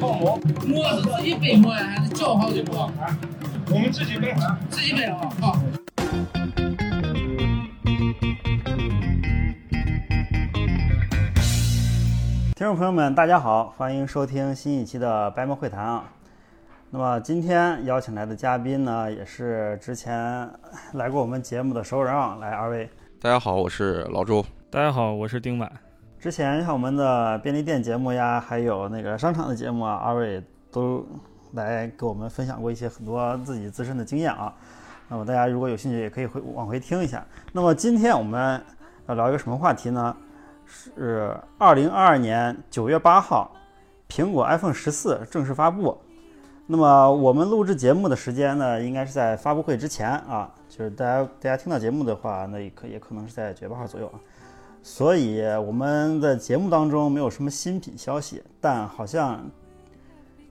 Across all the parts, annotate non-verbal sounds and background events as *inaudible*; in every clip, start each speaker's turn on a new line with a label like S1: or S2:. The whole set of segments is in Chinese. S1: 摸，
S2: 摸是自己背摸呀，还是叫好的摸？
S1: 我们自己背。
S2: 自己背啊，好。
S3: 听众朋友们，大家好，欢迎收听新一期的白猫会谈啊。那么今天邀请来的嘉宾呢，也是之前来过我们节目的熟人啊。来，二位，
S4: 大家好，我是老周。
S5: 大家好，我是丁满。
S3: 之前像我们的便利店节目呀，还有那个商场的节目啊，二位都来给我们分享过一些很多自己自身的经验啊。那么大家如果有兴趣，也可以回往回听一下。那么今天我们要聊一个什么话题呢？是二零二二年九月八号，苹果 iPhone 十四正式发布。那么我们录制节目的时间呢，应该是在发布会之前啊，就是大家大家听到节目的话，那也可也可能是在九月八号左右啊。所以我们的节目当中没有什么新品消息，但好像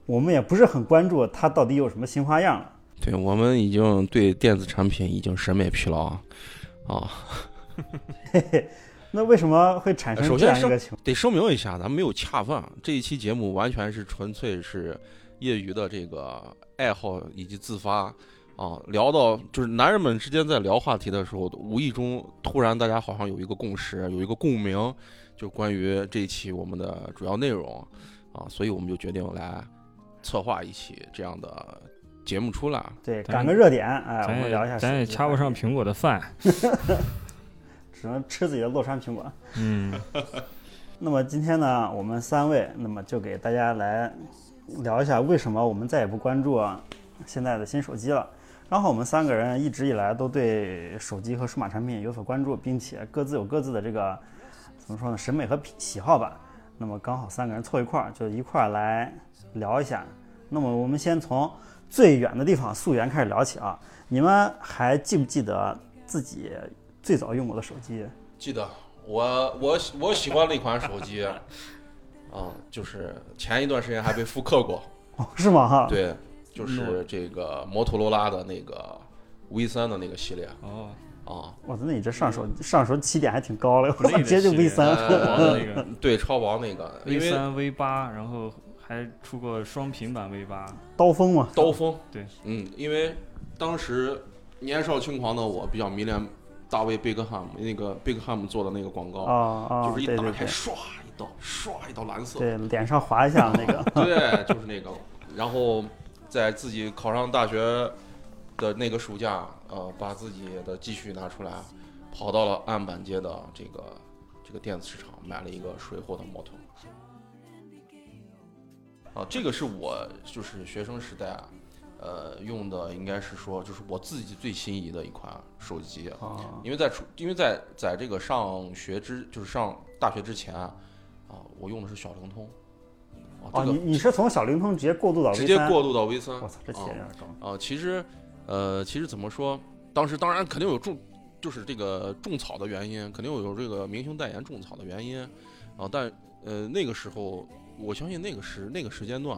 S3: 我们也不是很关注它到底有什么新花样了。
S4: 对我们已经对电子产品已经审美疲劳啊啊！
S3: 那为什么会产
S5: 呃
S3: 生
S4: 首
S3: 这
S4: 先
S3: 样一
S4: 是
S3: 个情况？
S4: 得声明一下，咱们没有恰饭，这一期节目完全是纯粹是业余的这个爱好以及自发啊。聊到就是男人们之间在聊话题的时候，无意中突然大家好像有一个共识，有一个共鸣，就关于这一期我们的主要内容啊，所以我们就决定来策划一期这样的节目出来。
S3: 对，
S5: 咱
S3: 赶个热点，哎，我
S5: 咱
S3: 们聊一下手机。
S5: 也咱也掐不上苹果的饭。
S3: 只能吃自己的洛杉矶苹果。
S5: 嗯，
S3: *laughs* 那么今天呢，我们三位，那么就给大家来聊一下为什么我们再也不关注现在的新手机了。然后我们三个人一直以来都对手机和数码产品有所关注，并且各自有各自的这个嗯怎么说呢，审美和喜好吧。那么刚好三个人凑一块儿，就一块儿来聊一下。那么我们先从最远的地方溯源开始聊起啊。你们还记不记得自己最早用过的手机？ *laughs*
S4: 记得我我喜我喜欢的一款手机， *laughs* 啊、就是前一段时间还被复刻过，
S3: 哦，是吗？哈，
S4: 对，就是这个摩托罗拉的那个 V 三的那个系列
S5: *laughs* 哦，
S4: 啊，
S3: 哇，那你这上手上手起点还挺高了，我
S5: 那
S3: 操，
S5: 个
S3: 直接就
S5: 系
S3: V
S5: 列
S3: 三。
S5: 超
S4: 啊
S5: 薄的那个
S4: 对，超薄那个，因
S5: V
S4: 为
S5: 三、V 八，然后还出过双屏版 V 八。
S3: *laughs* 刀锋嘛，
S4: 刀锋，
S5: 对，
S4: 嗯，因为当时年少轻狂的我比较迷恋大卫贝克汉姆那个贝克汉姆做的那个广告，
S3: 啊啊，
S4: 哦就是
S3: 对
S4: 一打
S3: 对
S4: 开
S3: 对，
S4: 唰一道，唰一道蓝色，，
S3: 对脸上划一下那个
S4: *laughs*
S3: *laughs*
S4: 对，就是那个。然后在自己考上大学的那个暑假，呃，把自己的积蓄拿出来，跑到了案板街的这个这个电子市场，买了一个水货的摩托。啊，这个是我就是学生时代，呃，用的应该是说就是我自己最心仪的一款手机。
S3: 啊，
S4: 因为在初，因为在在这个上学之，就是上大学之前啊，啊我用的是小灵通，啊，
S3: 哦，
S4: 这
S3: 你
S4: 个
S3: 你是从小灵通直接过渡到 V
S4: 直接
S3: 三，
S4: 过渡到 V 三，
S3: 我操，这起点有点高，
S4: 啊，其实，呃，其实怎么说，当时当然肯定有种，就是这个种草的原因，肯定有这个明星代言种草的原因，啊，但呃那个时候，我相信那个时那个时间段，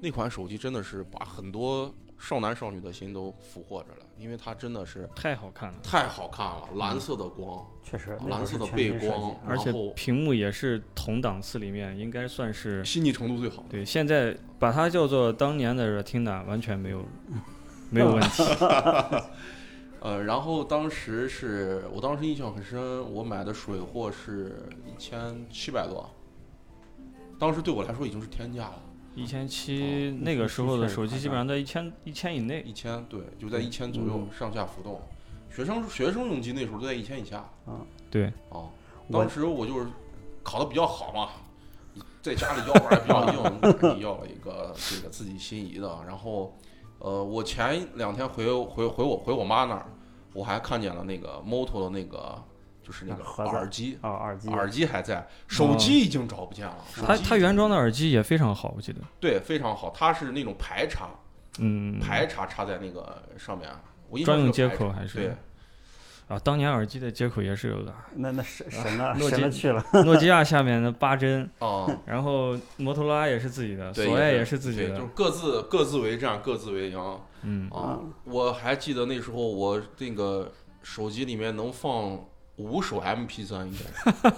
S4: 那款手机真的是把很多少男少女的心都俘获着了，因为它真的是
S5: 太好看了，
S4: 太好看了，蓝色的光，
S3: 确实，那会
S4: 哦蓝
S3: 儿
S4: 色
S3: 是
S4: 的
S3: 全
S4: 背
S3: 新设
S4: 光
S3: 计
S4: 然
S5: 而且
S4: 后
S5: 屏幕也是同档次里面应该算是
S4: 细腻程度最好。
S5: 对。现在把它叫做当年的 Retina，完
S4: *laughs*
S5: 全没有没有问题。
S4: 呃，然后当时是我当时印象很深，我买的水货是一千七百多，当时对我来说已经是天价了，
S5: 一千七那个时候的手机基本上在一千一千以内。
S4: 一千对，就在一千左
S3: 嗯
S4: 右上下浮动。学生学生用机那时候都在一千以下
S5: 对，
S4: 啊，
S3: 嗯我
S4: 当时我就是考的比较好嘛，在家里腰板也比较硬，赶紧要了一个这个自己心仪的。然后，呃，我前两天回回回我回我妈那儿，我还看见了那个 Moto 的那个就是那个
S3: 盒子
S4: 耳机。
S3: 啊，耳机，
S4: 耳机还在，手机已经找不见了。手
S5: 它
S4: 机
S5: 嗯它原装的耳机也非常好，我记得。
S4: 对非常好，它是那种排插，
S5: 嗯，
S4: 排插插在那个上面，啊我印象
S5: 专
S4: 是
S5: 用
S4: 个
S5: 接
S4: 排
S5: 口
S4: 插
S5: 还是
S4: 对，
S5: 啊，当年耳机的接口也是有的，
S3: 那那神神了，
S5: 诺
S3: 神
S5: 基
S3: 了去了，
S5: 诺基亚下面的八针，
S4: 啊，
S5: *laughs* 然后摩托罗拉也是自己的，
S4: 对
S5: 索爱也
S4: 是
S5: 是自己
S4: 对就是
S5: 的，
S4: 各自各自为战，各自为营
S5: 嗯，
S4: 啊。我还记得那时候我那
S5: *laughs*
S4: 个手机里面能放五首 MP 三，应该是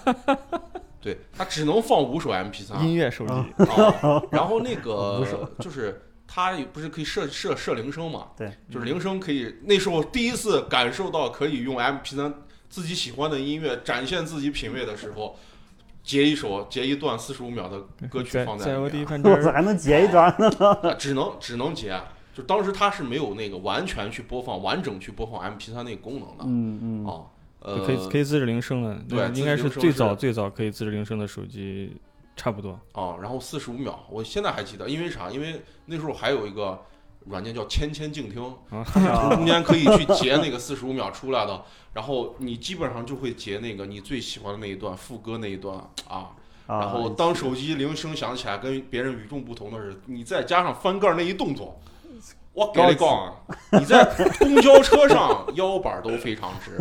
S4: 对，它只能放五首 MP3，
S6: 音乐手机
S3: 啊
S4: 啊，然后那
S3: 不是
S4: 个 *laughs* 就是它不是可以设设设铃声嘛？
S3: 对，
S5: 嗯
S4: 就是铃声可以。那时候第一次感受到可以用 MP 3自己喜欢的音乐展现自己品味的时候，截一首截一段四十五秒的歌曲
S6: 在
S4: 放
S6: 在
S4: 里
S6: 我第一
S4: 面
S6: 翻
S3: *laughs* 我咋
S6: 车，
S3: 还能截一张
S4: *laughs*
S3: 呢？
S4: 啊，只能只能截。啊就当时它是没有那个完全去播放、完整去播放 MP 3那个功能的
S3: 嗯嗯，
S4: 啊。
S5: 就
S4: 呃，
S5: 可以可以自制铃声了，
S4: 对自制
S5: 应该是
S4: 铃声
S5: 最
S4: 是
S5: 早最早可以自制铃声的手机，差不多。
S4: 啊，然后四十五秒，我现在还记得，因为啥？因为那时候还有一个软件叫千千静听，
S3: 啊
S4: *laughs* 中间可以去截那个四十五秒出来的，然后你基本上就会截那个你最喜欢的那一段副歌那一段啊。
S3: 啊
S4: 然后当手机铃声响起来，跟别人与众不同的是，你再加上翻盖儿那一动作，我给你讲啊，你在公交车上 *laughs* 腰板都非常直，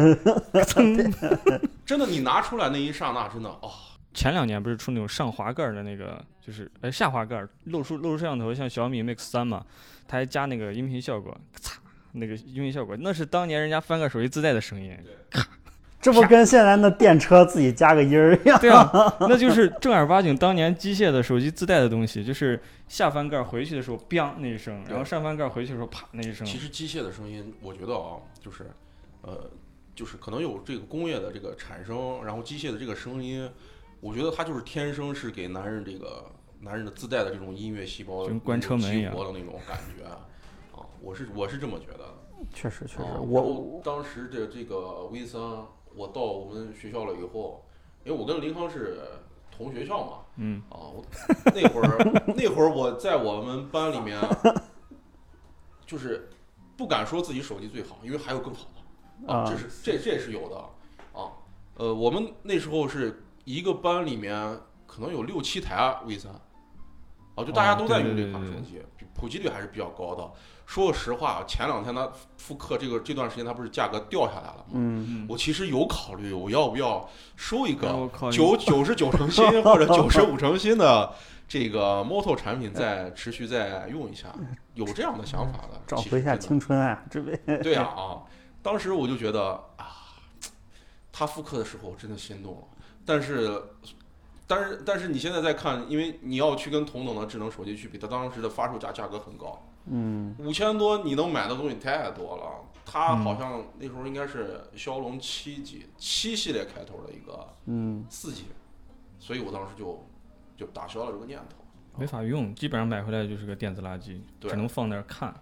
S4: 真的，你拿出来那一刹那，真的哦，
S5: 前两年不是出那种上滑盖儿的那个，就是哎下滑盖儿露出露出摄像头，像小米 Mix 三嘛，它还加那个音频效果，咔嚓那个音频效果，那是当年人家翻盖手机自带的声音。
S3: 这不跟现在那电车自己加个音儿一样？
S5: *laughs* 对啊，那就是正儿八经当年机械的手机自带的东西，就是下翻盖回去的时候 biang 那一声，然后上翻盖回去的时候啪那一声。
S4: 其实机械的声音，我觉得啊，就是，呃，就是可能有这个工业的这个产生，然后机械的这个声音，我觉得它就是天生是给男人这个男人的自带的这种音乐细胞
S5: 就
S4: 的
S5: 跟关车门一样
S4: 激活的那种感觉啊，我是我是这么觉得的。
S3: 确实确实
S4: 啊，然
S3: 我
S4: 后当时的这个 V 三，我到我们学校了以后，因为我跟林康是同学校嘛，
S5: 嗯，
S4: 啊，我那会儿那会儿我在我们班里面，就是不敢说自己手机最好，因为还有更好的
S3: 啊
S4: 这是这这是有的啊。呃，我们那时候是一个班里面可能有六七台 V 三，啊，就大家
S5: 哦
S4: 都在
S5: 对
S4: 用
S5: 对
S4: 这款
S5: 对
S4: 手
S5: 对
S4: 机，比普及率还是比较高的。说实话，前两天它复刻这个这段时间，它不是价格掉下来了吗？
S3: 嗯，
S4: 我其实有考虑，我要不要收一个
S5: 哎我靠
S3: 哦
S5: 你
S4: 九九十九成新或者九十五成新
S3: *laughs*
S4: 的这个 Moto 产品再持续再用一下，有这样的想法的。
S3: 找
S4: 其实
S3: 回一下
S4: 真的
S3: 青春啊，这位
S4: 对啊啊！当时我就觉得啊，他复刻的时候我真的心动了，但是。但是但是你现在再看，因为你要去跟同等的智能手机去比，它当时的发售价价格很高，
S3: 嗯
S4: 五千多你能买的东西太多了。它
S5: 嗯
S4: 好像那时候应该是骁龙七级七系列开头的一个
S3: 嗯，
S4: 四级，所以我当时就就打消了这个念头。
S5: 没法用，基本上买回来就是个电子垃圾，
S4: 对
S5: 只能放那儿看。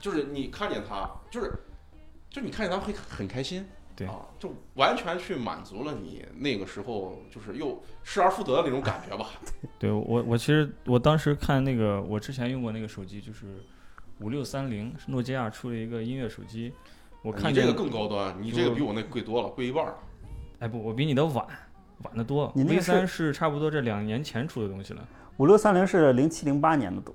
S4: 就是你看见它，就是就你看见它会很开心，
S5: 对
S4: 啊，就完全去满足了你那个时候就是又失而复得的那种感觉吧。
S5: 对我，我其实我当时看那个，我之前用过那个手机，就是五六三零，是诺基亚出了一个音乐手机。 *laughs* 我看
S4: 你
S5: 见
S4: 这个更高端，你这个比我那贵多了，贵一半儿。
S5: 哎不，我比你的晚，晚得多。
S3: 你那个
S5: V 三是差不多这两年前出的东西了。
S3: 五六三零是零七零八年的都，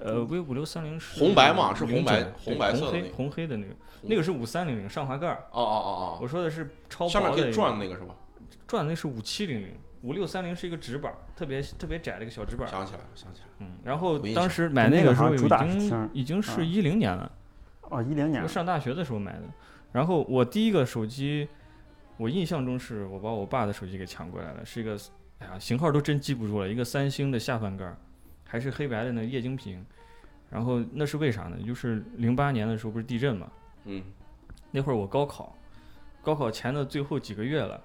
S5: 呃，V 五六三零是
S4: 红白嘛是红
S5: 09
S4: 白
S5: 对
S4: 红白色的那
S5: 红黑
S4: 个
S5: 红黑的那个，那个是五三零零上滑盖儿。
S4: 哦哦哦
S5: 我说的是超
S4: 哦，
S5: 薄
S4: 下面可
S5: 的
S4: 以
S5: 一个
S4: 转那个是吧？
S5: 转的那是五七零零，五六三零是一个直板儿，特别特别窄的一个小直板儿。
S4: 想起来了，想起来了。
S5: 嗯，然后
S4: 有印
S5: 当
S4: 象
S5: 时买
S3: 那个
S5: 个时
S3: 好像
S5: 候已
S3: 主打是听儿
S5: 经已经
S3: 啊
S5: 是一零年了，
S3: 哦，一零年
S5: 我，上大学的时候买的。然后我第一个手机，我印象中是我把我爸的手机给抢过来了，是一个，哎呀，型号都真记不住了，一个三星的下翻盖儿，还是黑白的那液晶屏。然后那是为啥呢？就是零八年的时候不是地震嘛，
S4: 嗯，
S5: 那会儿我高考，高考前的最后几个月了，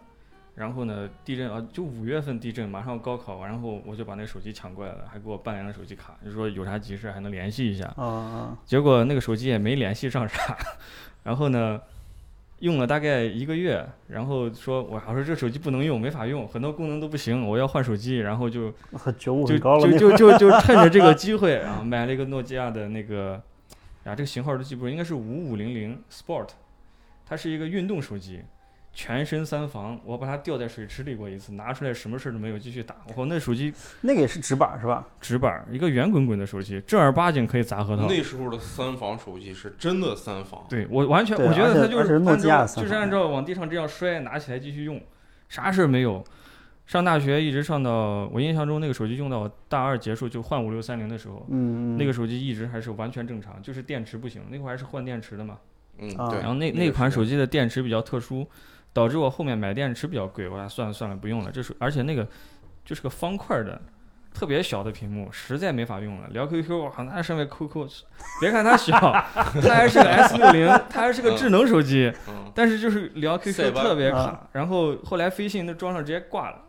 S5: 然后呢，地震啊，就五月份地震，马上要高考，然后我就把那手机抢过来了，还给我办联了手机卡，就说有啥急事还能联系一下。
S3: 啊，
S5: 结果那个手机也没联系上啥， *laughs* 然后呢，用了大概一个月，然后说我我说这手机不能用，没法用，很多功能都不行，我要换手机，然后就
S3: 我觉悟
S5: 就
S3: 很高了，
S5: 就
S3: 那
S5: 就就就
S3: *laughs*
S5: 趁着这个机会，然后买了一个诺基亚的那个，啊，这个型号都记不住，应该是五五零零 Sport，它是一个运动手机，全身三防，我把它吊在水池里过一次，拿出来什么事儿都没有，继续打。我靠，那手机
S3: 那个也是直板是吧？
S5: 直板儿，一个圆滚滚的手机，正儿八经可以砸核桃。
S4: 那时候的三防手机是真的三防，
S5: 对我完全，
S3: 对
S5: 我觉
S3: 而且
S5: 得它就
S3: 而且是
S5: 是
S3: 诺基亚
S5: 按
S3: 的
S5: 照
S3: 三防
S5: 就是按照往地上这样摔，拿起来继续用，啥事儿没有。上大学一直上到我印象中那个手机用到我大二结束就换五六三零的时候，
S3: 嗯，嗯
S5: 那个手机一直还是完全正常，就是电池不行，那会儿还是换电池的嘛。
S4: 嗯
S3: 啊
S4: 对。
S5: 然后那
S4: 那个
S5: 那款
S4: 是
S5: 手机的电池比较特殊，导致我后面买电池比较贵，我还算了算了不用了。这是而且那个就是个方块的。特别小的屏幕实在没法用了，聊 QQ 哇，那上面 QQ，别看它小，它还是个 S 六零，它还是个智能手机，
S4: 嗯，
S5: 但是就是聊
S4: 塞
S5: QQ
S4: 班
S5: 特别卡
S3: 啊。
S5: 然后后来飞信都装上直接挂了，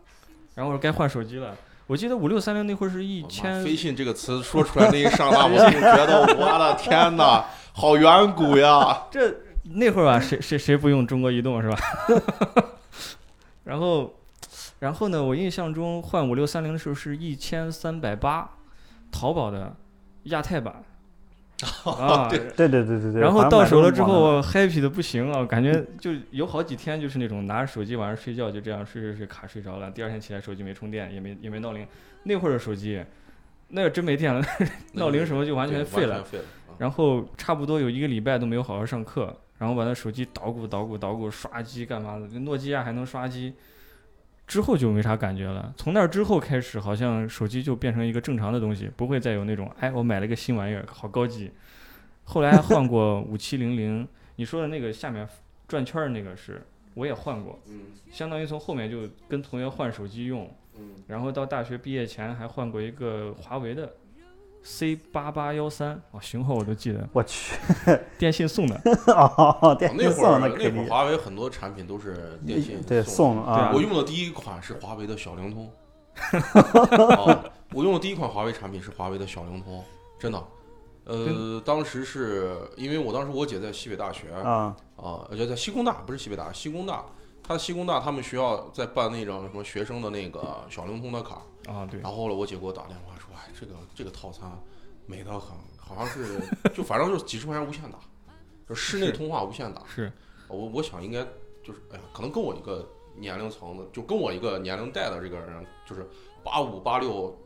S5: 然后我说该换手机了。我记得五六三零那会儿是一
S4: 我妈
S5: 千
S4: 飞信这个词说出来那一刹
S5: *laughs*
S4: 那，我就觉得我的天哪，好远古呀！
S5: 这那会儿吧，谁谁谁不用中国移动是吧？ *laughs* 然后，然后呢？我印象中换五六三零的时候是一千三百八，淘宝的亚太版啊。
S3: 对对对对对。
S5: 然
S3: 好
S5: 后
S3: 像
S5: 到
S3: 买
S5: 手
S3: 都
S5: 了
S3: 是
S5: 之
S3: 网
S5: 后，
S3: 的，
S5: 我 happy 的不行啊，感觉就有好几天就是那种拿着手机晚上睡觉就这样睡睡睡卡睡着了，第二天起来手机没充电，也没也没闹铃。那会儿的手机，那个真没电了， *laughs* 闹铃什么就完全废了
S4: 完。全废了。啊
S5: 然后差不多有一个礼拜都没有好好上课，然后把那手机捣鼓捣鼓捣鼓刷机干嘛的，那诺基亚还能刷机，之后就没啥感觉了。从那儿之后开始，好像手机就变成一个正常的东西，不会再有那种哎我买了个新玩意儿，好高级。后来还换过五七零零，你说的那个下面转圈儿那个是我也换过，
S4: 嗯
S5: 相当于从后面就跟同学换手机用，
S4: 嗯，
S5: 然后到大学毕业前还换过一个华为的 C 八八幺三，哦，型号我都记得，
S3: 我去，
S5: 电信送 *laughs* 的。
S3: *laughs* 哦，电
S4: 嗯那
S3: 信
S4: 会
S3: 送
S4: 儿
S3: 那
S4: 那
S3: 可
S4: 会儿
S3: 以，
S4: 华为很多产品都是电信
S3: 对
S4: 送
S3: 送
S4: 的。
S3: 了啊
S5: 对
S4: 我，用的第一款是华为的小灵
S3: *laughs*
S4: 通，啊我用的第一款华为产品是华为的小灵通，真的。呃，当时是因为我当时我姐在西北大学，
S3: 啊
S4: 啊，而且在西工大不是西北大，西工大，他西工大他们学校在办那种什么学生的那个小灵通的卡，
S5: 啊，对，
S4: 然后了我姐给我打电话说，哎，这个这个套餐美得很，好像是就反正就是几十块钱无限打，就室内
S5: 是
S4: 通话无限打。
S5: 是
S4: 我我想应该就是哎呀，可能跟我一个年龄层的，就跟我一个年龄带的这个人，就是八五八六。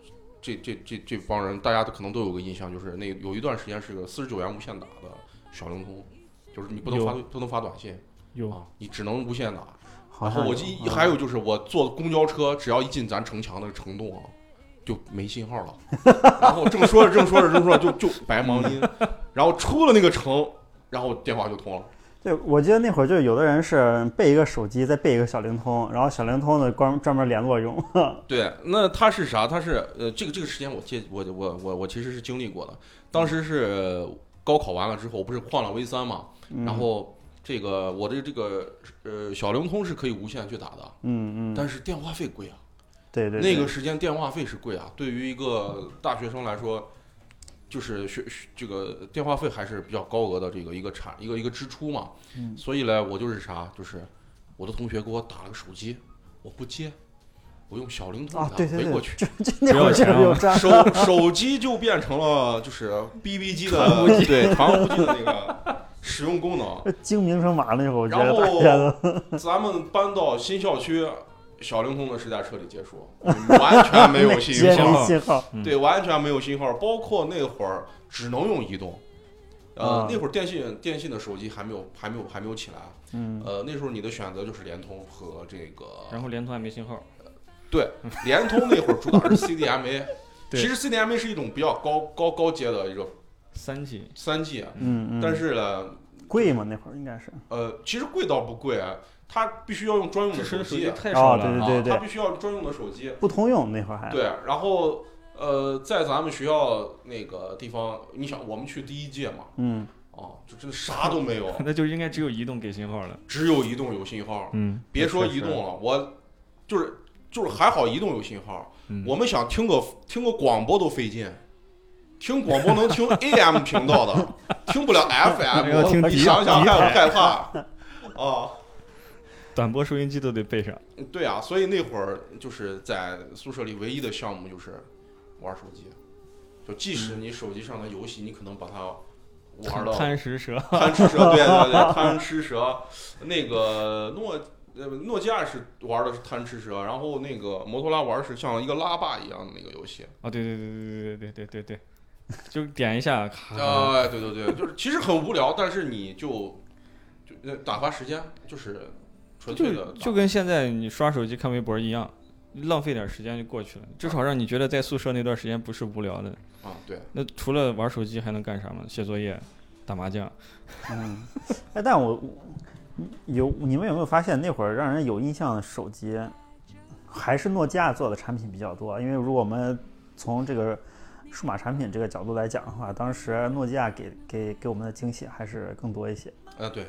S4: 这这这这帮人，大家都可能都有个印象，就是那有一段时间是个四十九元无限打的小灵通，就是你不能
S5: 有
S4: 发不能发短信，
S5: 有
S4: 啊，你只能无限打。
S3: 好
S4: 然
S3: 像
S4: 后我
S3: 有
S4: 记
S3: 啊
S4: 还有就是嗯我坐公交车，只要一进咱城墙那个城洞啊，就没信号了。然后正说着正说着正说着就就白忙音，然后出了那个城，然后电话就通了。
S3: 对，我记得那会儿就有的人是备一个手机，再备一个小灵通，然后小灵通呢专专门联络用。 *laughs*
S4: 对，那它是啥？它是呃，这个这个时间我借我我我我其实是经历过的。当时是高考完了之后，不是换了 V 三嘛，
S3: 嗯
S4: 然后这个我的这个呃小灵通是可以无限去打的，
S3: 嗯嗯，
S4: 但是电话费贵啊。
S3: 对对，对
S4: 那个时间电话费是贵啊，对于一个大学生来说，就是学学这个电话费还是比较高额的这个一个产一个一个支出嘛。
S3: 嗯
S4: 所以呢，我就是啥，就是我的同学给我打了个手机，我不接，我用小灵通
S3: 啊，
S4: 给
S3: 对
S4: 他
S3: 对
S4: 回过
S3: 对， *laughs*
S4: 去。
S3: 这这那会儿
S5: 只
S3: 就
S5: 要钱
S3: 有
S5: 啊
S3: 这样，
S4: 手手机就变成了就是 BB 机的对传呼机的那个使用功能，
S3: 这精明成马了那会儿，我觉
S4: 然
S3: 得
S4: 后
S3: 大家都
S4: 咱们搬到新校区，小灵通的时代彻底结束，完全没有信
S3: 接
S4: 息
S5: 号
S3: 没信号，
S5: 嗯
S4: 对，完全没有信号，包括那会儿只能用移动。呃，
S3: 啊
S5: 嗯
S4: 那会儿电信电信的手机还没有还没有还没有起来，
S3: 嗯，
S4: 呃，那时候你的选择就是联通和这个
S5: 然后联通还没信号，
S4: 联通那会儿主打是 CDMA，
S5: *laughs* 对
S4: 其实 CDMA 是一种比较高高高阶的一个
S5: 三 G
S4: 三 G，啊
S3: 嗯嗯，
S4: 但是呢，
S3: 贵嘛那会儿应该是，
S4: 呃，其实贵倒不贵，啊它必须要用专用的
S5: 支
S4: 手
S5: 持的手
S4: 机
S5: 机
S4: 啊，
S5: 太少
S3: 哦
S5: 了，
S3: 对对
S5: 啊
S3: 对
S4: 它
S3: 对，
S4: 必须要专用的手机，
S3: 不通用那会
S5: 哎
S3: 儿还，
S4: 对，然后呃，在咱们学校那个地方，你想我们去第一届嘛，
S3: 嗯，
S4: 哦，就真的啥都没有，
S5: *laughs* 那就应该只有移动给信号了。
S4: 只有移动有信号。
S5: 嗯，
S4: 别说
S5: 确实
S4: 移动，了，我就是就是还好移动有信号，
S5: 嗯
S4: 我们想听个听个广播都费劲。听广播能听 AM 频道的，听不了 FM，
S5: *laughs* 要听
S4: 我
S5: 迪
S4: 你想想
S5: 迪
S4: 害
S5: 台
S4: 不害怕？啊，
S5: 短波收音机都得备上。
S4: 对啊，所以那会儿就是在宿舍里唯一的项目就是玩手机，就即使
S5: 嗯
S4: 你手机上的游戏，你可能把它玩到
S5: 贪食蛇，
S4: 贪吃蛇，对对
S5: *laughs*
S4: 对，贪吃蛇，那个诺呃诺基亚是玩的是贪吃蛇，然后那个摩托拉玩的是像一个拉霸一样的那个游戏。
S5: 哦，对对对对对对对对对，就点一下，咔
S4: 哎，对对对，就是其实很无聊，但是你就就呃打发时间，就是纯粹的
S5: 就就跟现在你刷手机看微博一样，浪费点时间就过去了，至少让你觉得在宿舍那段时间不是无聊的。
S4: 啊对，
S5: 那除了玩手机还能干啥吗？写作业、打麻将。
S3: 嗯，哎，但我有你们有没有发现那会儿让人有印象的手机，还是诺基亚做的产品比较多？因为如果我们从这个数码产品这个角度来讲的话，当时诺基亚给给给我们的惊喜还是更多一些。
S4: 哎，对，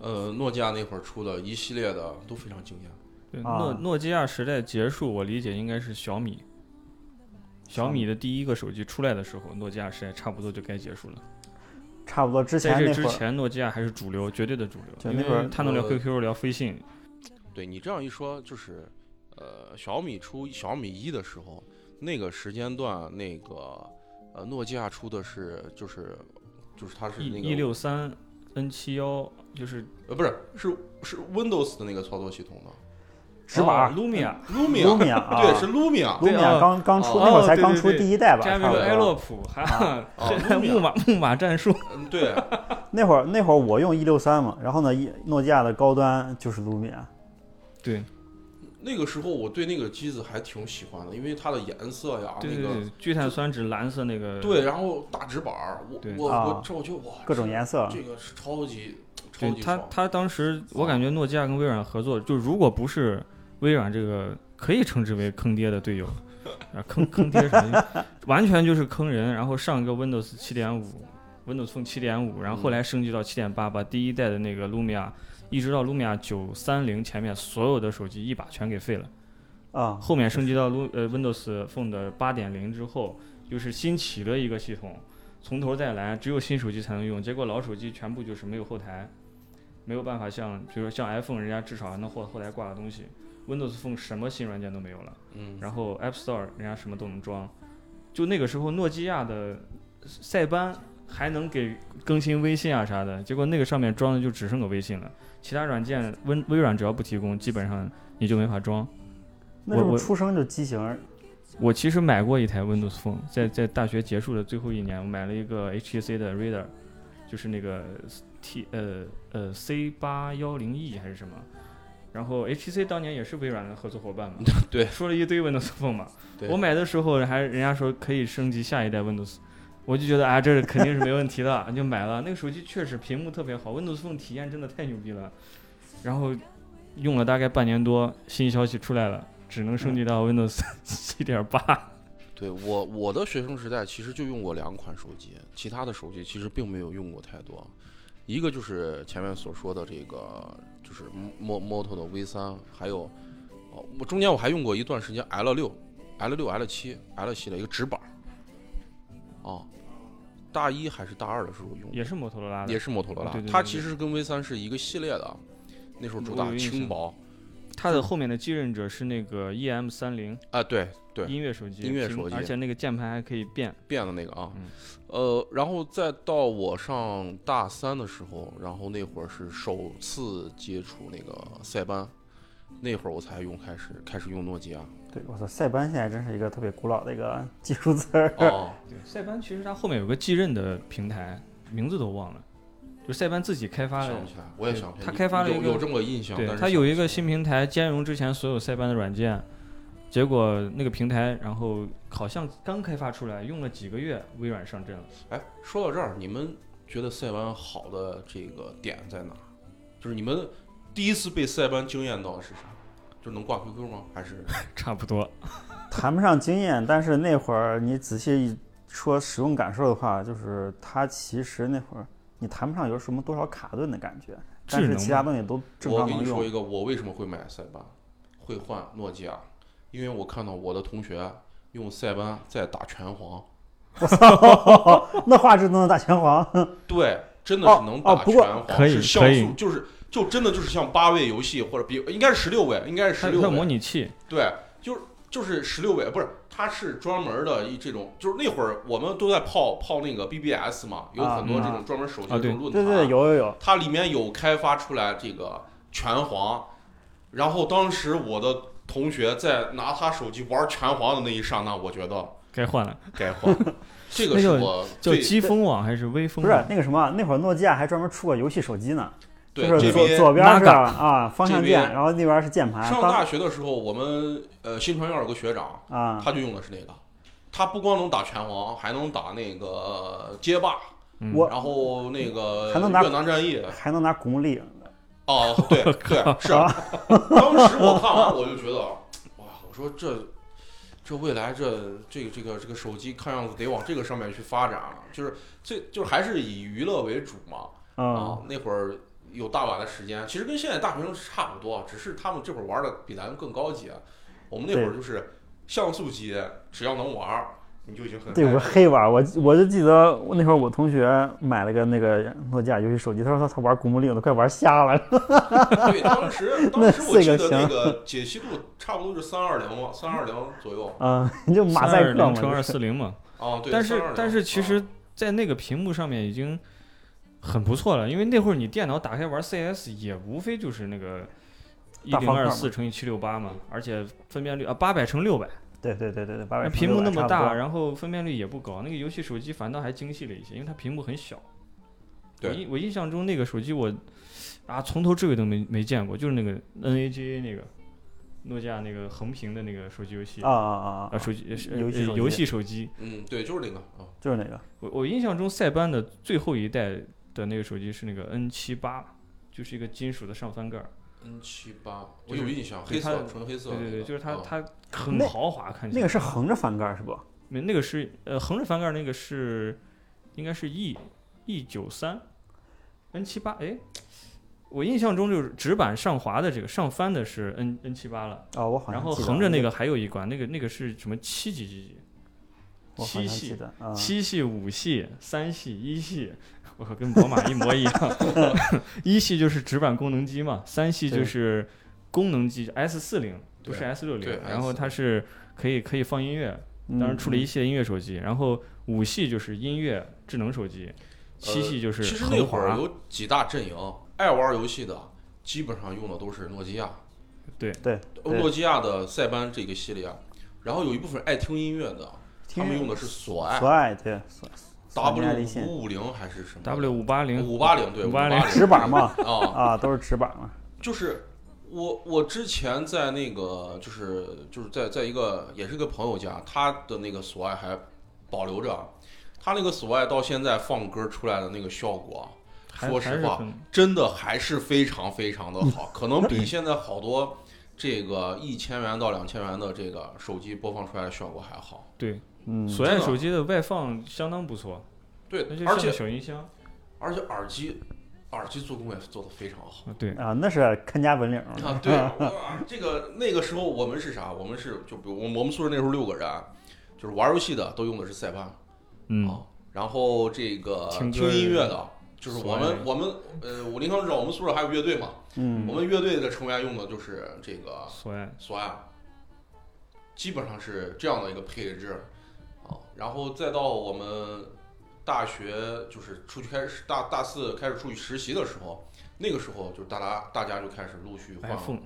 S4: 呃，诺基亚那会儿出的一系列的都非常惊艳。
S5: 对，
S3: 啊
S5: 诺诺基亚时代结束，我理解应该是小米。小米的第一个手机出来的时候，诺基亚时代差不多就该结束了。
S3: 差不多之前
S5: 在这
S3: 那
S5: 之
S3: 会儿，
S5: 前，诺基亚还是主流，绝对的主
S3: 就
S5: 流。
S3: 那
S5: 因
S3: 会儿
S5: 为呃他能聊
S4: 我
S5: QQ，聊飞信，
S4: 对你这样一说，就是，呃，小米出小米一的时候，那个时间段，那个呃，诺基亚出的是就是就是它是
S5: 一
S4: 那个
S5: 一，E，六三 N 七幺，就是
S4: 呃不是是是 Windows 的那个操作系统的
S3: 直板
S5: 哦 Lumia，
S4: Lumia， *laughs*
S3: Lumia 啊
S4: 对是 Lumia，
S3: 卢米亚
S5: 哦
S3: 刚刚出，
S4: 哦
S3: 那会儿才
S5: 对对
S3: 刚出
S5: 对
S3: 第一代吧，
S5: 加
S3: 差
S5: 上那
S3: 不
S5: 个埃
S3: 多
S5: 洛。普，
S3: 啊哦
S5: 哈， *laughs*
S4: 哦
S5: 这
S4: ，Lumia
S5: 木马木马战术，
S4: 嗯对，
S3: 那会儿那会儿我用一六三嘛，然后呢，一诺基亚的高端就是卢米亚。
S5: 对
S4: 那个时候我对那个机子还挺喜欢的，因为它的颜色呀，
S5: 对
S4: 哦那
S5: 对
S4: 个
S5: 对，聚碳酸酯蓝色那个，
S4: 对，然后大直板儿，我
S5: 对
S4: 我
S3: 啊
S4: 我这我觉得哇，
S3: 各种颜色
S4: 这个是超级超
S5: 对
S4: 级
S5: 他
S4: 爽，
S5: 他当时我感觉诺基亚跟微软合作，就如果不是微软这个可以称之为坑爹的队友，啊坑坑爹啥的， *laughs* 完全就是坑人。然后上一个 Windows 七点五，Windows Phone 七点五，然后后
S4: 嗯
S5: 来升级到七点八，把第一代的那个 Lumia，一直到 Lumia 九三零前面所有的手机一把全给废了。
S3: 啊、
S5: 后面升级到 Lu 呃 Windows Phone 的八点零之后，就是新起了一个系统，从头再来，只有新手机才能用。结果老手机全部就是没有后台，没有办法像比如说像 iPhone，人家至少还能后后台挂个东西。Windows Phone 什么新软件都没有了，
S4: 嗯，，
S5: 然后 App Store 人家什么都能装。就那个时候，诺基亚的塞班还能给更新微信啊啥的，结果那个上面装的就只剩个微信了，其他软件微微软只要不提供，基本上你就没法装。
S3: 那时
S5: 我
S3: 候
S5: 我
S3: 出生就畸形儿，
S5: 我其实买过一台 Windows Phone，在在大学结束的最后一年，我买了一个 HTC 的 Reader，就是那个 T 呃呃 C 八幺零 E 还是什么。然后 HTC 当年也是微软的合作伙伴嘛
S4: *laughs* 对
S5: 说了一堆 Windows Phone 嘛。
S4: 对
S5: 我买的时候还人家说可以升级下一代 Windows，我就觉得啊，这肯定是没问题的，就买了。那个手机确实屏幕特别好，Windows Phone 体验真的太牛逼了。然后用了大概半年多，新消息出来了，只能升级到 Windows *laughs* 七点八。
S4: 对我我的学生时代其实就用过两款手机，其他的手机其实并没有用过太多。一个就是前面所说的这个，就是 Mo Moto 的 V 三，还有哦，我中间我还用过一段时间 L 六、L 六、L 七、L 系的一个直板儿，哦，大一还是大二的时候用的，
S5: *laughs* 也是摩托罗拉的，
S4: 也是摩托罗拉，
S5: 对对对
S4: 它
S5: 对
S4: 其实是跟 V 三是一个系列的，那时候主
S5: 我
S4: 打
S5: 有印
S4: 轻
S5: 象
S4: 薄
S5: 它的后面的继任者是那个 EM 三零
S4: 啊，对对，
S5: 音乐手机，
S4: 音乐
S5: 屏
S4: 手机
S5: 而且那个键盘还可以变。
S4: 变的那个啊，
S5: 嗯
S4: 呃，然后再到我上大三的时候，然后那会儿是首次接触那个塞班，那会儿我才用开始开始用诺基亚。
S3: 对我操，塞班现在真是一个特别古老的一个 *laughs* 技术词儿。
S5: 哎
S4: 哦，
S5: 对，塞班其实它后面有个继任的平台，名字都忘了，就塞班自己开发
S4: 想
S5: 了
S4: 不。起来，我也想不起来。
S5: 他开发了一
S4: 有
S5: 个
S4: 有这么个印象，
S5: 对
S4: 但，是
S5: 它有一
S4: 想
S5: 个
S4: 不起来
S5: 新平台兼容之前所有塞班的软件，结果那个平台然后好像刚开发出来，用了几个月，微软上阵了。
S4: 哎，说到这儿，你们觉得塞班好的这个点在哪儿？就是你们第一次被塞班惊艳到的是啥？就是能挂 QQ 吗？还是
S5: *laughs* 差不多，
S3: 谈不上经验，但是那会儿你仔细一说使用感受的话，就是它其实那会儿你谈不上有什么多少卡顿的感觉，但
S5: 智
S3: 是
S5: 能
S3: 其他东西都正
S4: 我
S3: 常
S4: 跟
S3: 能
S4: 你说一
S3: 用。
S4: 个，我为什么会买塞班，会换诺基亚，因为我看到我的同学用塞班在打拳皇，
S3: *laughs* 那画质都能打
S4: *laughs*
S3: 拳皇，
S4: 对，真的是能
S3: 哦
S4: 打
S3: 哦不
S4: 拳
S3: 过
S4: 皇，
S5: 可以
S4: 是像
S5: 可
S4: 素
S5: 以，
S4: 就是就真的就是像八位游戏或者比应该是十六位，应该是
S5: 它
S4: 十
S5: 有
S4: 六
S5: 个模
S4: 位，
S5: 拟器，
S4: 对，就是。就是十六位，不是，它是专门的一这种，就是那会儿我们都在泡泡那个 BBS 嘛，有
S3: 啊
S4: 很多这
S3: 嗯
S4: 种专门手机
S5: 啊
S4: 的这种
S5: 对
S4: 论坛，
S3: 对对，有有有，
S4: 它里面有开发出来这个拳皇，然后当时我的同学在拿他手机玩拳皇的那一刹那，我觉得
S5: 该换了，
S4: 该换。 *laughs* 这个
S5: 那
S4: 是
S5: 就
S4: 我
S5: 叫
S4: 最
S5: 机风网还是微风
S3: 不是
S5: 网？
S3: 那个什么，那会儿诺基亚还专门出过游戏手机呢，就
S4: 对
S3: 是
S4: 这
S3: 左
S4: 边
S3: 左边是
S5: Naga
S3: 啊方向键，
S4: 这边
S3: 然后那边是键盘。
S4: 上
S3: 当
S4: 大学的时候，我们呃新传院有个学长，
S3: 啊，
S4: 他就用的是那个，他不光能打拳皇，还能打那个街霸，
S5: 嗯
S3: 我
S4: 然后那个
S3: 还能拿
S4: 越南战役。
S3: 还能拿古墓丽
S4: 哦， *laughs* 对对是，啊
S3: *laughs*
S4: 当时我看完我就觉得，哇，我说这这未来这这个这个这个手机看样子得往这个上面去发展了，就是这就是还是以娱乐为主嘛
S3: 啊
S4: 啊，那会儿有大把的时间，其实跟现在大学生差不多，啊只是他们这会儿玩的比咱们更高级，啊我们那会儿就是像素机只要能玩儿你就已经很
S3: 对，
S4: 嗨
S3: 我黑玩儿，我我就记得我那会儿我同学买了个那个诺基亚游戏手机，他说他他玩《古墓丽影》都快玩瞎了。
S4: 对，
S3: *laughs*
S4: 当时
S3: 那
S4: 当时我
S3: 四
S4: 记
S3: 个
S4: 得
S3: 行
S4: 那个解析度差不多是三二零嘛，三二零左右。
S3: 啊，你 *laughs* 就马赛克嘛
S5: 零乘
S3: 就
S5: 二
S3: 是。
S5: 四零嘛。
S4: 啊，对。
S5: 但是
S4: 320
S5: 但是其实
S4: 啊，
S5: 在那个屏幕上面已经很不错了，因为那会儿你电脑打开玩 CS 也无非就是那个一
S3: 大
S5: 零
S3: 方块
S5: 二
S3: 嘛
S5: 四乘以七六八嘛，而且分辨率啊八百乘六百，
S3: 对对对对对，八
S5: 那
S3: 百
S5: 屏幕那么大，，然后分辨率也不高，那个游戏手机反倒还精细了一些，因为它屏幕很小。我
S4: 对
S5: 印我印象中那个手机我啊从头至尾都没没见过，就是那个 NAGA 那个诺基亚那个横屏的那个手机游戏
S3: 啊啊啊
S5: 啊，
S3: 啊，
S5: 手机呃是呃
S3: 游戏手机
S5: 游戏手机，
S4: 嗯，对，就是那个啊，
S3: 就是那个
S5: 我我印象中塞班的最后一代的那个手机是那个 N 七八，就是一个金属的上翻盖儿。
S4: N 七八，我
S5: 就是
S4: 有印象，
S5: 对
S4: 黑色，
S5: 它
S4: 纯黑色
S5: 对
S4: 那个。
S5: 对对，就是它
S4: 啊
S5: 它很
S3: 那
S5: 豪华，看起
S3: 那
S5: 来。
S3: 个是横着翻盖儿是不？
S5: 没那个是呃横着翻盖儿那个是应该是 E E 九三 N 七八哎。我印象中就是直板上滑的这个上翻的是 N N 七八了，
S3: 啊，我好像
S5: 然后
S3: 记得
S5: 横着那
S3: 个，
S5: 个还有一款，那个那个是什么七几几几？
S3: 我好像
S5: 七
S3: 记
S5: 系、
S3: 得啊，
S5: 七系、五系、三系、一系，我靠，跟宝马
S3: *laughs*
S5: 一模一样。一系就是直板功能机嘛，三系
S3: 对
S5: 就是功能机 S 四零，不是
S4: 对
S5: S 六
S4: 对
S5: 零，然后它是可以可以放音乐，
S3: 嗯
S5: 当时出了一系列音乐手机，然后五系就是音乐智能手机，七系就
S4: 呃其
S5: 是
S4: 实那
S5: 横
S4: 会儿
S5: 滑，
S4: 有几大阵营，爱玩游戏的基本上用的都是诺基亚，
S5: 对，
S3: 对，对
S4: 诺基亚的塞班这个系列，然后有一部分爱听音乐的，他们用的是索爱
S3: 索爱对索索尼爱立
S4: W
S3: 信
S4: 五五零还是什么
S5: W 五八零
S4: 五八零对
S5: 580
S4: 零
S3: 直板嘛
S4: 啊
S3: 啊，都是直板嘛，
S4: 就是我我之前在那个就是就是在在一个也是一个朋友家，他的那个索爱还保留着，他那个索爱到现在放歌出来的那个效果，
S5: 还
S4: 说
S5: 还
S4: 实
S5: 是
S4: 话，
S5: 很
S4: 真的还是非常非常
S5: *laughs*
S4: 的好，可能比现在好多这个一千元到两千元的这个手机播放出来的效果还好。
S5: 对，
S3: 嗯，
S5: 索爱
S4: 真的
S5: 手机的外放相当不错，
S4: 对
S5: 那就，
S4: 而
S5: 像个
S4: 且
S5: 小音箱，
S4: 而且耳机耳机做工也做得非常好。
S5: 啊对，
S3: 啊，那是看家本领儿
S4: 啊，对，哇，这个那个时候我们是啥？我们是就比如我们我们宿舍那时候六个人，就是玩游戏的都用的是塞班啊、
S5: 嗯，
S4: 然后这个
S5: 听
S4: 听
S5: 歌
S4: 音乐的，就是我
S5: 索爱
S4: 们我们呃，我林康知道我们宿舍还有乐队嘛，
S3: 嗯
S4: 我们乐队的成员用的就是这个
S5: 索爱
S4: 索爱，基本上是这样的一个配置啊。然后再到我们大学就是出去开始大大四开始出去实习的时候，那个时候就是大家大家就开始陆续换
S5: iPhone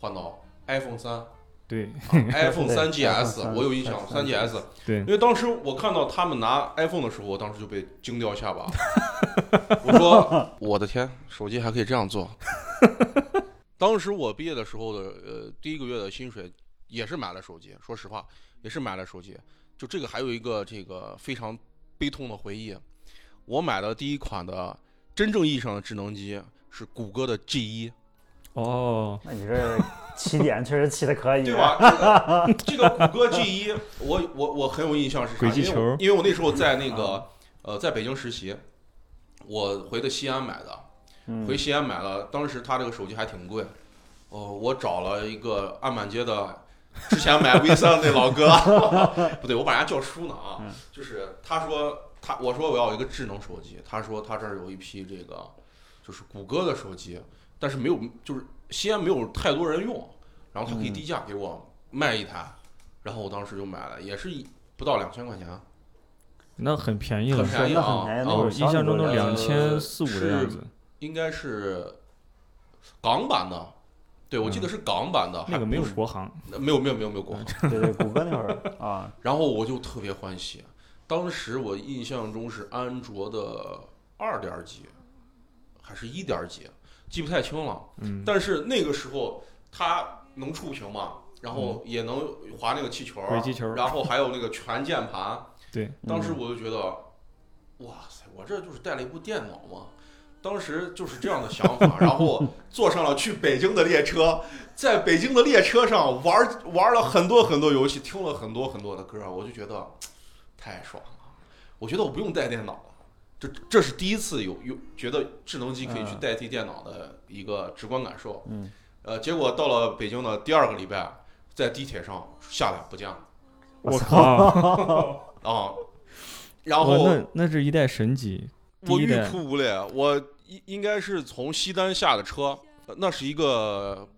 S4: 换到 iPhone 三、啊、
S5: 对
S4: iPhone
S3: 对
S4: 三
S3: iPhone
S4: GS，
S3: 3
S4: 我有印象，
S3: 3
S4: 三 GS，
S5: 对
S4: *laughs* 因。为当时我看到他们拿 iPhone 的时候，我当时就被惊掉下巴，我说我的天，手机还可以这样做。 *laughs* 当时我毕业的时候的呃第一个月的薪水也是买了手机，说实话也是买了手机。就这个还有一个这个非常悲痛的回忆，我买的第一款的真正意义上的智能机是谷歌的 G 一。
S5: 哦，
S3: 那你这起点确实起的可以，啊
S4: 对？吧？这个这个谷歌 G 一，我我我很有印象是啥？
S5: 轨迹球
S4: 因为我因为我那时候在那
S3: 啊
S4: 个呃，在北京实习，我回的西安买的，
S3: 嗯
S4: 回西安买了。当时他这个手机还挺贵，哦，我找了一个安满街的。之前买 V 三那老
S3: *laughs*
S4: 哥， *laughs* 不对，我把人家叫叔呢啊
S3: 嗯，
S4: 就是他说他我说我要一个智能手机，他说他这儿有一批这个就是谷歌的手机，但是没有就是西安没有太多人用，然后他可以
S3: 嗯
S4: 低价给我卖一台，然后我当时就买了，也是一不到两千块钱，啊
S5: 那很便宜了
S4: 很，便宜
S3: 那很
S4: 啊
S3: 便宜，那
S5: 我
S3: 会儿
S4: 啊，
S5: 印象中都
S4: 小
S5: 两
S4: 米多
S5: 千
S4: 少
S5: 四五的样子，
S4: 应该是港版的，对我记得是港版的，
S5: 嗯那
S4: 还
S5: 个没有嗯
S4: 不是
S5: 国行，
S4: 没有没有没有没有国行，
S3: 对对，谷歌那会儿
S5: *laughs*
S3: 啊，
S4: 然后我就特别欢喜，当时我印象中是安卓的二点几，还是一点几，记不太清了。
S5: 嗯，
S4: 但是那个时候它能触屏嘛，然后
S5: 嗯
S4: 也能滑那个气球儿，
S5: 轨迹球儿
S4: 然后还有那个全键盘。
S5: 对，
S4: 当时我就觉得，哇塞，我这就是带了一部电脑嘛。当时就是这样的想法，然后坐上了去北京的列车，在北京的列车上玩玩了很多很多游戏，听了很多很多的歌，我就觉得太爽了。我觉得我不用带电脑了，这这是第一次有有觉得智能机可以去
S3: 嗯
S4: 代替电脑的一个直观感受。
S3: 嗯，
S4: 呃，结果到了北京的第二个礼拜，在地铁上下来不见了
S5: 我靠！
S4: 啊，然后
S5: 哇那那是一代神级，
S4: 我
S5: 第一
S4: 欲
S5: 代
S4: 哭无泪，我应应该是从西单下的车，呃那是一个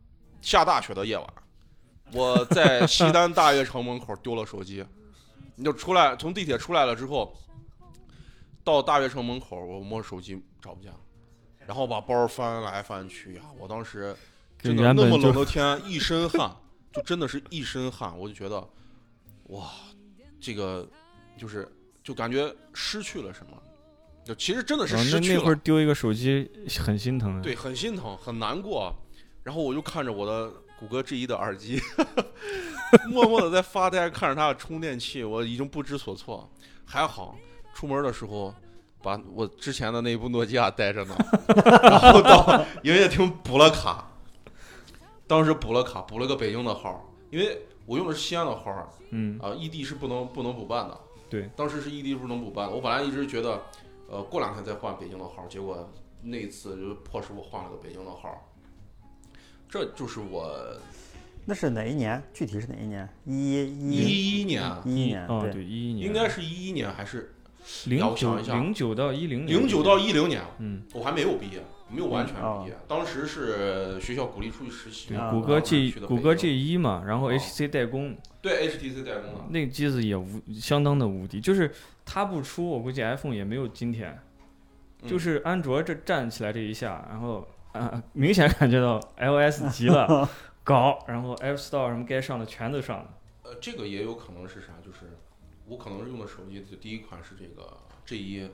S4: 下大雪的夜晚，我在西单大悦城门口丢了手机，你就出来，从地铁出来了之后，到大悦城门口，我摸手机找不见了，然后把包翻来翻去呀，我当时
S5: 就
S4: 真的
S5: 原
S4: 那
S5: 本
S4: 么冷的
S5: 就
S4: 天，一身汗，就真的是一身汗，我就觉得，哇，这个就是就感觉失去了什么，就其实真的是
S5: 啊那
S4: 失去
S5: 那
S4: 了，
S5: 会儿丢一个手机很心疼的。
S4: 对，很心疼，很难过。啊然后我就看着我的谷歌 G 一的耳机， *laughs* 默默的在发呆，看着它的充电器，我已经不知所措。还好出门的时候。把我之前的那部诺基亚带着呢，然后到营业厅补了卡，当时补了卡，补了个北京的号儿，因为我用的是西安的号儿啊、
S5: 嗯，
S4: 异地是不能不能补办的。
S5: 对，
S4: 当时是异地是不能补办的。我本来一直觉得，呃，过两天再换北京的号儿，结果那一次就迫使我换了个北京的号儿。这就是我
S3: 那是哪一年？具体是哪一年？一一
S4: 一一年，啊
S3: 一一年，
S5: 哦
S3: 对，
S5: 对，一一年，
S4: 应该是一一年还是让
S5: 零
S4: 我
S5: 九
S4: 想一下
S5: 零九到一零
S4: 零九到一零年？啊
S5: 嗯，哦
S4: 我还没有毕业，没有完全毕业。当时是学校鼓励出去实习
S5: 对
S4: 嘛，
S3: 啊，
S5: 谷
S4: 然
S5: 歌
S4: 后去
S5: G
S4: 的
S5: 谷
S4: 北
S5: 歌
S4: 京
S5: G 一嘛，然后
S4: 啊
S5: HTC 代工，
S4: 对 HTC 代工的，
S5: 那个机子也无相当的无敌，就是它不出，我估计 iPhone 也没有今天。
S4: 嗯
S5: 就是安卓这站起来这一下，然后啊，明显感觉到 iOS 急了，搞，然后 App Store 什么该上的全都上了。
S4: 呃，这个也有可能是啥？就是我可能是用的手机的第一款是这个 G 一，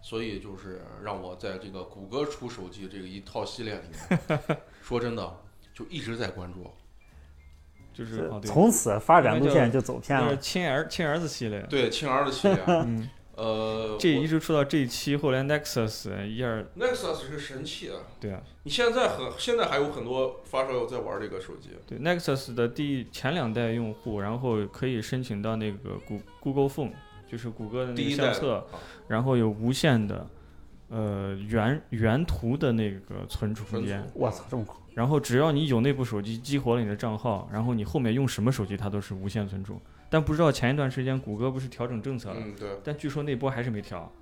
S4: 所以就是让我在这个谷歌出手机这个一套系列里面，
S5: *laughs*
S4: 说真的就一直在关注。
S5: 就是
S3: 这
S5: 哦对，
S3: 从此发展路线就走偏
S5: 那
S3: 了
S5: 是。亲儿亲儿子系列。
S4: 对，庆儿的系列，
S5: *laughs* 嗯
S4: 呃
S5: 这
S4: 我
S5: 一直出到 G 七，后来 Nexus 一二，
S4: Nexus 是神器啊！
S5: 对啊，
S4: 你现在很现在还有很多发烧友在玩这个手机，
S5: 对 Nexus 的第前两代用户，然后可以申请到那个谷 Google Phone，就是谷歌的那
S4: 第
S5: 个
S4: 一代
S5: 相
S4: 的
S5: 册，
S4: 啊
S5: 然后有无限的，呃原原图的那个存储空
S4: 存
S5: 间
S4: 储。
S3: 我操，这么酷！
S5: 然后只要你有那部手机激活了你的账号，然后你后面用什么手机它都是无限存储。但不知道前一段时间谷歌不是调整政策了，
S4: 嗯，对，
S5: 但据说那波还是没调，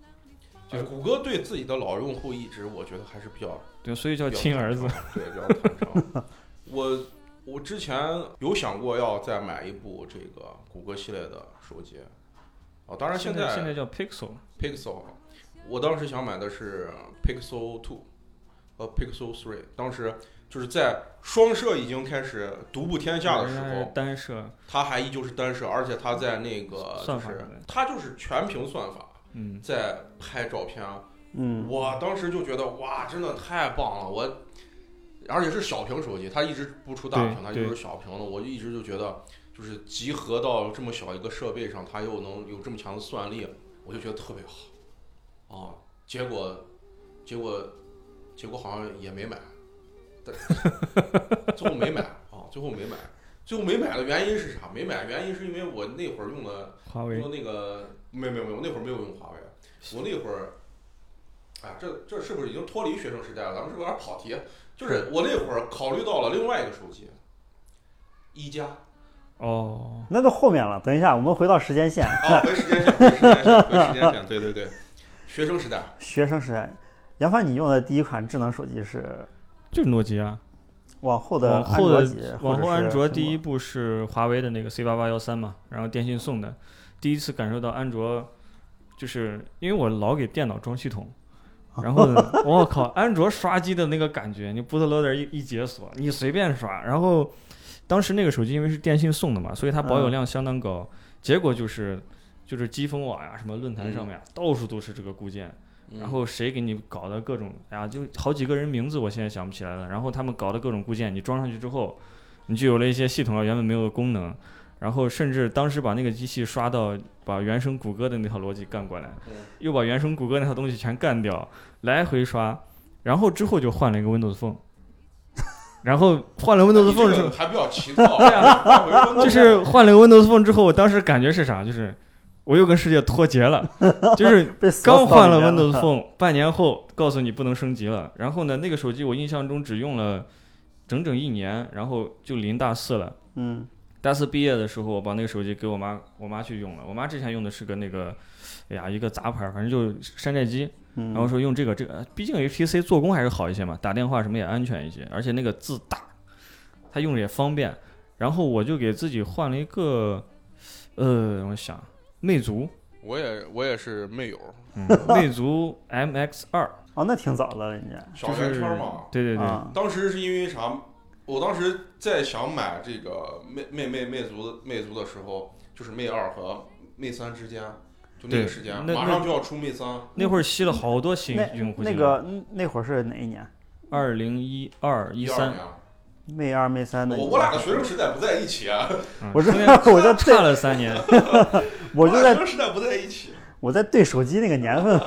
S4: 就
S5: 就
S4: 是
S5: 是
S4: 谷歌对自己的老用户一直我觉得还是比较
S5: 对，所以叫亲儿子。
S4: 对，比较坦
S5: *laughs*
S4: 诚。我我之前有想过要再买一部这个谷歌系列的手机，哦，当然
S5: 现
S4: 在
S5: 现在叫 Pixel，
S4: Pixel，我当时想买的是 Pixel Two 和 Pixel Three，当时就是在双摄已经开始独步天下的时
S5: 原来
S4: 候
S5: 是，单摄，
S4: 它还依旧是单摄，而且它在那个就
S5: 算法
S4: 是
S5: 对
S4: 它就是全屏算法
S5: 嗯，
S4: 在拍照片。啊
S3: 嗯，
S4: 我当时就觉得哇，真的太棒了！我而且是小屏手机，它一直不出大屏，
S5: 对
S4: 它就是小屏的。我一直就觉得，就是集合到这么小一个设备上，它又能有这么强的算力，我就觉得特别好啊。结果，结果，结果好像也没买，但最后没买啊，最后没买。最后没买的原因是啥？没买原因是因为我那会儿用的
S5: 华为
S4: 说那个没有没有没有，那会儿没有用华为，我那会儿，哎，这这是不是已经脱离学生时代了？咱们是不是有点跑题？就是我那会儿考虑到了另外一个手机，一
S5: *laughs*
S4: 加
S5: 哦，
S3: 那都后面了。等一下，我们回到时间线，
S4: 啊，回时间线，回时间线，回时
S5: *laughs*
S4: 间线，对对对，学生时代，
S3: 学生时代，杨帆，你用的第一款智能手机是
S5: 就是诺基亚。
S3: 往后的
S5: 往
S3: 安
S5: 后
S3: 卓
S5: 的
S3: 几？
S5: 往后安卓第一
S3: 一，
S5: 步是华为的那个 C 八八幺三嘛，然后电信送的，第一次感受到安卓，就是因为我老给电脑装系统，然后呢我靠，安卓刷机的那个感觉，你 bootloader 一一解锁，你随便刷，然后当时那个手机因为是电信送的嘛，所以它保有量相当高，结果就是就是机风网呀、什么论坛上面、啊到处都是这个固件。然后谁给你搞的各种，哎呀，就好几个人名字我现在想不起来了。然后他们搞的各种固件，你装上去之后，你就有了一些系统啊上原本没有的功能。然后甚至当时把那个机器刷到把原生谷歌的那套逻辑干过来
S4: 嗯，
S5: 又把原生谷歌那套东西全干掉，来回刷。然后之后就换了一个 Windows *laughs* Phone，然后换了 Windows Phone 之后，
S4: 还比较勤劳，
S5: *laughs* 对啊，
S4: *laughs*
S5: 就是换了个 Windows Phone 之后，我当时感觉是啥？就是我又跟世界脱节 *laughs* 了，就是
S3: 被死
S5: 刚
S3: 到
S5: 换了
S3: 里面
S5: Windows Phone，半年后告诉你不能升级了。然后呢，那个手机我印象中只用了整整一年，然后就临大四了。
S3: 嗯
S5: 大四毕业的时候，我把那个手机给我妈，我妈去用了。我妈之前用的是个那个，哎呀，一个杂牌儿，反正就是山寨机。
S3: 嗯，
S5: 然后说用这个这个，毕竟 HTC 做工还是好一些嘛，打电话什么也安全一些，而且那个字大，它用着也方便。然后我就给自己换了一个，呃，我想魅族，嗯
S4: 我也我也是没有，
S5: *laughs* 魅族 MX 二，
S3: 哦，那挺早了，人家
S4: 小
S5: 就
S4: 圆
S5: 是
S4: 圈嘛。
S5: 对对对，
S3: 啊，
S4: 当时是因为啥？我当时在想买这个魅魅魅魅族的魅族的时候，就是魅二和魅三之间，就那
S5: 对
S4: 个时间，
S5: 那
S4: 马上就要出魅三，
S5: 那会儿吸了好多新
S3: 那
S5: 用户
S3: 那
S5: 进来。
S3: 个那会儿是哪一年？
S5: 二零一二一
S4: 一二
S5: 三，
S4: 年。
S3: 魅二、魅三的。
S4: 我我俩的学生时代不在一起啊，
S5: 嗯
S3: 我知
S5: 中
S4: *laughs*
S3: 道
S5: 间
S3: 我就
S5: *laughs* 差了
S3: *laughs*
S5: 三年，
S3: 我就
S4: 俩
S3: 在
S4: 学生时代不在一起。
S3: 我在对手机那个年份，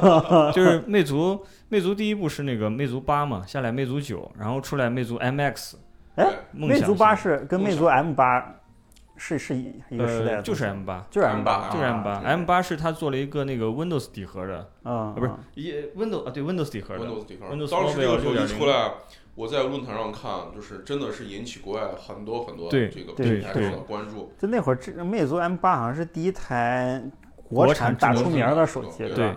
S5: 就是魅族，魅族第一部是那个魅族八嘛，下来魅族九，然后出来魅族 MX，
S3: 哎
S4: 对
S5: 梦想
S3: 魅族八
S5: 是
S3: 是跟魅族 M 八是是一一个时代
S5: 呃
S3: 的，
S5: 就是 M 八，
S3: 就是
S4: M8
S3: 八，
S5: 就是 M 八
S4: 啊对
S5: ，M 八是它做了一个那个 Windows 底盒的，
S3: 嗯，
S5: 啊不是
S3: 嗯
S5: 也 Windows 啊对 Windows 底盒的，
S4: Windows 底盘
S5: Windows
S4: 当时这个手
S5: Mobile 6.0
S4: 机出来，我在论坛上看，就是真的是引起国外很多很多
S5: 对
S4: 这个
S5: 对
S4: 品牌
S5: 对
S4: 上的关注。
S3: 就那会儿，这魅族 M 八好像是第一台
S5: 国
S3: 产打
S5: 产智
S3: 出
S5: 能
S3: 名儿的手机，
S4: 手机
S3: 吧
S5: 对？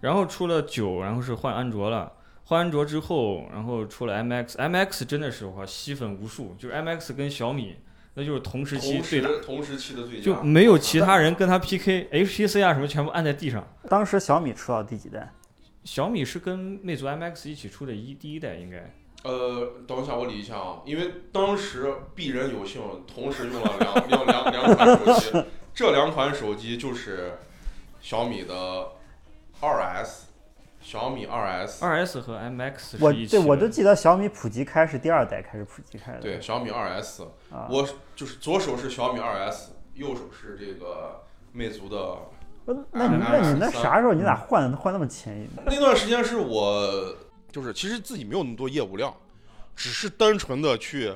S5: 然后出了九，然后是换安卓了，换安卓之后，然后出了 MX，MX 真的是我靠吸粉无数，就是 MX 跟小米那就是同时期
S4: 同
S5: 对打，
S4: 时同时期的最
S5: 就
S4: 佳，
S5: 没有其他人跟它 PK，HTC 啊什么全部按在地上。
S3: 当时小米出到第几代？
S5: 小米是跟魅族 MX 一起出的一第一代应该，
S4: 呃，等一下，我理一下啊，因为当时鄙人有幸同时用了两两两两款手机，这两款手机就是小米的二 S，小米二 S，
S5: 二 S 和 MX 是
S3: 我
S5: 一起
S3: 对我
S5: 的
S3: 就记得小米普及开是第二代开始普及开的，
S4: 对，小米二 S，
S3: 啊，
S4: 我就是左手是小米二 S，右手是这个魅族的
S3: 呃那
S5: 嗯
S3: 你那你那啥时候你咋换的换那么前一
S4: 那段时间是我就是其实自己没有那么多业务量，只是单纯的去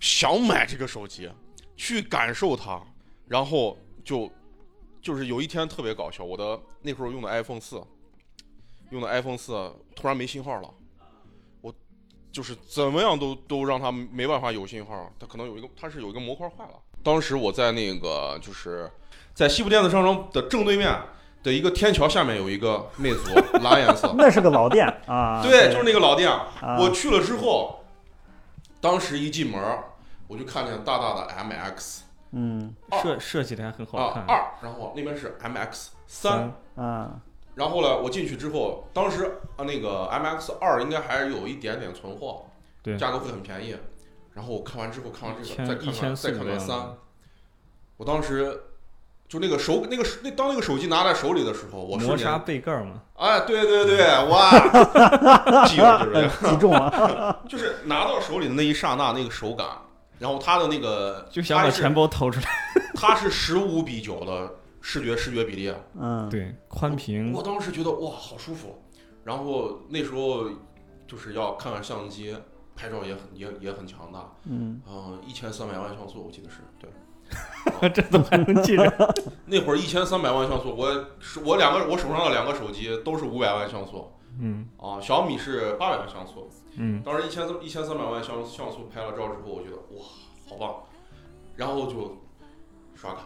S4: 想买这个手机，去感受它，然后就就是有一天特别搞笑，我的那会儿用的 iPhone 四，用的 iPhone 四突然没信号了。我就是怎么样都都让它没办法有信号，它可能有一个它是有一个模块坏了。当时我在那个就是在西部电子商城的正对面的一个天桥下面有一个魅族蓝颜色，
S3: 那是个老
S5: *laughs*
S3: 店啊，
S4: 对，就是那个老店。
S3: 啊
S4: 我去了之后，当时一进门儿，我就看见大大的 MX
S3: 嗯
S5: 设设计的还很好
S4: 啊
S5: 看，
S4: 哦二，然后那边是 MX 三，
S3: 啊
S4: 然后呢，我进去之后，当时啊那个 MX 二应该还是有一点点存货，
S5: 对
S4: 价格会很便宜。然后我看完之后，看完
S5: 一
S4: 这个，
S5: 千
S4: 再看
S5: 一
S4: 看
S5: 千
S4: 再
S5: 四
S4: 看
S5: 左
S4: 看
S5: 右
S4: 三，我当时就那个手那个手那当那个手机拿在手里的时候，我
S5: 磨
S4: 瞬
S5: 砂
S4: 间
S5: 背盖儿嘛，
S4: 哎，对对对，
S5: *laughs*
S4: 哇，记住就是这样
S3: 击中了，
S4: 就是拿到手里的那一刹那，那个手感，然后它的那个
S5: 就想把
S4: 它
S5: 钱包掏出来。
S4: 是它是十五比九的视觉视觉比例，
S3: 嗯，
S5: 对，宽屏
S4: 我当 *laughs* 时觉得哇，好舒服。然后那时候就是要看看相机，拍照也很也也很强大，
S3: 嗯，
S4: 嗯，一千三百万像素我记得是对，
S5: 这怎么还能记着？
S4: 那会儿一千三百万像素，我手我两个我手上的两个手机都是五百万像素
S5: 嗯
S4: 啊，小米是八百万像素，
S5: 嗯，
S4: 当时一千一千三百万像像素拍了照之后，我觉得哇，好棒，然后就刷卡，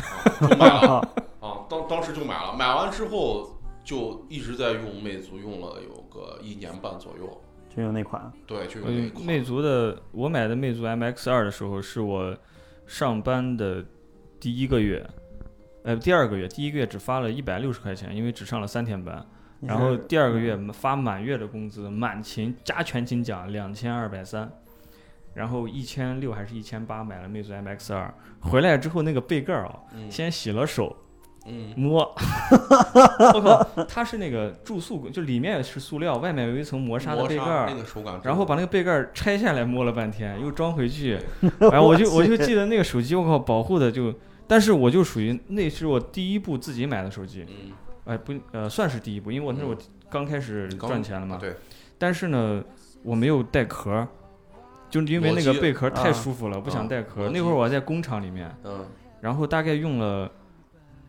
S4: 啊、就买了啊，当当时就买了，买完之后就一直在用魅族，用了有个一年半左右，
S3: *laughs* 就用那款，
S4: 对，就用那一
S5: 呃
S4: 款
S5: 魅族的，我买的魅族 MX 二的时候，是我上班的第一个月，呃，第二个月，第一个月只发了一百六十块钱，因为只上了三天班。
S3: 你
S5: 然
S3: 是
S5: 后第二个
S4: 嗯
S5: 月发满月的工资，满勤加全勤奖两千二百三，然后一千六还是一千八买了魅族 MX 二，回来之后那个背盖儿啊，
S4: 嗯
S5: 先洗了手
S4: 嗯 *laughs*
S5: 摸，我靠，它是那个注塑，就里面是塑料，外面有一层磨砂的
S4: 磨
S5: 背盖
S4: 砂
S5: 儿
S4: 那，个手感真的，
S5: 然后把那个背盖儿拆下来摸了半天，又装
S4: *laughs*
S5: 回去，然后我就我就记得那个手机，我靠，保护的就，但是我就属于那是我第一部自己买的手机，
S4: 嗯
S3: 嗯
S5: 哎不呃算是第一部，因为我那是我刚开始
S4: 刚
S3: 啊
S5: 赚钱了嘛，
S4: 对，
S5: 但是呢，我没有带壳儿，就因为那
S4: 裸
S5: 个
S4: 机
S5: 贝壳太
S3: 啊
S5: 舒服了，不想带壳儿。
S4: 裸
S5: 那
S4: 机
S5: 会儿我还在工厂里面，
S4: 嗯，
S5: 然后大概用了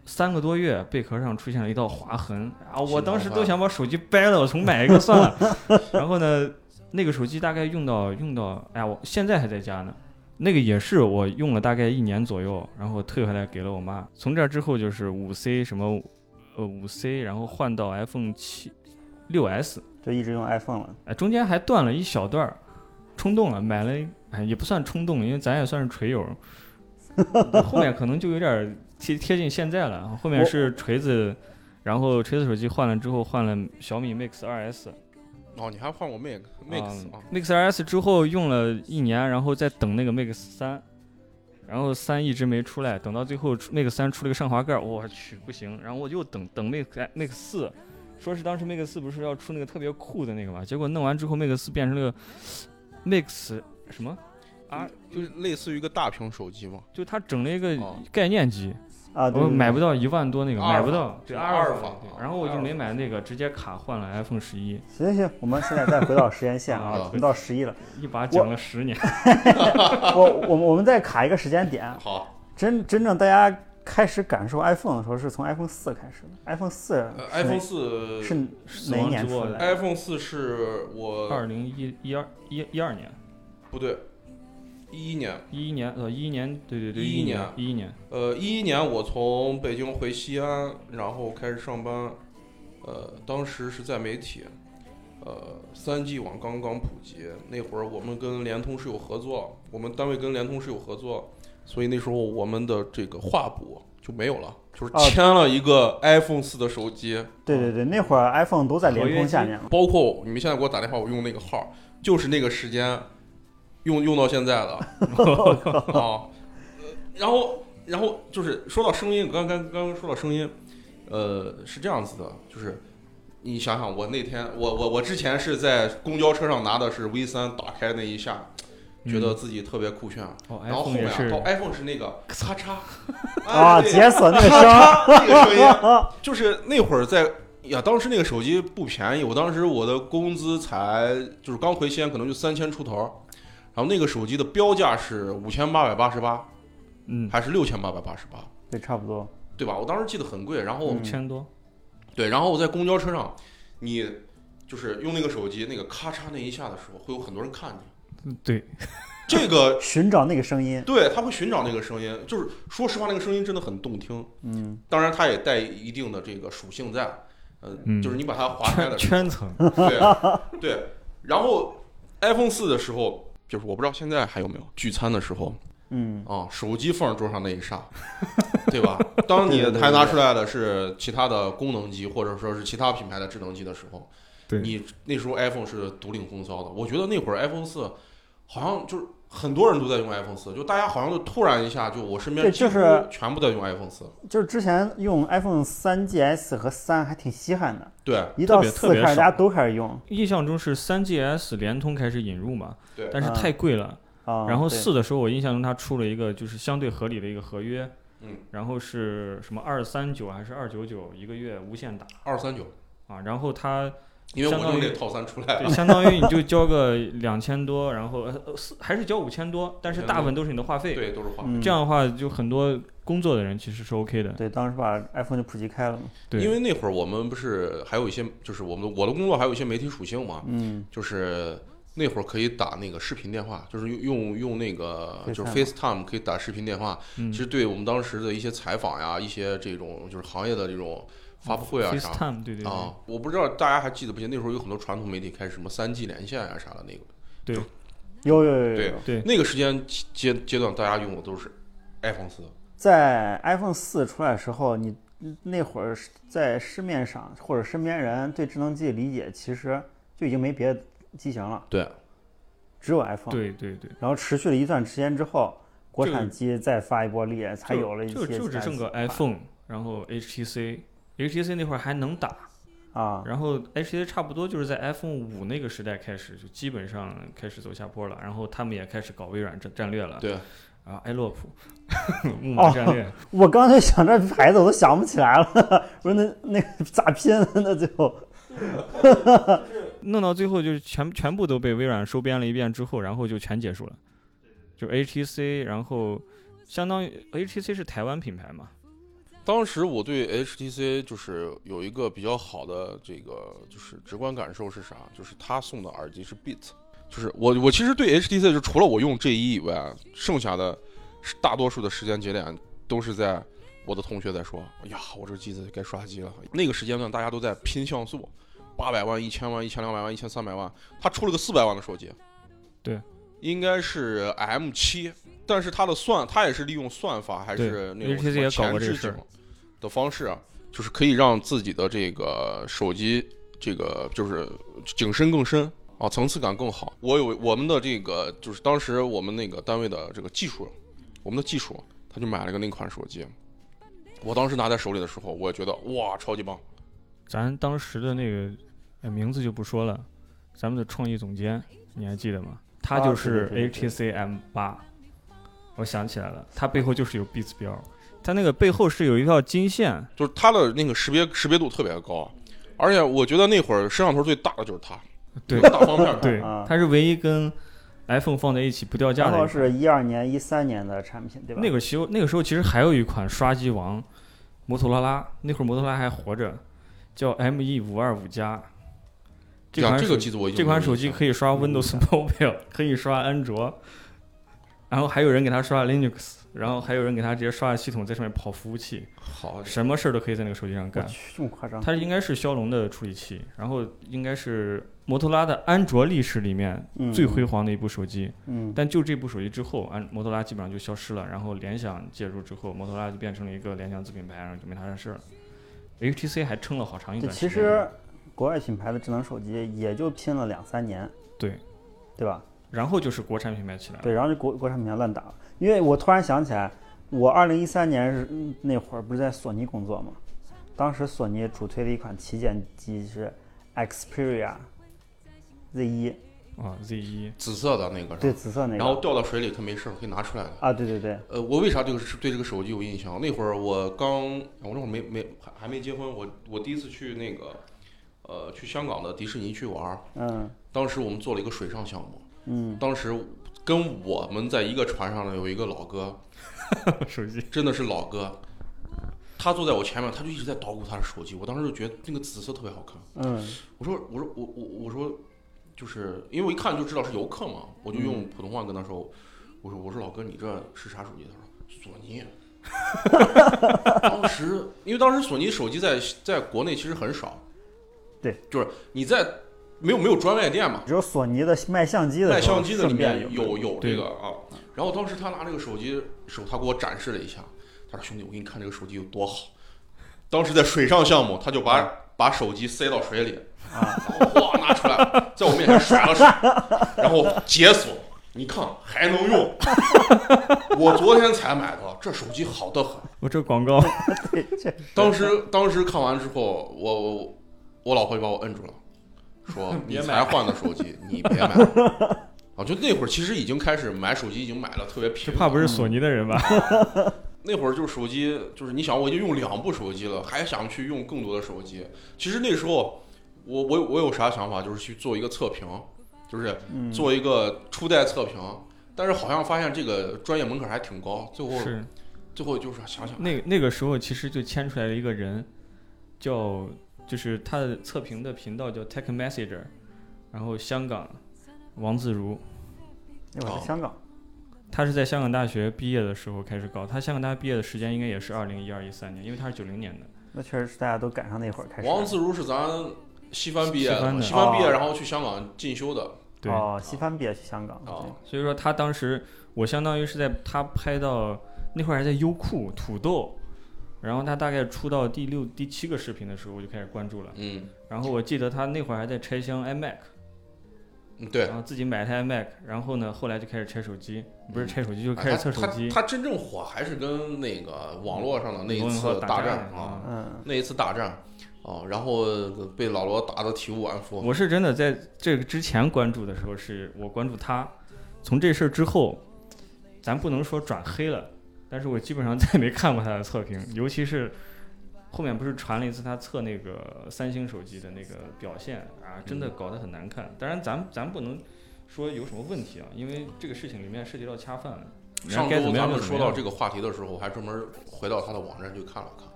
S5: 三个多月，贝壳上出现了一道划痕啊！我当时都想把手机掰了，我重买一个算了。 *laughs* 然后呢，那个手机大概用到用到，哎呀，我现在还在家呢。那个也是我用了大概一年左右，然后退回来给了我妈。从这儿之后就是五 C 什么，呃五 C，然后换到 iPhone 七六 S，
S3: 就一直用 iPhone 了。
S5: 哎，中间还断了一小段儿，冲动了，买了一，哎，也不算冲动，因为咱也算是锤友，后面可能就有点儿贴贴近现在了。啊后面是锤子，然后锤子手机换了之后换了小米 Mix 2S，
S4: 哦，你还换过 Mix
S5: 嗯
S4: Mix 啊？
S5: Mix 2S 之后用了一年，然后再等那个 Mix 三，然后三一直没出来，等到最后出 Mix 三出了个上滑盖儿，我去不行，然后我又等等 Mix Mix 四，说是当时 Mix 四不是要出那个特别酷的那个嘛，结果弄完之后 Mix 四变成了个 Mix 什么，啊，
S4: 就是类似于一个大屏手机嘛，
S5: 就他整了一个
S4: 哦
S5: 概念机，
S3: 啊，对
S5: 我
S3: 对对
S5: 买不到一万多那个，
S4: 阿尔法
S5: 买不到，对
S4: 是
S5: 阿尔
S4: 阿尔法
S5: 对
S4: 啊
S5: 然后我就
S4: 阿尔法
S5: 没买那个，直接卡换了 iPhone 十一，
S3: 行行行，我们现在再回到时间线
S5: *laughs* 啊
S3: 啊，我们到十一了，
S5: 一把讲了十年，
S3: 我我们我们再卡一个时间点，啊
S4: 好
S3: 真真正大家开始感受 iPhone 的时候，是从 iPhone 四开始的。iPhone 四
S4: 呃，iPhone 四
S3: 是哪一年出来的？
S4: iPhone 四是我
S5: 二零一一二一一二年。
S4: 不对，一一年，
S5: 一一年，呃，一一年，对对对，
S4: 11
S5: 一
S4: 年
S5: 一一年，
S4: 呃，一一年我从北京回西安，然后开始上班，呃，当时是在媒体，呃，三 G 网刚刚普及，那会儿我们跟联通是有合作，我们单位跟联通是有合作，所以那时候我们的这个画补就没有了，就是
S3: 哦
S4: 签了一个 iPhone 四的手机，
S3: 对对对，那会儿 iPhone 都在联通下面了。
S4: 包括你们现在给我打电话，我用那个号，就是那个时间用用到现在
S5: *laughs*
S4: 的啊。然后，然后就是说到声音，刚刚刚刚说到声音，呃，是这样子的，就是你想想，我那天我我我之前是在公交车上拿的是 V 三，打开那一下，觉得自己特别酷炫，
S5: 嗯哦
S4: 然后后
S5: ，iPhone
S4: 面
S5: 也
S4: 啊
S5: 是
S4: 到 iPhone 是那个咔嚓哎
S3: 啊，
S4: 对
S3: 解锁那
S4: *laughs*
S3: *laughs* 个
S4: 咔
S3: 声
S5: 啊
S3: 儿，
S4: 嚓那个声音。就是那会儿在呀，当时那个手机不便宜，我当时我的工资才就是刚回西安，可能就三千出头儿，然后那个手机的标价是五千八百八十八，
S5: 嗯，
S4: 还是六千八百八十八，
S3: 对，差不多。
S4: 对吧？我当时记得很贵，然后、
S5: 五千多，
S4: 对，然后我在公交车上，你就是用那个手机那个咔嚓那一下的时候，会有很多人看你，
S5: 嗯对，
S4: 这个
S3: 寻找那个声音，
S4: 对他会寻找那个声音，就是说实话，那个声音真的很动听，
S3: 嗯，
S4: 当然它也带一定的这个属性在。呃
S5: 嗯
S4: 就是你把它划开
S3: *laughs*
S5: 圈
S4: 了，
S5: 圈层，
S4: 对对，然后 iPhone 四的时候，就是我不知道现在还有没有聚餐的时候
S3: 嗯，
S4: 啊，手机放桌上那一刹， *laughs* 对吧？当你
S3: 对对对
S4: 还拿出来的是其他的功能机，或者说是其他品牌的智能机的时候，
S5: 对
S4: 你那时候 iPhone 是独领风骚的。我觉得那会儿 iPhone 四好像就是很多人都在用 iPhone 四，就大家好像就突然一下，就我身边
S3: 对
S4: 几
S3: 就
S4: 乎
S3: 是
S4: 全部在用 iPhone 四。
S3: 就是之前用 iPhone 三 GS 和三还挺稀罕的，
S4: 对
S3: 一到
S5: 特别
S3: 四
S5: 特别
S3: 开始
S5: 少
S3: 大家都开始用
S5: 印象中是 3GS 联通开始引入嘛，
S4: 对
S5: 但是
S3: 啊
S5: 太贵了。
S3: 啊。
S5: 然后
S3: 对
S5: 四的时候，我印象中它出了一个就是相对合理的一个合约，
S4: 嗯，
S5: 然后是什么二三九还是二九九一个月无限打
S4: 二三九，
S5: 啊，然
S4: *laughs*
S5: 后它
S4: 因为我
S5: 相当
S4: 用
S5: 于
S4: 那套餐出来
S5: 对
S4: 了。
S5: 相当于你就交个两千多，然后呃呃四还是交五千多，但是大部分都是你的话费，
S4: 对，都是花。
S3: 嗯
S5: 这样的话就很多工作的人其实是 OK 的，
S3: 对，当时把 iPhone 就普及开了嘛。
S5: 对，
S4: 因为那会儿我们不是还有一些，就是我们的我的工作还有一些媒体属性嘛，
S3: 嗯，
S4: 就是那会儿可以打那个视频电话，就是用用用那个就是 FaceTime 可以打视频电话。
S5: 嗯
S4: 其实对我们当时的一些采访呀，一些这种就是行业的这种发布会啊啥
S5: 嗯 FaceTime 对对对，
S4: 啊，我不知道大家还记得不记得那时候有很多传统媒体开始什么三 G 连线啊啥的那个
S3: 有有有有
S4: 对
S3: 有，
S5: 对
S4: 那个时间阶阶段，大家用的都是 iPhone 四。
S5: 啊
S3: 在 iPhone 四出来的时候，你那会儿是在市面上或者身边人对智能机的理解，其实就已经没别的机型了，
S4: 对，
S3: 只有 iPhone。。
S5: 对对对。
S3: 然后持续了一段时间之后，国产机再发一波力，才
S5: 就
S3: 有了一些
S5: 就就只剩个 iPhone，然后 HTC。HTC 那会儿还能打，
S3: 啊，
S5: 然后 HTC 差不多就是在 iPhone 五那个时代开始，就基本上开始走下坡了。然后他们也开始搞微软战战略了，
S4: 对，
S5: 啊，埃洛
S3: *laughs*
S5: 普木
S3: 哦
S5: 马战略，
S3: 我刚才想这牌子我都想不起来了，我说那那个咋拼？那最后
S5: 弄到最后就是全全部都被微软收编了一遍之后，然后就全结束了，就 HTC，然后相当于 HTC 是台湾品牌嘛，
S4: 当时我对 HTC 就是有一个比较好的这个就是直观感受是啥？就是他送的耳机是 Beats，就是我我其实对 HTC 就除了我用 G 一以外，剩下的是大多数的时间节点都是在我的同学在说，哎呀，我这机子该刷机了。那个时间段大家都在拼像素，八百万、一千万、一千两百万、一千三百万，他出了个四百万的手机，
S5: 对，
S4: 应该是 M 七，但是它的算，它也是利用算法还是那种什
S5: HTC
S4: 么
S5: 也搞
S4: 前
S5: 过这
S4: 置
S5: 个
S4: 镜
S5: 事儿
S4: 的方式啊，就是可以让自己的这个手机这个就是景深更深啊，层次感更好。我有我们的这个就是当时我们那个单位的这个技术，我们的技术他就买了个那款手机，我当时拿在手里的时候，我也觉得哇，超级棒。
S5: 咱当时的那个、呃、名字就不说了，咱们的创意总监你还记得吗？他
S3: 啊
S5: 就
S3: 对
S5: 是
S3: 对对
S5: HTC M 八，我想起来了，他背后就是有 Beats 标，他那个背后是有一条金线，
S3: 啊
S4: 就是它的那个识别识别度特别高，而且我觉得那会儿摄像头最大的就是它，
S5: 对
S4: 大方片儿
S5: 对
S3: 啊，
S5: 它是唯一跟 iPhone 放在一起不掉价
S3: 然
S5: 的
S3: 后
S5: 一款。
S3: 是一二年、一三年的产品，对吧？
S5: 那个时候，那个时候其实还有一款刷机王，摩托罗拉，那会儿摩托罗拉还活着，叫 ME 五二五加。这
S4: 呀
S5: 款
S4: 这
S5: 手
S4: 个机子我已经
S5: 这款手
S4: 没
S5: 机
S4: 有印象
S5: 可以刷 Windows Mobile，可 *laughs* 以刷安卓，然后还有人给它刷 Linux，然后还有人给它直接刷系统在上面跑服务器，
S4: 好，
S5: 什么事儿都可以在那个手机上
S3: 我
S5: 干。
S3: 去，这么夸张？
S5: 它应该是骁龙的处理器，然后应该是摩托罗拉的安卓历史里面
S3: 嗯
S5: 最辉煌的一部手机。
S3: 嗯，
S5: 但就这部手机之后，安摩托罗拉基本上就消失了。然后联想介入之后，摩托罗拉就变成了一个联想子品牌，然后就没他的事儿了。HTC 还撑了好长一
S3: 对，
S5: 段
S3: 其
S5: 时间。
S3: 实国外品牌的智能手机也就拼了两三年，
S5: 对，
S3: 对吧？
S5: 然后就是国产品牌
S4: 啊
S5: 起来了。
S3: 对，然后就国国产品牌乱打，因为我突然想起来，我二零一三年是嗯那会儿不是在索尼工作吗？当时索尼主推的一款旗舰机是 Xperia Z 一，
S5: 啊，Z 一
S4: 紫色的那个是吧
S3: 对，紫色那个。
S4: 然后掉到水里它没事儿，可以拿出来的。
S3: 啊，对对对，
S4: 呃，我为啥对这个对这个手机有印象？那会儿我刚，我那会儿没没还还没结婚，我我第一次去那个，呃，去香港的迪士尼去玩儿，
S3: 嗯
S4: 当时我们做了一个水上项目，
S3: 嗯，
S4: 当时跟我们在一个船上的有一个老哥，
S5: 手机，
S4: 真的是老哥，他坐在我前面，他就一直在捣鼓他的手机。我当时就觉得那个紫色特别好看。
S3: 嗯，
S4: 我说，我说，我我我说，就是因为我一看就知道是游客嘛，我就用普通话跟他说，我说我说老哥，你这是啥手机？他说索尼。当时因为当时索尼手机在在国内其实很少，
S3: 对，
S4: 就是你在没有没有专卖店嘛，
S3: 只有索尼的卖相机的
S4: 卖
S3: 时候
S4: 相机的里
S3: 顺便
S4: 面有有
S5: 对
S4: 这个啊。然后当时他拿这个手机手，他给我展示了一下，他说：“兄弟，我给你看这个手机有多好。”当时在水上项目，他就把把手机塞到水里，
S3: 啊，
S4: 然后哗拿出来，在我面前甩了甩，然后解锁。你看还能用，我昨天才买的，这手机好得很。
S5: 我这广告
S3: 对，这
S4: 当时当时看完之后，我我我老婆就把我摁住了，
S5: *laughs*
S4: 说你
S5: 别买
S4: 才换的手
S5: *laughs*
S4: 机，你别买了。啊，就那会儿其实已经开始买手机，已经买了特别
S5: 这
S4: 频繁。
S5: 怕不是索尼的人吧？
S4: 那会儿就是手机，就是你想我已经用两部手机了，还想去用更多的手机。其实那时候我我我有啥想法，就是去做一个测评，就是
S3: 嗯
S4: 做一个初代测评。但是好像发现这个专业门槛还挺高，最后
S5: 是
S4: 最后就是想想，
S5: 那那个时候其实就牵出来了一个人，叫就是他的测评的频道叫 Tech Messenger，然后香港王自如，
S3: 那
S4: 哦
S3: 会儿在香港，
S5: 他是在香港大学毕业的时候开始搞，他香港大学毕业的时间应该也是二零一二一三年，因为他是九零年的。
S3: 那确实是大家都赶上那会儿开始。
S4: 王自如是咱西番毕业
S5: 西番
S4: 的，
S5: 的
S4: 西番毕业
S3: 哦
S4: 然后去香港进修的
S5: 对，
S3: 哦，西番别去香港，
S4: 啊。
S5: 所以说他当时我相当于是在他拍到那会儿还在优酷土豆，然后他大概出到第六第七个视频的时候我就开始关注了，
S4: 嗯，
S5: 然后我记得他那会儿还在拆箱 iMac。
S4: 嗯对。
S5: 然后自己买台 Mac，然后呢，后来就开始拆手机，不是拆手机，就
S4: 啊
S5: 开始测手
S4: 他
S5: 机。
S4: 他他真正火还是跟那个网络上的那一
S5: 罗永浩
S4: 次
S5: 打
S4: 大
S5: 架
S4: 战啊，
S3: 嗯
S4: 那一次大战啊，然后被老罗打得体无完肤。
S5: 我是真的在这个之前关注的时候，是我关注他，从这事儿之后，
S4: *laughs*
S5: 咱不能说转黑了，但是我基本上再没看过他的测评，尤其是后面不是传了一次他测那个三星手机的那个表现啊，
S4: 嗯
S5: 真的搞得很难看。当然咱，咱不能说有什么问题啊，因为这个事情里面涉及到恰饭了。
S4: 上
S5: 该怎
S4: 周
S5: 么样
S4: 咱
S5: 就
S4: 们
S5: 怎
S4: 说
S5: 么
S4: 到
S5: 样
S4: 这个话题的时候，我还专门回到他的网站去看了看，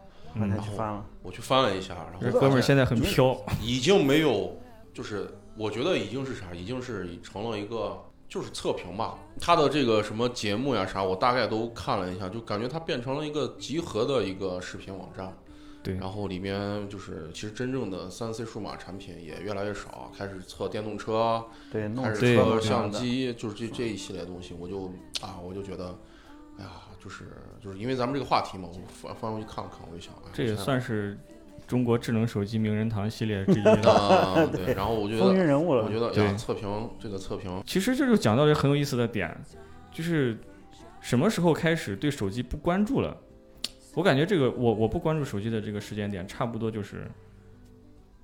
S3: 把
S5: 嗯
S3: 它去翻了。
S4: 我去翻了一下，然后
S5: 这
S4: 发
S5: 哥们儿
S4: 现
S5: 现在很飘，
S4: 已经没有，就是我觉得已经是啥，已经是成了一个就是测评吧。他的这个什么节目呀啥，我大概都看了一下，就感觉它变成了一个集合的一个视频网站。
S5: 对
S4: 然后里面就是其实真正的三 C 数码产品也越来越少，开始测电动车，
S3: 对，弄
S4: 开始
S5: 对
S4: 测
S3: 车
S4: 相，机，就是这这一系列东西，我就啊，我就觉得，哎呀，就是就是因为咱们这个话题嘛，我翻翻回去看了看，我就想，哎，
S5: 这也
S4: 现在
S5: 算是中国智能手机名人堂系列之
S4: *laughs*
S5: 一了。
S4: 啊，对，然后我觉得
S3: 风云人物了
S4: 我。觉得呀，
S5: 对
S4: 测评这个测评，
S5: 其实这就讲到一个很有意思的点，就是什么时候开始对手机不关注了？我感觉这个我我不关注手机的这个时间点，差不多就是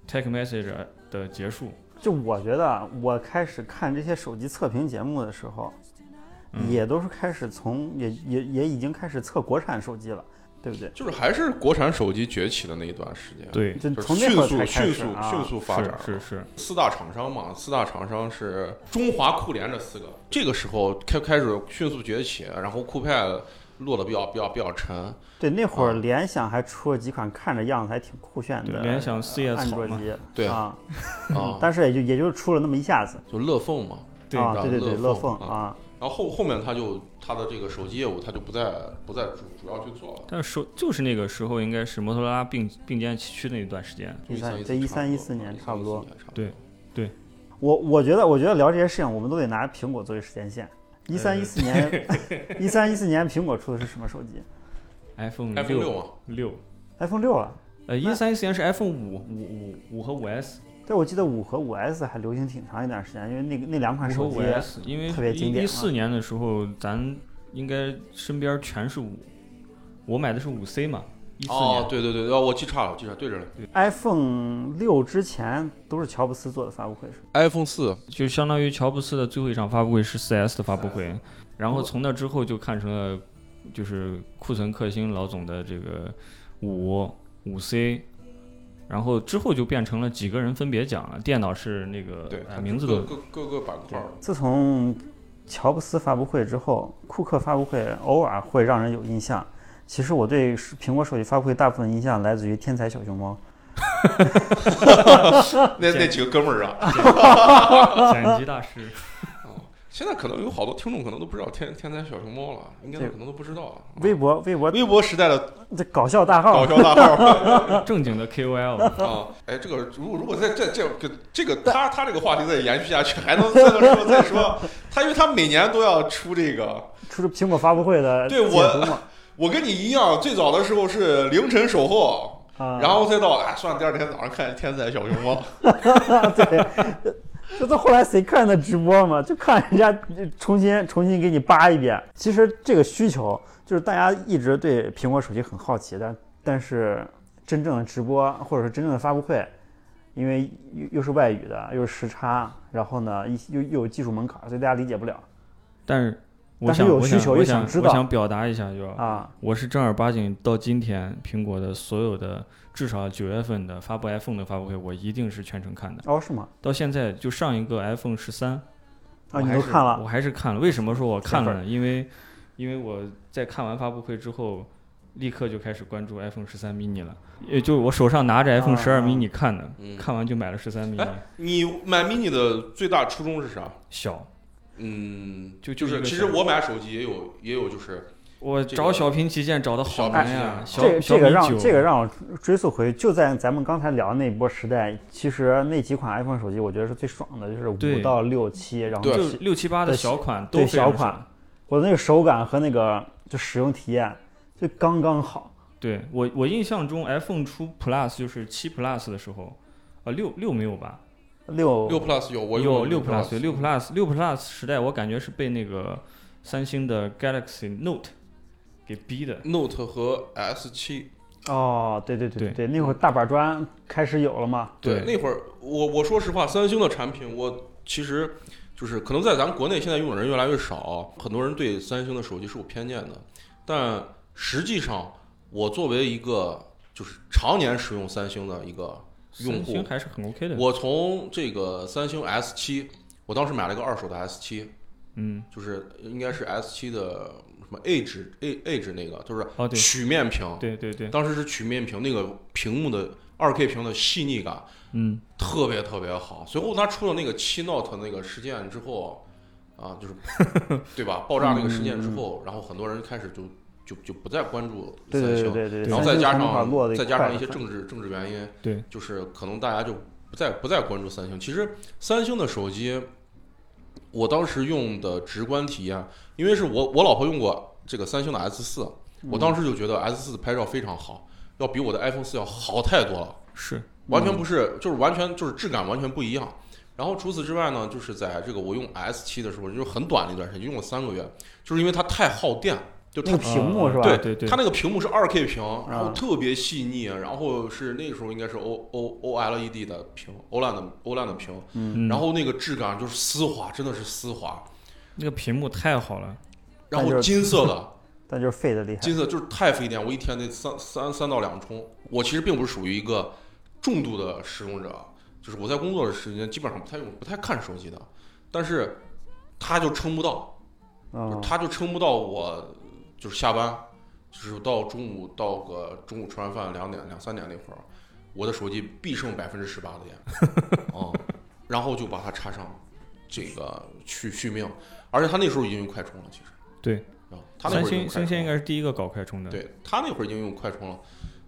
S5: Tech Message 的结束。
S3: 就我觉得啊，我开始看这些手机测评节目的时候，
S5: 嗯
S3: 也都是开始从也也也已经开始测国产手机了，对不对？
S4: 就是还是国产手机崛起的那一段时间，，
S5: 对，
S3: 就
S4: 就是
S3: 从
S4: 迅
S3: 那会儿
S4: 速
S3: 才开
S4: 迅
S3: 始
S4: 速
S3: 啊
S4: 迅速发展，
S5: 是是是，
S4: 四大厂商嘛，四大厂商是中华酷联这四个，这个时候开开始迅速崛起，然后酷派落的比较比较比较
S3: *laughs*
S4: 沉，
S3: 对，那会儿
S4: 啊
S3: 联想还出了几款看着样子还挺酷炫
S5: 对
S3: 的
S5: 联想 C 也
S3: 安
S5: 草
S3: 卓
S5: 嘛，
S3: 机，
S4: 对
S3: 啊，
S4: 啊，
S3: 但是也就也就出了那么一下子
S4: 就乐凤嘛，
S5: 对
S3: 啊，
S4: 的
S3: 对对对，
S4: 乐
S3: 乐
S4: 凤
S3: 凤啊，
S4: 然后后后面他就他的这个手机业务他就不再不再主主要去做了，
S5: 但是手就是那个时候应该是摩托罗拉并并肩齐驱那一段时间。
S4: 就
S3: 13
S4: 四
S3: 这13 14
S4: 14
S3: 年差不多，
S5: 对
S3: 我我觉得我觉得聊这些事情，我们都得拿苹果作为时间线。一三一四年，一三一四年苹果出的是什么手机
S5: iPhone
S4: iPhone 六嘛，
S5: 六，
S3: ？iPhone 六了。
S5: 呃，一三一四年是 iPhone 五五五五和五 S，
S3: 但我记得五和五 S 还流行挺长一段时间，因为那个那两款手
S5: 五和
S3: 机
S5: 五 S，因
S3: 特
S5: 为
S3: 别经
S5: 一
S3: 典
S5: 一
S3: 啊
S5: 四年的时候，咱应该身边全是五，我买的是五 C 嘛，一四
S4: 哦
S5: 年，
S4: 对对对，哦我记差了，我记差对着呢
S3: iPhone 六之前都是乔布斯做的发布会，是吧？
S4: ，iPhone 四。
S5: 就相当于乔布斯的最后一场发布会是 4S 的发布会，然后从那之后就看成了就是库存克星老总的这个五五 C。然后之后就变成了几个人分别讲了，电脑是那个
S4: 对，
S5: 呃
S4: 它
S5: 名字
S4: 各 *laughs*
S5: 都
S4: 各各个板块儿，
S3: 自从乔布斯发布会之后，库克发布会偶尔会让人有印象。其实我对苹果手机发布会大部分印象来自于《天才小熊猫》。
S4: 那那几个哥们儿
S5: *laughs*
S4: 啊，
S5: 剪辑大师。
S4: 现在可能有好多听众可能都不知道天天才小熊猫了，应该
S3: 对
S4: 可能都不知道了。
S3: 微博啊微博
S4: 微博时代的
S3: 这搞笑大号
S4: 嗯搞，笑大
S3: *laughs*
S4: 号
S5: 正经的 KOL，
S4: 啊，哎，这个如果如果在这这个这个他他这个话题再延续下去，还能再说再说，他因为他每年都要出这个。
S3: 出了苹果发布会的
S4: 对我
S3: 解读嘛
S4: 我跟你一样，最早的时候是凌晨守候，
S3: 啊，
S4: 然后再到哎，算了，第二天早上看《天才小熊猫》
S3: 这到后来谁看的直播嘛？就看人家重新重新给你扒一遍。其实这个需求就是大家一直对苹果手机很好奇，但但是真正的直播或者是真正的发布会，因为又又是外语的，又是时差，然后呢一又又有技术门槛，所以大家理解不了
S5: 但是我
S3: 但是
S5: 想，
S3: 有
S5: 我
S3: 需
S5: 想，
S3: 求
S5: 我
S3: 又
S5: 想
S3: 想知
S5: 我
S3: 道
S5: 想表达一下，就
S3: 啊。
S5: 我是正儿八经到今天苹果的所有的至少九月份的发布 iPhone 的发布会，我一定是全程看的。
S3: 哦，是吗？
S5: 到现在就上一个 iPhone 十三，
S3: 啊，
S5: 我
S3: 你
S5: 还
S3: 都
S5: 是
S3: 看了
S5: 我还是看了。为什么说我看了
S3: 铁
S5: 呢？因为因为我在看完发布会之后，立刻就开始关注 iPhone 十三 mini 了，也就是我手上拿着 iPhone 十二
S3: 啊
S5: mini 看的，
S4: 嗯
S5: 看完就买了十三 mini
S4: 哎。你买 mini 的最大初衷是啥？
S5: 小，
S4: 嗯，
S5: 就
S4: 就
S5: 就一
S4: 是
S5: 个
S4: 其实
S5: 小
S4: 我买手机也有也有就是
S5: 我
S4: 这
S5: 找
S4: 个
S5: 小屏旗舰找的好
S4: 小
S5: 难
S4: 屏
S5: 呀，
S4: 旗
S5: 小
S3: 这个这
S5: 小
S3: 个
S5: 米
S3: 让
S5: 九
S3: 这个让我追溯回，就在咱们刚才聊的那一波时代，其实那几款 iPhone 手机，我觉得是最爽的，就是
S5: 对
S3: 五到六七，然后
S4: 对
S5: 就六七八的
S3: 对
S5: 小款都
S3: 对
S5: 非
S3: 小
S5: 常
S3: 款
S5: 爽，
S3: 我的那个手感和那个就使用体验就刚刚好。
S5: 对我我印象中 iPhone 出 Plus 就是七 Plus 的时候，呃六六没有吧？
S3: 六
S4: 六 plus 有，我
S5: 有
S4: 六
S5: 六 Plus 有六 Plus 六 Plus 时代，我感觉是被那个三星的 Galaxy Note 给逼的。
S4: Note 和 S 七，
S3: 哦，对对对对，那会儿大板砖开始有了嘛？
S5: 对
S4: 那会儿我我说实话，三星的产品我其实就是可能在咱国内现在用的人越来越少，很多人对三星的手机是有偏见的，但实际上我作为一个就是常年使用三星的一个用
S5: 三
S4: 户
S5: 星还是很 OK 的。
S4: 我从这个三星 S 七，我当时买了一个二手的 S 七，
S5: 嗯，
S4: 就是应该是 S 七的什么 Edge A Edge 那个，
S3: 啊
S4: 就是
S5: 哦对
S4: 曲面屏，
S5: 对对对，
S4: 当时是曲面屏，那个屏幕的二 K 屏的细腻感
S5: 嗯，
S4: 特别特别好。随后它出了那个七 Note 那个事件之后，啊，就是
S3: *laughs*
S4: 对吧？爆炸那个事
S3: 嗯
S4: 件之后，然后很多人开始就就就不再关注
S3: 对
S4: 三
S3: 对
S4: 星
S3: 对，对对，
S5: 对
S4: 然后
S3: 三
S4: 再
S3: 星
S4: 加
S3: 从那块儿落
S4: 上
S3: 得
S4: 再加上一些
S3: 快
S4: 政治政治原因，
S5: 对，
S4: 就是可能大家就不再不再关注三星。其实三星的手机，我当时用的直观体验，因为是我我老婆用过这个三星的 S 四，
S3: 嗯
S4: 我当时就觉得 S 四拍照非常好，要比我的 iPhone 四要好太多了，
S5: 是，
S4: 完全不是，就是完全就是质感完全不一样。然后除此之外呢，就是在这个我用 S 七的时候，就是很短的一段时间，用了三个月，就是因为它太耗电，就它
S3: 那个屏幕是吧？
S5: 对
S4: 对
S5: 对对
S4: 它那个屏幕是二 K 屏，然后
S3: 啊
S4: 特别细腻，然后是那时候应该是 O O O L E D 的屏，OLED 的 OLED 的屏，
S5: 嗯
S4: 然后那个质感就是丝滑，真的是丝滑，
S5: 那个屏幕太好了，
S4: 然
S3: 那就
S4: 后
S3: 是
S4: 金色的，
S3: 但就是费的厉害。
S4: 金色就是太费电，我一天得三三三到两充。我其实并不是属于一个重度的使用者，就是我在工作的时间基本上不太用、不太看手机的，但是它就撑不到，就是
S3: 嗯，
S4: 他就撑不到我，就是下班，就是到中午到个中午吃完饭两点两三点那会儿，我的手机必剩百分之十八的电，
S5: *laughs*
S4: 啊、然后就把它插上，这个续续命，而且他那时候已经用快充了，其实
S5: 对，
S4: 啊，他那
S5: 三
S4: 会儿已经用
S5: 星
S4: 快
S5: 三星
S4: 充
S5: 应
S4: 了，
S5: 该是第一个搞快充的，，
S4: 对他那会儿已经用快充了，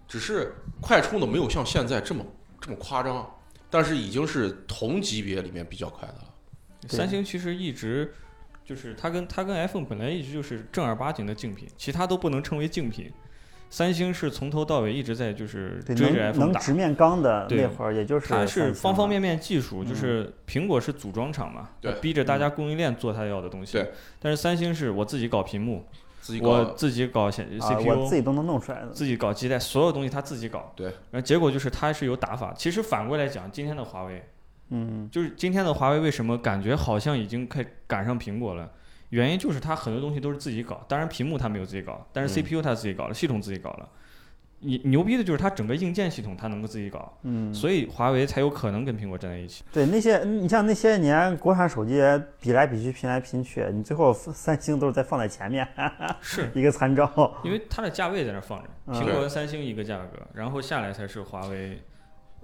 S4: 只是快充的没有像现在这么这么夸张，但是已经是同级别里面比较快的了，
S5: 三星其实一直就是它跟它跟 iPhone 本来一直就是正儿八经的竞品，其他都不能称为竞品。三星是从头到尾一直在就是
S3: 对，
S5: 追着
S3: 能
S5: iPhone
S3: 能
S5: 打，
S3: 直面刚的
S5: 对
S3: 那会儿，也就是
S5: 它是
S3: 三星
S5: 方方
S3: 了
S5: 面面技术，就
S3: 嗯
S5: 是苹果是组装厂嘛，
S4: 对
S5: 逼着大家供应链做它要的东西。
S4: 对，
S5: 但是三星是我自己搞屏幕，
S4: 自己
S5: 我
S4: 搞
S5: 自己搞显
S3: 啊，我
S5: CPU，
S3: 自己都能弄出来的。
S5: 自己搞基带，所有东西他自己搞。
S4: 对，
S5: 然后结果就是他是有打法。其实反过来讲，今天的华为，
S3: 嗯，
S5: 就是今天的华为为什么感觉好像已经快赶上苹果了？原因就是它很多东西都是自己搞，当然屏幕它没有自己搞，但是
S4: 嗯
S5: CPU 它自己搞了，系统自己搞了。你牛逼的就是它整个硬件系统它能够自己搞，
S3: 嗯，
S5: 所以华为才有可能跟苹果站在
S3: *laughs*
S5: 一起。
S3: 对那些嗯你像那些年国产手机比来比去拼来拼去，你最后三星都是在放在前面
S5: 是
S3: 一个参照。
S5: 因为它的价位在那儿放着，
S3: 嗯
S5: 苹果跟三星一个价格，然后下来才是华为、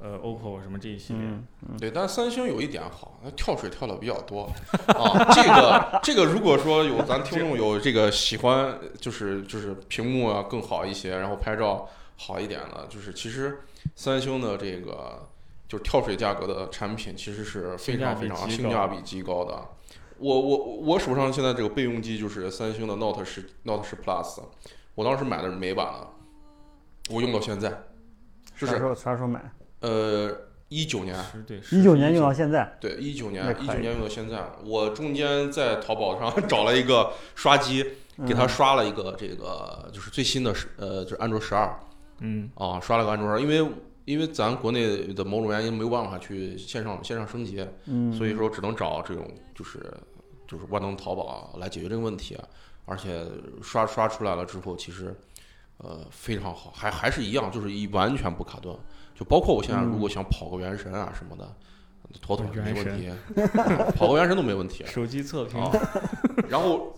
S5: 呃 OPPO 什么这一系列。
S3: 嗯，
S4: 对，但三星有一点好，它跳水跳的比较多啊。这个这个，如果说有咱听众有这个喜欢，就是就是屏幕啊更好一些，然后拍照好一点的，就是其实三星的这个就是跳水价格的产品，其实是非常非
S5: 性价比
S4: 常
S5: 极
S4: 性价比极高的。我我我手上现在这个备用机就是三星的 Note 十 Note 十 Plus，我当时买的是美版的，我用到现在，就
S3: 啥时
S4: 是
S3: 候啥时候买？
S4: 呃一九年。
S5: 十对十
S3: 一九年
S5: 19
S3: 用到现在，
S4: 对，一九
S3: 那
S4: 年，
S3: 可
S4: 一
S3: 以
S4: 九年用到现在，我中间在淘宝上 *laughs* 找了一个刷机，给他
S3: 嗯
S4: 刷了一个这个就是最新的十呃，就是安卓十二
S5: 嗯
S4: 啊，刷了个安卓十二，因为因为咱国内的某种原因没有办法去线上线上升级，
S3: 嗯，
S4: 所以说只能找这种就是就是万能淘宝来解决这个问题，啊而且刷刷出来了之后，其实呃非常好，还还是一样，就是一完全不卡顿，就包括我现在如果想跑个原神啊什么的，妥妥没问题， *laughs* 跑个原神都没问题
S5: 手机测评
S4: 啊。然后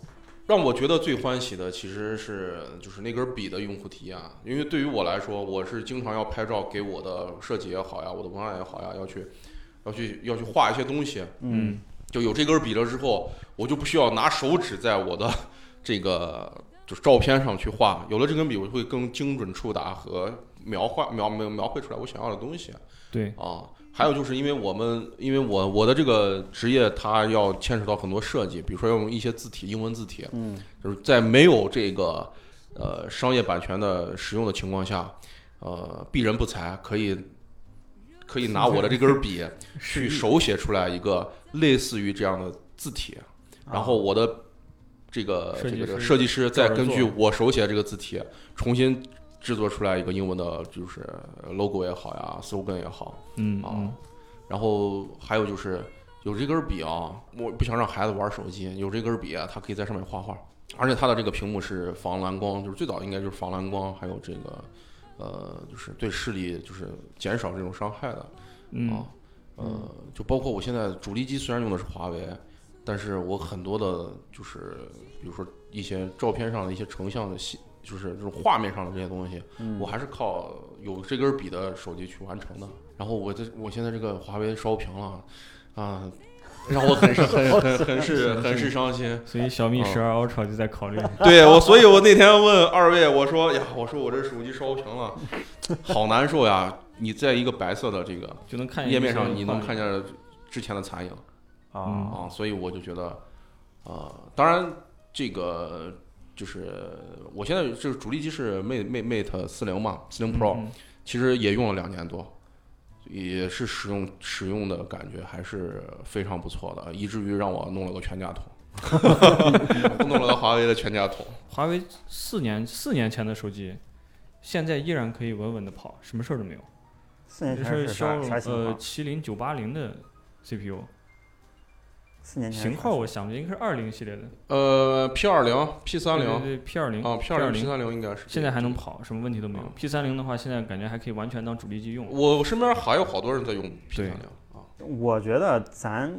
S4: 让我觉得最欢喜的其实是就是那根笔的用户体验，啊因为对于我来说，我是经常要拍照给我的设计也好呀，我的文案也好呀，要去要去要去画一些东西，
S3: 嗯，
S4: 就有这根笔了之后，我就不需要拿手指在我的 *laughs* 这个就是照片上去画。有了这根笔，我就会更精准触达和描画描描描绘出来我想要的东西
S5: 对，
S4: 啊。还有就是因为我们，因为我我的这个职业，它要牵扯到很多设计，比如说要用一些字体，英文字体，
S3: 嗯，
S4: 就是在没有这个呃商业版权的使用的情况下，呃，鄙人不才，可以可以拿我的这根笔
S5: *laughs*
S4: 去手写出来一个类似于这样的字体，然后我的这个
S5: 啊设
S4: 这
S5: 计
S4: 个这个
S5: 师
S4: 设计师再
S5: 照着
S4: 根据
S5: 做
S4: 我手写这个字体重新制作出来一个英文的，就是 logo 也好呀，slogan 也好，
S5: 嗯
S4: 啊
S5: 嗯，
S4: 然后还有就是有这根笔啊，我不想让孩子玩手机，有这根笔、啊，他可以在上面画画，而且它的这个屏幕是防蓝光，就是最早应该就是防蓝光，还有这个呃，就是对视力就是减少这种伤害的
S5: 嗯
S4: 啊，呃，就包括我现在主力机虽然用的是华为，但是我很多的就是比如说一些照片上的一些成像的细，就是这种画面上的这些东西，
S3: 嗯
S4: 我还是靠有这根笔的手机去完成的。然后我这我现在这个华为烧屏了，啊，让我很是很很很是很是伤心。
S5: 所以小米十二 Ultra 就在考虑，
S4: 对我，所以我那天问二位，我说哎呀，我说我这手机烧屏了，好难受呀！你在一个白色的这个
S5: 就能看见
S4: 页面上，
S5: 一些
S4: 你能
S5: 画
S4: 看
S5: 面
S4: 见之前的残影
S5: 嗯
S4: 啊，所以我就觉得，呃，当然这个就是我现在就是主力机是 Mate Mate Mate 四零嘛，四零 Pro，
S5: 嗯
S4: 其实也用了两年多，也是使用使用的感觉还是非常不错的，以至于让我弄了个全家桶， *laughs* 弄了个华为的全家桶。
S5: 华为四年四年前的手机，现在依然可以稳稳的跑，什么事儿都没有。
S3: 四年
S5: 这
S3: 前
S5: 是
S3: 是
S5: 骁
S3: 啥
S5: 龙
S3: 啥型
S5: 呃
S3: 号？
S5: 麒麟九八零的 CPU
S3: 四年前是
S5: 型
S3: 啥
S5: 号，我想不起来，应该是二零系列的
S4: 呃，P 二零、P 三零
S5: 对 P 二零
S4: 啊，P 二零、P
S5: 零，
S4: 三零应该是
S5: 现在还能。跑，什么问题都没有
S4: 嗯。
S5: P 三零的话，现在感觉还可以完全当主力机
S3: 嗯
S5: 用。
S4: 我身边还有好多人在用 P 三
S5: 对
S4: 零啊，
S3: 我觉得咱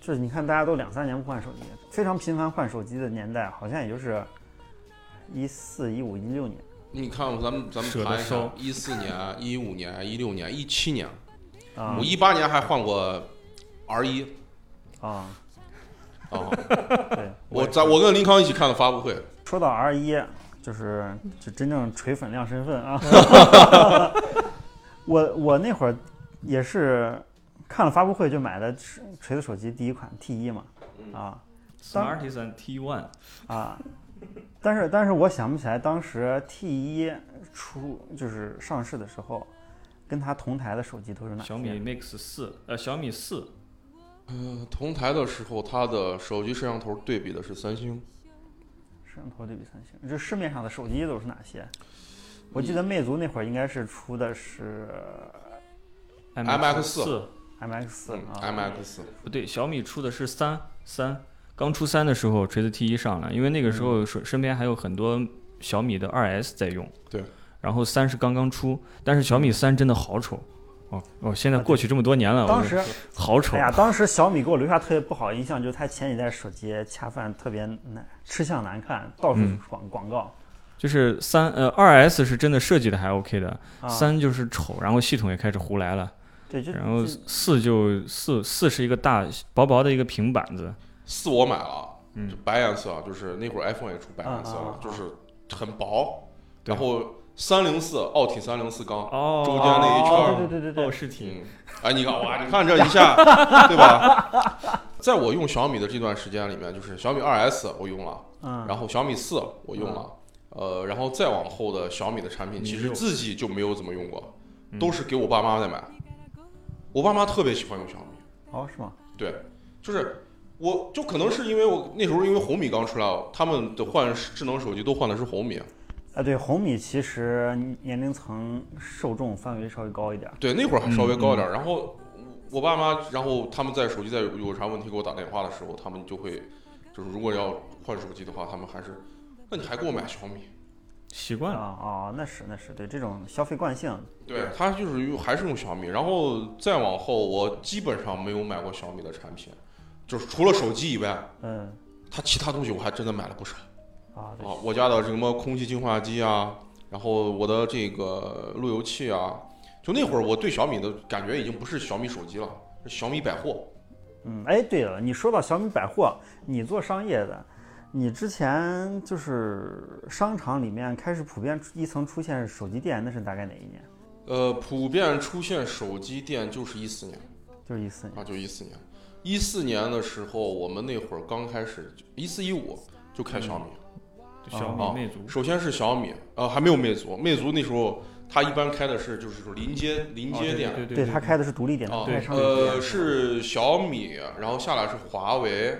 S3: 就是你看，大家都两三年不换手机，非常频繁换手机的年代，好像也就是一四、一五、一六年。
S4: 你看咱们咱们
S5: 舍得
S4: 盘一下
S5: 烧，
S4: 一四年、啊一五年、一六年、一七年，
S3: 啊
S4: 我一八年还换过 R 一
S3: 啊，
S4: 啊，
S5: 哦
S3: *laughs* 对，
S4: 我在我跟林康一起看的发布会，
S3: 说到 R 一，就是就真正锤粉亮身份
S5: *laughs*
S3: 啊。我我那会儿也是看了发布会就买的锤锤子手机第一款 T 一嘛，
S5: 嗯
S3: 啊
S5: Smartisan T one
S3: 啊，但是但是我想不起来当时 T 一出就是上市的时候，跟它同台的手机都是哪些
S5: 小米 Mix 四呃小米四
S4: 嗯，同台的时候，它的手机摄像头对比的是三星，
S3: 摄像头对比三星，就市面上的手机都是哪些？我
S5: 嗯
S3: 记得魅族那会儿应该是出的是
S4: MX
S5: 四
S3: MX
S4: 嗯
S3: 啊，
S4: ，MX
S5: 不对，小米出的是三三，刚出三的时候，锤子 T 一上了，因为那个时候
S3: 嗯
S5: 手身边还有很多小米的二 S 在用。
S4: 对。
S5: 然后三是刚刚出，但是
S3: 嗯
S5: 小米三真的好丑。哦哦，现在过去这么多年了，
S3: 啊当
S5: 我
S3: 时
S5: 好丑
S3: 哎。呀，当时小米给我留下特别不好印象，就是它前几代手机恰饭特别难，吃相难看，到处
S5: 嗯
S3: 广广告。
S5: 就是三呃二 S 是真的设计的还 OK 的，
S3: 啊，嗯
S5: 三就是丑，然后系统也开始胡来了，
S3: 对，就
S5: 然后
S3: 就
S5: 四就四四是一个大薄薄的一个平板子，
S4: 四我买了，啊
S5: 嗯
S4: 就白颜色，啊就是那会儿 iPhone 也出白颜色
S3: 啊啊
S4: 了
S3: 啊，
S4: 就是很薄，
S5: 对
S4: 然后三零四奥体三零四缸，
S5: 哦
S4: 中间那一圈儿
S3: 哦对对对对
S5: 哦
S3: 对，
S5: 是挺
S4: 嗯，哎，你看哇，你看这一下，对吧？在我用小米的这段时间里面，就是小米 2S 我用了，
S3: 嗯，
S4: 然后小米四我用了，呃，然后再往后的小米的产品，其实自己就没有怎么用过，
S3: 嗯
S4: 都是给我爸妈在买。我爸妈特别喜欢用小米，
S3: 哦是吗？
S4: 对，就是我就可能是因为我那时候因为红米刚出来，他们的换智能手机都换的是红米，
S3: 啊，对，红米其实年龄层受众范围稍微高一点儿。
S4: 对，那会儿还稍微高一点儿。然后我爸妈，然后他们在手机在有有啥问题给我打电话的时候，他们就会就是如果要换手机的话，他们还是那你还给我买小米。
S5: 习惯
S3: 啊
S5: 了。
S3: 哦，那是那是，对这种消费惯性，
S4: 对，它就是用还是用小米，然后再往后，我基本上没有买过小米的产品，就是除了手机以外，
S3: 嗯
S4: 它其他东西我还真的买了不少
S3: 啊，对
S4: 啊，我家的什么空气净化机啊，然后我的这个路由器啊，就那会儿我对小米的感觉已经不是小米手机了，是小米百货。
S3: 嗯，哎，对了，你说到小米百货，你做商业的，你之前就是商场里面开始普遍出一层出现手机店，那是大概哪一年？
S4: 呃，普遍出现手机店就是一四年
S3: 就是一四年。
S4: 啊，就一四年。一四年的时候，我们那会儿刚开始，一四一五就开小米。
S5: 小
S4: 啊
S5: 米魅族
S4: 首先是小米，呃，还没有魅族，魅族那时候它一般开的是就是说临街临街店。
S5: 哦对对
S3: 啊对，
S5: 哦
S3: 它开的是独立店，它
S4: 啊
S3: 不开，商业店。
S4: 呃，是小米，然后下来是华为，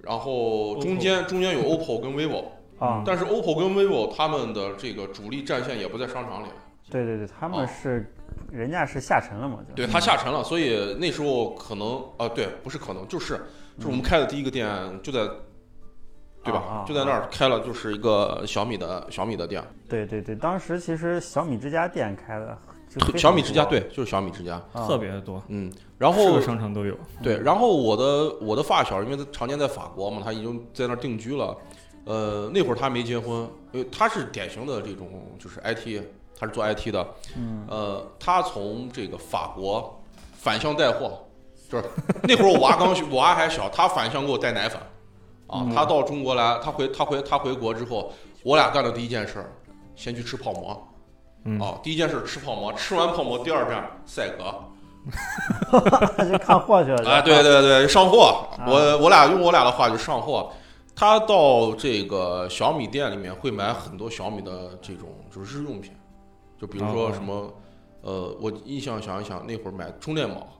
S4: 然后中间中间有 OPPO 跟 vivo，
S3: 啊，
S4: 但是 OPPO 跟 vivo 他们的这个主力战线也不在商场里，
S3: 对对对，他
S4: 哦
S3: 们是，人家是下沉了嘛，就
S4: 对它下沉了，所以那时候可能啊、对，不是可能，就是就是我们开的第一个店就在对吧？
S3: 啊啊
S4: 就在那儿开了，就是一个小米的小米的店，
S3: 对对对，当时其实小米之家店开的，就非常
S4: 小米之家，
S3: 多
S4: 对，就是小米之家，
S3: 啊
S5: 特别的多，
S4: 嗯，然
S5: 是
S4: 后
S5: 个商场都有。
S4: 对，然后我的我的发小，因为他常年在法国嘛，他已经在那儿定居了。呃，那会儿他没结婚，因为他是典型的这种就是 IT，他是做 IT 的。
S3: 嗯，
S4: 呃，他从这个法国反向带货，就是那会儿我娃刚学我娃还小，他反向给我带奶粉。啊，他到中国来，他回他回他回国之后，我俩干的第一件事儿，先去吃泡馍。
S5: 嗯
S4: 啊，第一件事儿吃泡馍，吃完泡馍，第二站赛格。
S3: 就看货去了。
S4: 啊，对对对，上货
S3: 啊，
S4: 我我俩用我俩的话就上货。他到这个小米店里面会买很多小米的这种就是日用品，就比如说
S5: 哦
S4: 什么，呃，我印象想一想，那会儿买充电宝，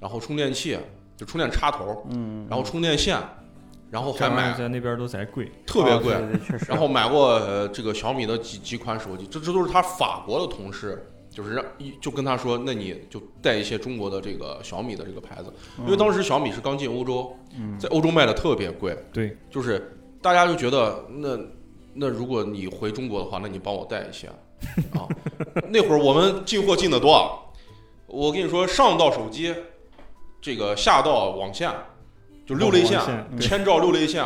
S4: 然后充电器，就充电插头，
S3: 嗯，
S4: 然后充电线，然后还
S5: 这玩意儿哦
S4: 买
S5: 在那边都贼贵，
S4: 特别
S3: 啊
S4: 贵，
S3: 对对，确实。
S4: 然后买过呃这个小米的几几款手机，这这都是他法国的同事，就是让一就跟他说，那你就带一些中国的这个小米的这个牌子，因为当时小米是刚进欧洲，
S3: 嗯
S4: 在欧洲卖的特别贵，
S5: 对，
S4: 就是大家就觉得那那如果你回中国的话，那你帮我带一些啊。那会儿我们进货进的多啊，我跟你说，上到手机，这个下到网线，就六类线
S5: 网线，对
S4: 千兆六类线。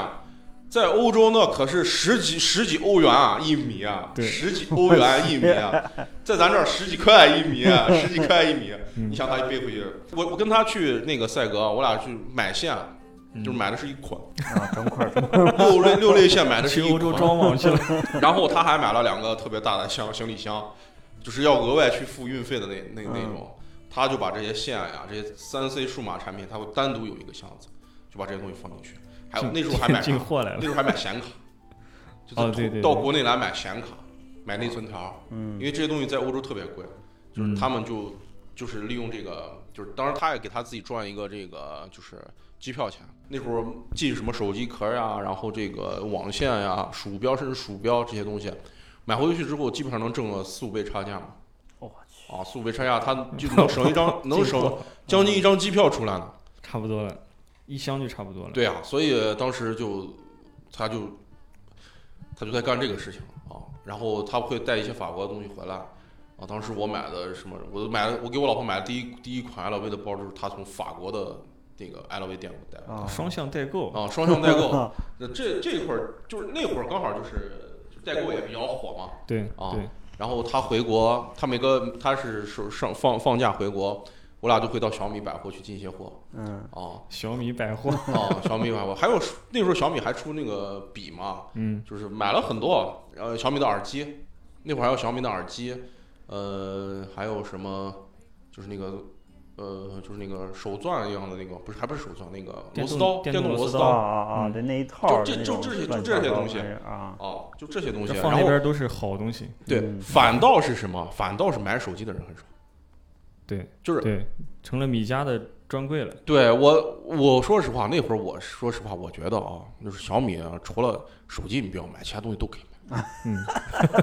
S4: 在欧洲那可是十几十几欧元啊一米啊，
S5: 对
S4: 十几欧元一米
S5: *laughs*
S4: 啊，在咱这儿十几块一米啊，十几块一米，
S5: 嗯
S4: 你想他一背回去，我我跟他去那个赛格，啊我俩去买线，啊
S5: 嗯
S4: 就是买的是一捆，
S3: 啊，整块儿整块儿
S4: 六类六类线买的
S5: 去
S4: 是一
S5: 欧洲
S4: 捆
S5: 装网
S4: *laughs*
S5: 去了。
S4: 然后他还买了两个特别大的箱行李箱，就是要额外去付运费的那那那
S5: 嗯
S4: 种。他就把这些线呀、这些三 C 数码产品，他会单独有一个箱子，就把这些东西放进去。还有哎那时候还买
S5: 进
S4: 卡，
S5: 货来
S4: 那
S5: 了，
S4: 时候还买
S5: *laughs*
S4: 显卡，就
S5: 哦
S4: 是
S5: 对对对
S4: 到国内来买显卡，买内存条，因
S3: 嗯
S4: 为这些东西在欧洲特别贵，就是
S5: 嗯
S4: 他们就就是利用这个，就是当然他也给他自己赚一个这个就是机票钱。那会儿进什么手机壳呀、然后这个网线呀、鼠标甚至鼠标这些东西，买回去之后基本上能挣个四五倍差价嘛。
S3: 我
S4: *laughs*
S3: 去，
S4: 啊，四五倍差价，他就能省一
S5: *laughs*
S4: 张，能
S5: 进
S4: 省
S5: 货
S4: 将近一张机票出来呢。
S5: 差不多了，一箱就差不多了。
S4: 对啊，所以当时就他就他就在干这个事情啊，然后他会带一些法国的东西回来啊。当时我买的什么，我买了，我给我老婆买的第一第一款 LV 的包就是他从法国的那个 LV 店给我带的
S3: 啊，
S5: 双向代购，
S4: 啊，双向代
S3: *laughs*
S4: 购。那这这会儿就是那会儿刚好就是就代购也比较火嘛，
S5: 对
S4: 啊
S5: 对，
S4: 然后他回国，他每个他是手上放放假回国，我俩就会到小米百货去进一些货
S3: 嗯，
S4: 啊
S5: 小米百
S4: *laughs*
S5: 货，
S4: 啊，小米百货还有那时候小米还出那个笔嘛，
S5: 嗯，
S4: 就是买了很多，呃，小米的耳机，那会儿还有小米的耳机，呃，还有什么，就是那个，呃，就是那个手钻一样的那个，不是，还不是手钻，那个螺
S5: 电
S4: 丝
S5: 动
S4: 刀，
S5: 电
S4: 电
S5: 动
S4: 螺
S5: 螺丝
S4: 丝
S3: 啊
S4: 刀，
S3: 啊啊，
S5: 嗯
S3: 对那一套儿
S4: 就这
S3: 那
S4: 就
S3: 种
S4: 这些就
S3: 乱
S4: 这
S3: 七
S4: 些
S3: 八糟
S4: 东西
S3: 玩意儿啊， *laughs*
S4: 哦，就这些东西。
S5: 这放
S4: 然
S5: 那
S4: 后
S5: 边都是好东西。
S4: 对，
S3: 嗯
S4: 反倒是什么？反倒是买手机的人很少。
S5: 对，
S4: 就是
S5: 对，成了米家的专柜了。
S4: 对我，我说实话，那会儿我说实话，我觉得啊，就是小米啊，除了手机你不要买，其他东西都可以买。
S5: 嗯，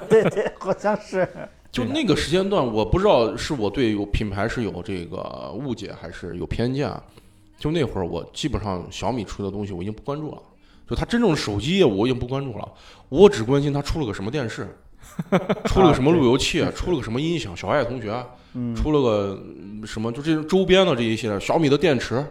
S3: 对对，好像是，
S4: 就
S5: 对
S4: 那个时间段，我不知道是我对有品牌是有这个误解还是有偏见啊。就那会儿，我基本上小米出的东西我已经不关注了，就它真正的手机业务我已经不关注了，我只关心它出了个什么电
S5: *laughs*
S4: 视，出
S5: 啊
S4: 了个什么路由器，啊出了个什么音响，小爱同学啊
S3: 嗯，
S4: 出了个嗯什么，就这种周边的这一些小米的电池，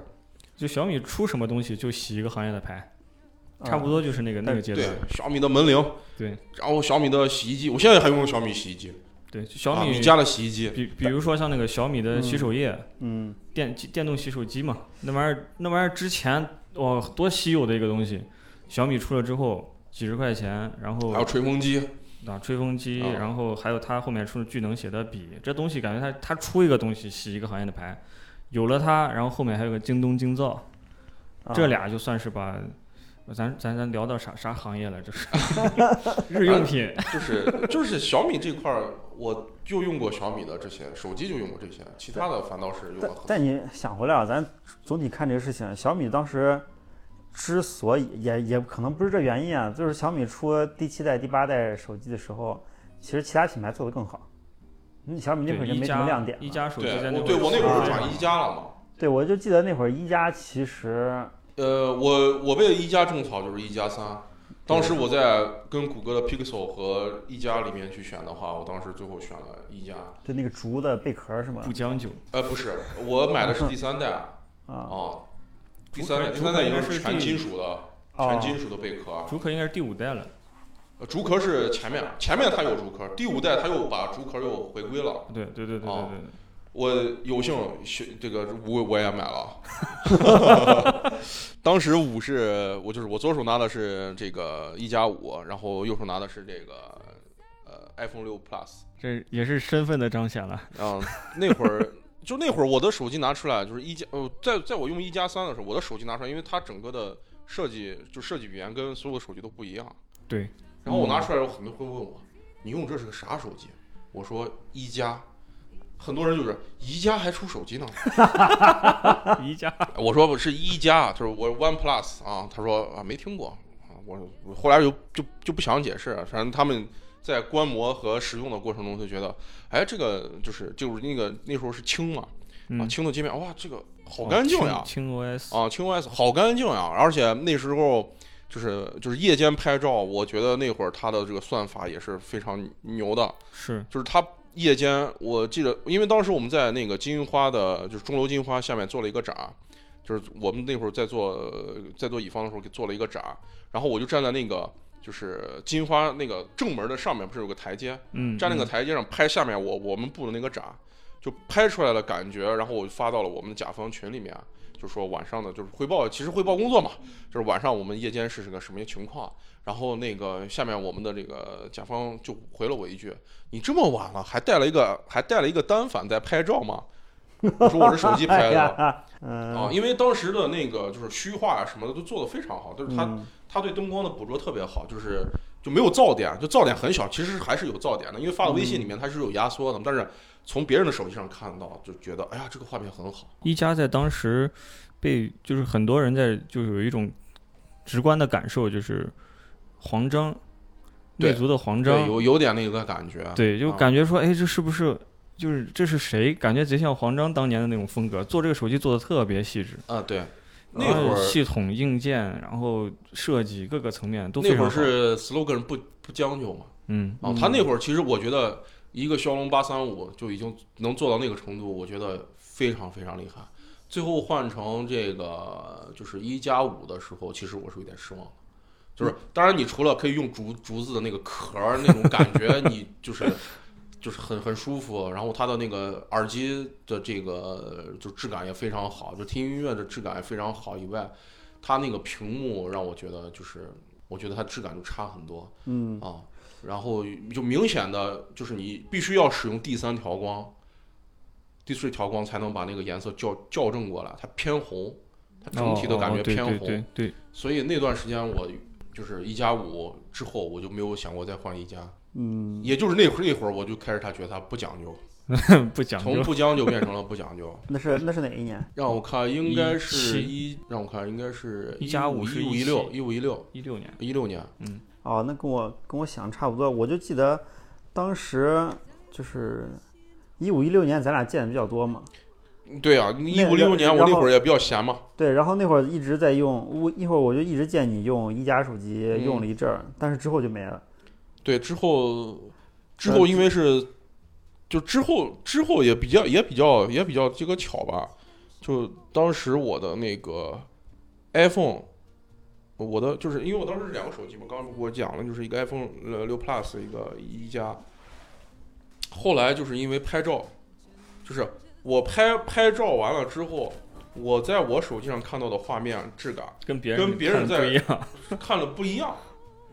S5: 就小米出什么东西就洗一个行业的牌， *laughs*
S4: 啊
S5: 差不
S3: 多，
S5: 多就是那个那个阶
S4: 对
S5: 段。，
S4: 小米的门铃，
S5: 对
S4: 然后小米的洗衣机，我现在还用小米洗衣机，
S5: 对，就小
S4: 啊
S5: 米
S4: 米家的洗衣机，
S5: 比比如说像那个小米的洗手液，
S3: 嗯，
S5: 电电动洗手机嘛，那玩意儿那玩意儿之前哇多稀有的一个东西，小米出了之后几十块钱，然后
S4: 还有吹风机，
S5: 啊，吹风机，
S4: 啊
S5: 然后还有它后面出的巨能写的笔，这东西感觉它它出一个东西洗一个行业的牌，有了它，然后后面还有个京东京造，
S3: 啊
S5: 这俩就算是把，咱咱咱聊到啥啥行业了？
S3: *laughs*
S5: 这是日用品，
S4: 就是就是小米这块儿，我就用过小米的这些，手机就用过这些，其他的反倒是用
S3: 但
S4: 了很多。
S3: 但你想回来啊，咱总体看这个事情，小米当时之所以也也可能不是这原因啊，就是小米出第七代、第八代手机的时候，其实其他品牌做得更好。你小米那会儿
S5: 对
S3: 就
S5: 一
S3: 没什么
S5: 加
S3: 亮点
S5: 一
S3: 了。
S5: 加手机
S4: 对
S5: 在，
S4: 我
S5: 会
S4: 对我那会儿
S5: 出
S4: 转一加了嘛，
S3: 对，我就记得那会儿一加其实
S4: 呃，我我被一加种草就是一加三。当时我在跟谷歌的 Pixel 和一加里面去选的话，我当时最后选了一加。
S3: 就那个竹的贝壳是吗？
S5: 不将就。
S4: 呃，不是，我买的是第三代
S3: 啊
S4: 啊，第
S5: 竹
S4: 三代
S5: 壳
S4: 第三代已经
S5: 竹壳应该是
S4: 全
S5: 第
S4: 金属的，
S3: 哦
S4: 全金属的贝壳。啊
S5: 竹壳应该是第五代了，
S4: 呃竹壳是前面，前面它有竹壳，第五代它又把竹壳又回归了。
S5: 对对对对对
S4: 哦
S5: 对。
S4: 我有幸学这个五我也买了，当时五是我就是我左手拿的是这个一加五，然后右手拿的是这个呃 iPhone 六 Plus，
S5: 这也是身份的彰显了。
S4: 然后那会儿 *laughs* 就那会儿我的手机拿出来就是一加呃在在我用一加三的时候，我的手机拿出来，因为它整个的设计就设计语言跟所有的手机都不一样，
S5: *laughs* 对，
S4: 然后我拿出来，有很多人会问我，你用这是个啥手机？我说一加，很多人就是宜家还出手机呢。
S5: 宜家
S4: 我说我是一加，他说我 One Plus 啊，他说啊没听过啊，我我后来就就就不想解释，反正他们在观摩和使用的过程中就觉得，哎，这个就是就是那个那时候是轻嘛，啊
S5: 嗯，
S4: 轻的界面，哇，这个好干净呀
S5: 哦，轻轻 OS，
S4: 啊，轻 OS 好干净呀！而且那时候就是就是夜间拍照，我觉得那会儿它的这个算法也是非常牛的，
S5: 是
S4: 就是它夜间，我记得，因为当时我们在那个金花的，就是钟楼金花下面做了一个展，就是我们那会儿在做呃在做乙方的时候给做了一个展，然后我就站在那个。就是金花那个正门的上面不是有个台阶，
S5: 嗯，
S4: 站那个
S5: 嗯
S4: 台阶上拍下面我我们布的那个展，就拍出来了感觉，然后我就发到了我们的甲方群里面，就说晚上的就是汇报，其实汇报工作嘛，就是晚上我们夜间是个什么情况。然后那个下面我们的这个甲方就回了我一句：“你这么晚了还带了一个还带了一个单反在拍照吗？”我说我是手机
S3: *laughs*
S4: 拍的
S3: 哦哎呀，
S4: 啊，
S3: 嗯，
S4: 因为当时的那个就是虚化啊什么的都做得非常好，就是它
S3: 嗯
S4: 它对灯光的捕捉特别好，就是就没有噪点，就噪点很小，其实还是有噪点的，因为发到微信里
S5: 嗯
S4: 面它是有压缩的，但是从别人的手机上看到就觉得，哎呀，这个画面很好。
S5: 一加在当时被就是很多人在就是有一种直观的感受，就是黄章
S4: 对
S5: 魅族的黄
S4: 对，
S5: 章，
S4: 有有点那个感觉。
S5: 对，就
S4: 啊
S5: 感觉说，哎，这是不是就是这是谁？感觉贼像黄章当年的那种风格，做这个手机做的特别细致。
S4: 啊，对，那
S5: 然后
S4: 会儿
S5: 系统、硬件，然后设计各个层面都非
S4: 那
S5: 常
S4: 会
S5: 好。
S4: 儿是 slogan 不不将就嘛。
S5: 嗯，
S4: 啊，他那会儿其实我觉得一个骁龙八三五就已经能做到那个程度，我觉得非常非常厉害。最后换成这个就是一加五的时候，其实我是有点失望的。就是当然，你除了可以用竹竹子的那个壳儿那种感觉，你就是 *laughs* 就是很很舒服。然后它的那个耳机的这个就质感也非常好，就听音乐的质感也非常好。以外，它那个屏幕让我觉得就是，我觉得它质感就差很多。
S3: 嗯
S4: 啊，然后就明显的就是你必须要使用第三调光，第四调光才能把那个颜色校校正过来，它偏红，它整体的感觉
S5: 哦哦哦对
S4: 偏红，
S5: 对对对，
S4: 所以那段时间我就是一加五之后，我就没有想过再换一加，
S3: 嗯，
S4: 也就是那会儿那会儿我就开始他觉得它不讲究，
S5: 对不讲
S4: 从
S5: 究。
S4: 不将就变成了不讲
S5: *laughs*
S4: 究。
S3: 那是那是哪一年？
S4: 让我看，应该是
S5: 一
S4: 一，让我看应该是
S5: 一加五
S4: 五
S5: 是
S4: 一五一六一五一六
S5: 一六年，
S4: 一六年，
S3: 哦，那跟我跟我想差不多，我就记得当时就是一五一六年咱俩见的比较多嘛，
S4: 对啊，一
S3: 嗯那
S4: 五六年
S3: 然
S4: 我那
S3: 后
S4: 会儿也比较闲嘛，
S3: 对，然后那会儿一直在用，我一会儿我就一直见你用一加手机
S4: 嗯
S3: 用了一阵儿，但是之后就没了。
S4: 对，之后之后因为是，就之后之后也比较也比较也比较这个巧吧，就当时我的那个 iPhone，我的就是因为我当时是两个手机嘛，刚刚我讲了，就是一个 iPhone 呃六 Plus 一个一加，后来就是因为拍照，就是我拍拍照完了之后，我在我手机上看到的画面质感
S5: 跟别
S4: 跟别人
S5: 看
S4: 在
S5: 不一样。 *laughs*
S4: 看了不一样，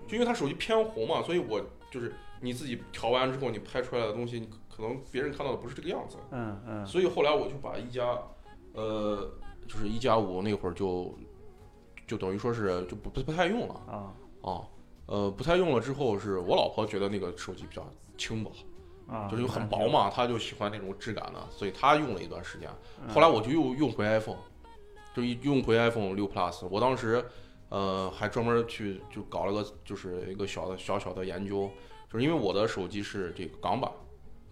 S4: 就因为他手机偏红嘛，所以我就是你自己调完之后，你拍出来的东西，你可能别人看到的不是这个样子，
S3: 嗯嗯
S4: 所以后来我就把一加，呃，就是一加五那会儿就就等于说是就不不不太用了
S3: 啊
S4: 啊，呃，不太用了之后是我老婆觉得那个手机比较轻薄，
S3: 啊，
S4: 就是很薄嘛，她就喜欢那种质感的，所以她用了一段时间。
S3: 嗯。
S4: 后来我就又用回 iPhone，就一用回 iPhone 六 Plus。我当时，呃，还专门去就搞了个就是一个小的小小的研究，就是因为我的手机是这个港版，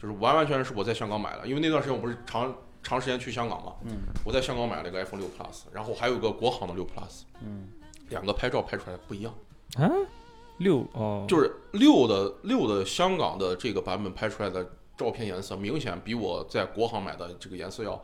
S4: 就是完完全全是我在香港买的，因为那段时间我不是常长时间去香港嘛，
S3: 嗯
S4: 我在香港买了一个 iPhone 六 Plus，然后还有一个国行的六 Plus，
S3: 嗯
S4: 两个拍照拍出来不一样，
S5: 啊，六哦，
S4: 就是六的六的香港的这个版本拍出来的照片颜色，明显比我在国行买的这个颜色要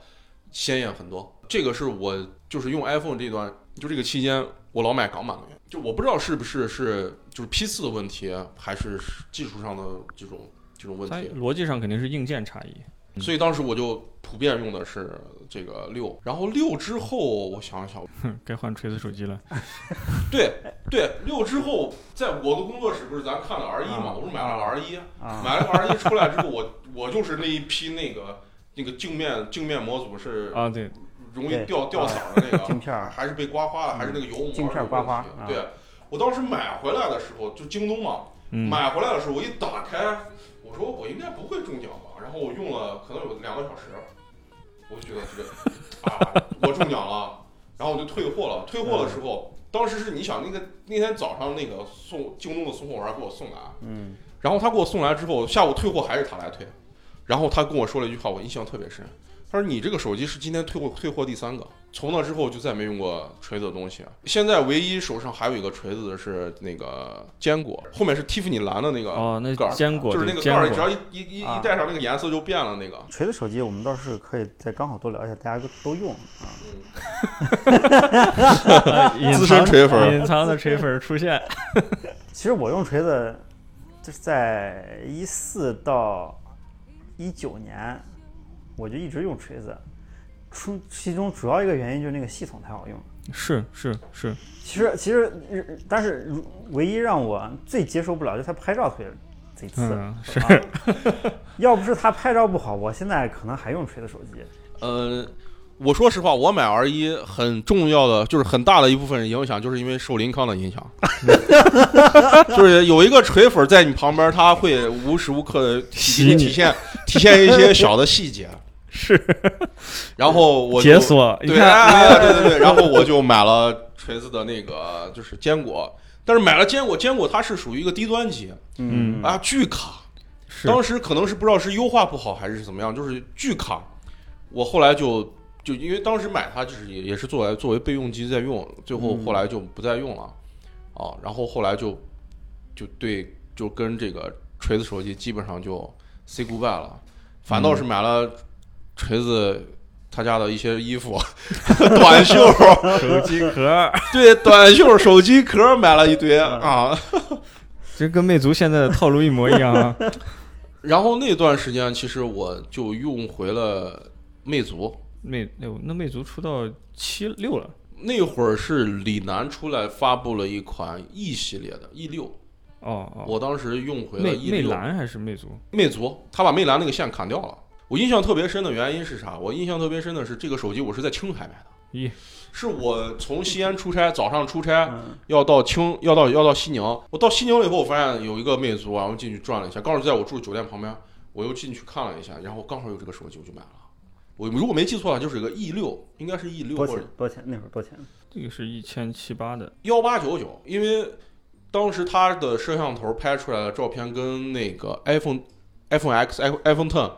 S4: 鲜艳很多。这个是我就是用 iPhone 这段就这个期间，我老买港版的原因，就我不知道是不是是就是批次的问题，啊还是技术上的这种这种问
S5: 它
S4: 题。啊
S5: 逻辑上肯定是硬件差异。嗯
S4: 所以当时我就普遍用的是这个六，然后六之后我想一想，
S5: 哼，嗯该换锤子手机了。
S4: 对对，六之后在我的工作室不是咱看了 R 一嘛，我不是买了 R 一，
S3: 啊，
S4: 买了 R 一出来之后，我我就是那一批那个那个镜面镜面模组是
S5: 啊，对，
S4: 容
S3: 对
S4: 易掉掉色儿的那
S3: 镜
S4: 个，啊
S3: 片儿，
S4: 还是被刮花了，还是那个油膜
S3: 镜片
S4: 有
S3: 刮
S4: 问
S3: 花
S4: 题
S3: 啊
S4: 对我当时买回来的时候，就京东嘛，
S5: 嗯，
S4: 买回来的时候我一打开，我说我应该不会中奖吧，然后我用了可能有两个小时，我就觉得这个啊，我中奖了，然后我就退货了。退
S3: 嗯
S4: 货的时候，当时是你想那个那天早上那个送京东的啊送货员给我送来，
S3: 嗯
S4: 然后他给我送来之后，下午退货还是他来退，然后他跟我说了一句话，我印象特别深。他说：“你这个手机是今天退货退货第三个，从那之后就再没用过锤子的东西。啊现在唯一手上还有一个锤子的是那个坚果，后面是蒂芙尼蓝的那个，
S5: 哦，那
S4: 盖儿
S5: 坚果
S4: 就是那个盖
S5: 坚
S4: 儿，只
S5: 果，
S4: 要一一一
S3: 啊
S4: 一戴上那个颜色就变了那个。
S3: 锤子手机我们倒是可以再刚好多聊一下，大家都都用啊。
S4: 嗯，
S5: 隐
S4: 资深
S5: 藏
S4: 锤粉儿
S5: 隐藏的锤粉儿出现。 *laughs*
S3: 其实我用锤子就是在一四到一九年，我就一直用锤子。出其中主要一个原因就是那个系统太好用。
S5: 是是是，
S3: 其实其实，但是如唯一让我最接受不了就是它拍照特别贼次。
S5: 嗯是
S3: 啊，要不是它拍照不好，我现在可能还用锤子手机。
S4: 呃，我说实话，我买 R 一很重要的就是很大的一部分影响，就是因为受林康的影响，就是有一个锤粉在你旁边，他会无时无刻的
S5: 洗
S4: 体
S5: 你
S4: 体现体现一些小的细节，
S5: *laughs* 是
S4: 然后我就
S5: 解锁，你
S4: 对，
S5: 看
S4: 哎对对对，然后我就买了锤子的那个就是坚果，但是买了坚果，坚果它是属于一个低端机
S5: 嗯
S4: 啊，巨卡。
S5: 是
S4: 当时可能是不知道是优化不好还是怎么样，就是巨卡。我后来就就因为当时买它就是也也是作为作为备用机在用，最后
S3: 嗯
S4: 后来就不再用了、啊。然后后来就就对就跟这个锤子手机基本上就 say goodbye 了，反
S5: 嗯
S4: 倒是买了锤子他家的一些衣服， *laughs* 短袖儿， *laughs*
S5: 手机壳儿， *laughs*
S4: 对短袖儿手机壳儿买了一堆
S5: 嗯
S4: 啊。
S5: 这跟魅族现在的套路一模一样
S4: *laughs*
S5: 啊。
S4: 然后那段时间，其实我就用回了魅族。
S5: 魅哎呦，那魅族出到七六了
S4: 那会儿是李楠出来发布了一款 E 系列的 E 六，
S5: 哦哦，
S4: 我当时用回了
S5: 魅
S4: E
S5: 魅
S4: 六。
S5: 蓝还是魅族？
S4: 魅族，他把魅蓝那个线砍掉了。我印象特别深的原因是啥？我印象特别深的是这个手机我是在青海买的，
S5: 咦，
S4: 是我从西安出差，早上出差
S3: 嗯
S4: 要到青，要到要到西宁。我到西宁了以后，我发现有一个魅族啊，然后进去转了一下，刚好在我住酒店旁边，我又进去看了一下，然后刚好有这个手机，我就买了。我如果没记错啊，就是一个 E 六，应该是 E 六
S3: 多
S4: 或
S3: 少
S4: 者
S3: 钱？多少钱？那会儿多少钱？
S5: 这个是一千七八的，
S4: 幺八九九，因为当时它的摄像头拍出来的照片跟那个 iPhone、iPhone X、iPhone iPhone Ten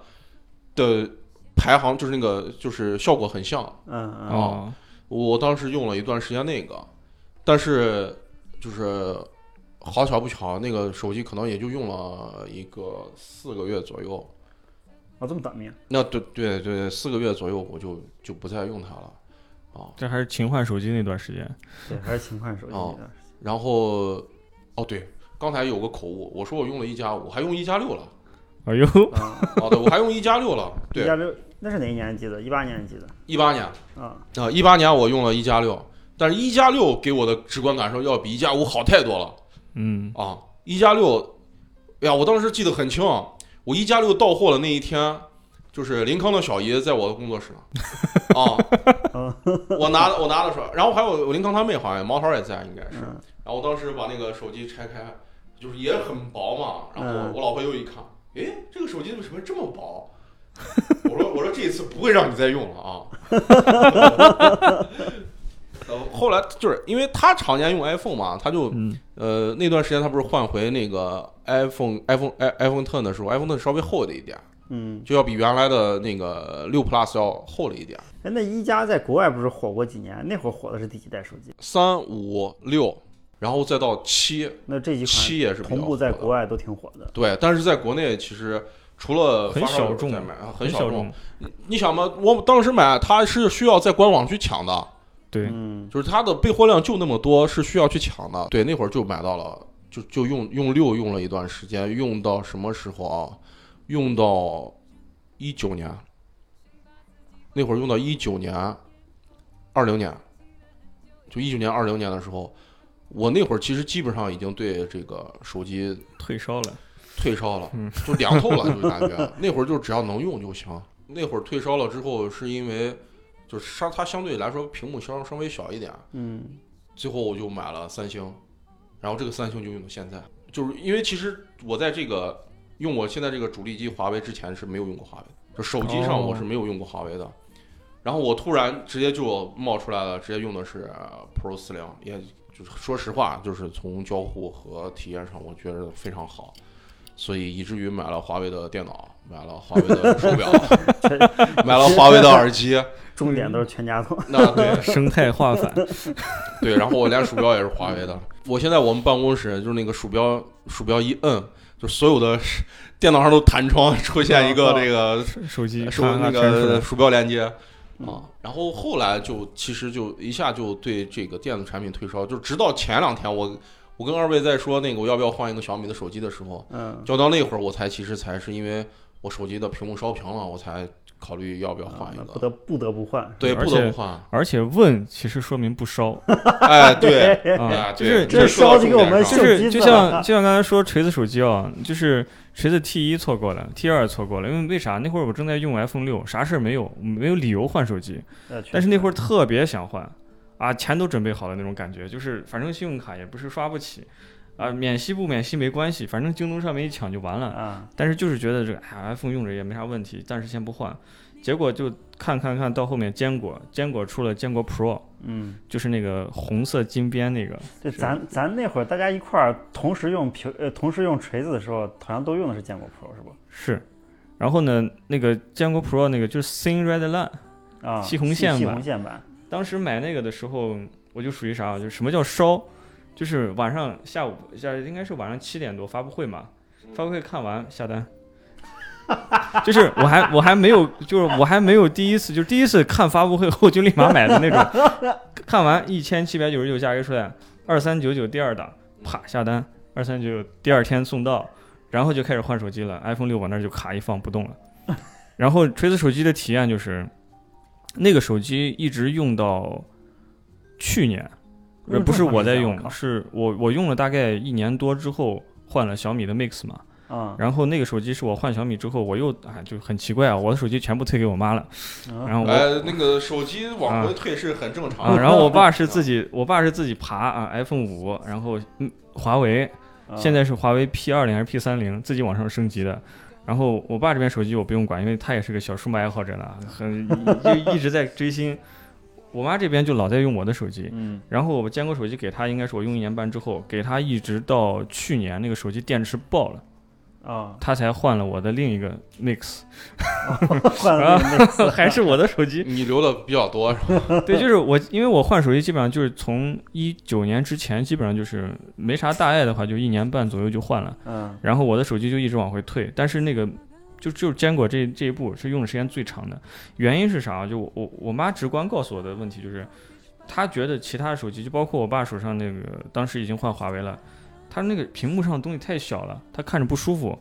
S4: 的排行就是那个就是效果很像。
S3: 嗯嗯。
S5: 哦，
S4: 我当时用了一段时间那个，但是就是好巧不巧，那个手机可能也就用了一个四个月左右。
S3: 哦，这么短命。
S4: 那对对对，四个月左右我就就不再用它了啊。
S5: 这还是勤换手机那段时间。
S3: 对，还是勤换手机
S4: 哦
S3: 的。
S4: 然后哦对，刚才有个口误，我说我用了一加五，还用一加六了。
S5: 哎呦，
S3: 啊，
S4: 哦，对，我还用一加六了。
S3: 一
S4: 对
S3: 加，六，那是哪一年记得？一八年记得。
S4: 一八年
S3: 啊，
S4: 啊，一八年我用了一加六，但是一加六给我的直观感受要比一加五好太多了
S5: 嗯，
S4: 啊！一加六，哎呀，我当时记得很清，啊我一加六到货的那一天，就是林康的小姨在我的工作室呢啊，我拿我拿的时候，然后还有我林康他妹好像毛桃也在，应该是。
S3: 嗯
S4: 然后我当时把那个手机拆开，就是也很薄嘛，然后
S3: 嗯
S4: 我老婆又一看，诶，这个手机为什么这么薄？ *laughs* 我说我说这一次不会让你再用了啊。呃，后来就是因为他常年用 iPhone 嘛，他就
S5: 嗯，
S4: 呃哎那段时间他不是换回那个 iPhone iPhone i iPhone Ten 的时候，iPhone Ten 稍微厚的一点，
S3: 嗯，
S4: 就要比原来的那个六 Plus 要厚了一点。
S3: 哎，那一加在国外不是火过几年？那会儿火的是第几代手机？
S4: 三五六，然后再到七，
S3: 那这几
S4: 七
S3: 款
S4: 也是比较
S3: 同步在
S4: 火的
S3: 国外都挺火的。
S4: 对，但是在国内其实除了
S5: 很
S4: 发烧
S5: 小众
S4: 在买，啊
S5: 很
S4: 很小众
S5: 众。。
S4: 你想嘛，我当时买它是需要在官网去抢的，
S5: 对，
S3: 嗯，
S4: 就是它的备货量就那么多，是需要去抢的。对，那会儿就买到了，就就用用六用了一段时间，用到什么时候啊？用到一九年，那会儿用到一九年、二零年，就一九年、二零年的时候，我那会儿其实基本上已经对这个手机
S5: 退烧了。
S4: 退烧了
S5: 嗯，
S4: 就凉透了，就感觉那会儿就只要能用就行。那会儿退烧了之后，是因为就是它它相对来说屏幕稍稍微小一点，
S3: 嗯，
S4: 最后我就买了三星，然后这个三星就用到现在，就是因为其实我在这个用我现在这个主力机华为之前是没有用过华为的，就手机上
S5: 哦
S4: 我是没有用过华为的。然后我突然直接就冒出来了，直接用的是呃 Pro 四零，也就是说实话，就是从交互和体验上，我觉得非常好，所以以至于买了华为的电脑，买了华为的手表，买了华为的耳机。
S3: 重点都是全家桶。
S4: 那对，
S5: *laughs* 生态化反，
S4: *laughs* 对，然后我连鼠标也是华为的。我现在我们办公室就是那个鼠标，鼠标一摁，就所有的 *laughs* 电脑上都弹窗出现一
S3: 啊
S4: 个这个
S5: 呃手机
S4: 手
S5: 咔咔
S4: 那
S5: 传输
S4: 个
S5: 了
S4: 鼠标连接啊。然后后来就其实就一下就对这个电子产品退烧，就直到前两天我我跟二位在说那个我要不要换一个小米的手机的时候，
S3: 嗯，
S4: 就到那会儿我才其实才是因为我手机的屏幕烧屏了，我才考虑要不要换一
S3: 嗯啊那
S4: 个。
S3: 不得不得不换。
S4: 对，
S5: 而
S4: 不得
S5: 且
S4: 不换。
S5: 而且问其实说明不烧
S4: 哎，对，
S5: 啊，
S4: 哎
S5: 就
S4: 对
S5: 是
S4: 这
S3: *laughs* 这
S4: 说到
S3: 烧
S4: 重
S3: 就给我
S4: 点
S3: 们
S4: 上
S5: 就
S3: 手机
S5: 是就
S3: 了啊
S5: 像就像刚才说锤子手机啊，就是锤子 T 一错过了，T 二错过了，因为为啥？那会儿我正在用 iPhone 六，啥事儿没有，没有理由换手机。
S3: 呃确
S5: 但是
S3: 实
S5: 那会儿特别想换，啊，钱都准备好了那种感觉，就是反正信用卡也不是刷不起，啊，免息不免息没关系，反正京东上面一抢就完了。
S3: 啊，
S5: 但是就是觉得这个哎呀 iPhone 用着也没啥问题，暂时先不换。结果就看看看到后面坚果，坚果出了坚果 Pro，
S3: 嗯，
S5: 就是那个红色金边那个，
S3: 对，
S5: 是
S3: 咱咱那会儿大家一块儿同时用屏呃同时用锤子的时候，好像都用的是坚果 Pro 是不？
S5: 是。然后呢，那个坚果 Pro 那个就是 Thin Red Line，
S3: 啊，
S5: 西红柿
S3: 西
S5: 版
S3: 红线版。
S5: 当时买那个的时候，我就属于啥，就是什么叫烧，就是晚上下午，下应该是晚上七点多发布会嘛，发布会看完下单。 *laughs* 就是我还我还没有，就是我还没有第一次，就是第一次看发布会后就立马买的那种，看完一千七百九十九价格出来，二三九九第二档，啪下单，二三九九第二天送到，然后就开始换手机了，iPhone 六往那儿就卡一放不动了。然后锤子手机的体验就是，那个手机一直用到去年，呃，
S3: 用
S5: 不是
S3: 这么长
S5: 我在
S3: 时间
S5: 用，
S3: 靠
S5: 是我我用了大概一年多之后换了小米的 Mix 嘛，
S3: 啊，
S5: 然后那个手机是我换小米之后，我又啊就很奇怪啊，我的手机全部退给我妈了，
S3: 嗯
S5: 然后我
S4: 哎，那个手机往回退是很正常
S5: 啊，
S4: 的。
S5: 然后我爸是自己，我爸是自己爬啊 iPhone 五，然后嗯华为，
S3: 啊
S5: 现在是华为 P 二零还是 P 三零，自己往上升级的。然后我爸这边手机我不用管，因为他也是个小数码爱好者呢，很就一直在追星。我妈这边就老在用我的手机，
S3: 嗯
S5: 然后我坚果手机给她，应该是我用一年半之后，给她一直到去年那个手机电池爆了，
S4: 嗯
S3: 啊，
S5: *laughs* 她才换了我的另一个 Mix，嗯
S3: 换了
S5: 啊
S3: 那个 Mix
S5: *laughs* 还是我的手
S4: *laughs*
S5: 机。
S4: 你留的比较多，是吧
S5: 对，就是我，因为我换手机基本上就是从一九年之前，基本上就是没啥大碍的话，就一年半左右就换了。
S3: 嗯
S5: 然后我的手机就一直往回退，但是那个就就是坚果这这一步是用的时间最长的，原因是啥？啊就我我我妈直观告诉我的问题就是，她觉得其他手机，就包括我爸手上那个，当时已经换华为了，他那个屏幕上的东西太小了，他看着不舒服。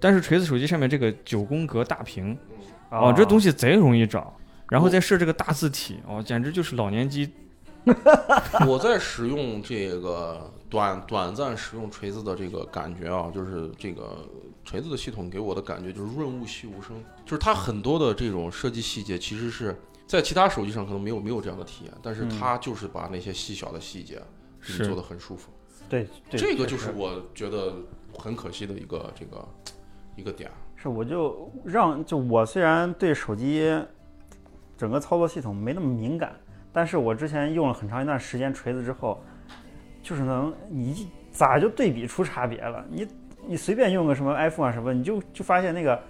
S5: 但是锤子手机上面这个九宫格大屏，
S3: 啊
S5: 哦，这东西贼容易找，然
S3: 哦
S5: 后再设这个大字体，哦，简直就是老年机
S4: *laughs* 我在使用这个短短暂使用锤子的这个感觉啊，就是这个锤子的系统给我的感觉就是润物细无声，就是它很多的这种设计细节其实是在其他手机上可能没有没有这样的体验，但是
S3: 嗯
S4: 它就是把那些细小的细节给你
S5: 是
S4: 做的很舒服，
S3: 啊对对，
S4: 这个就是
S3: 确实
S4: 我觉得很可惜的一个这个一个点。
S3: 是我就让就我虽然对手机整个操作系统没那么敏感，但是我之前用了很长一段时间锤子之后，就是能你一咋就对比出差别了？你你随便用个什么 iPhone 啊什么，你就就发现那个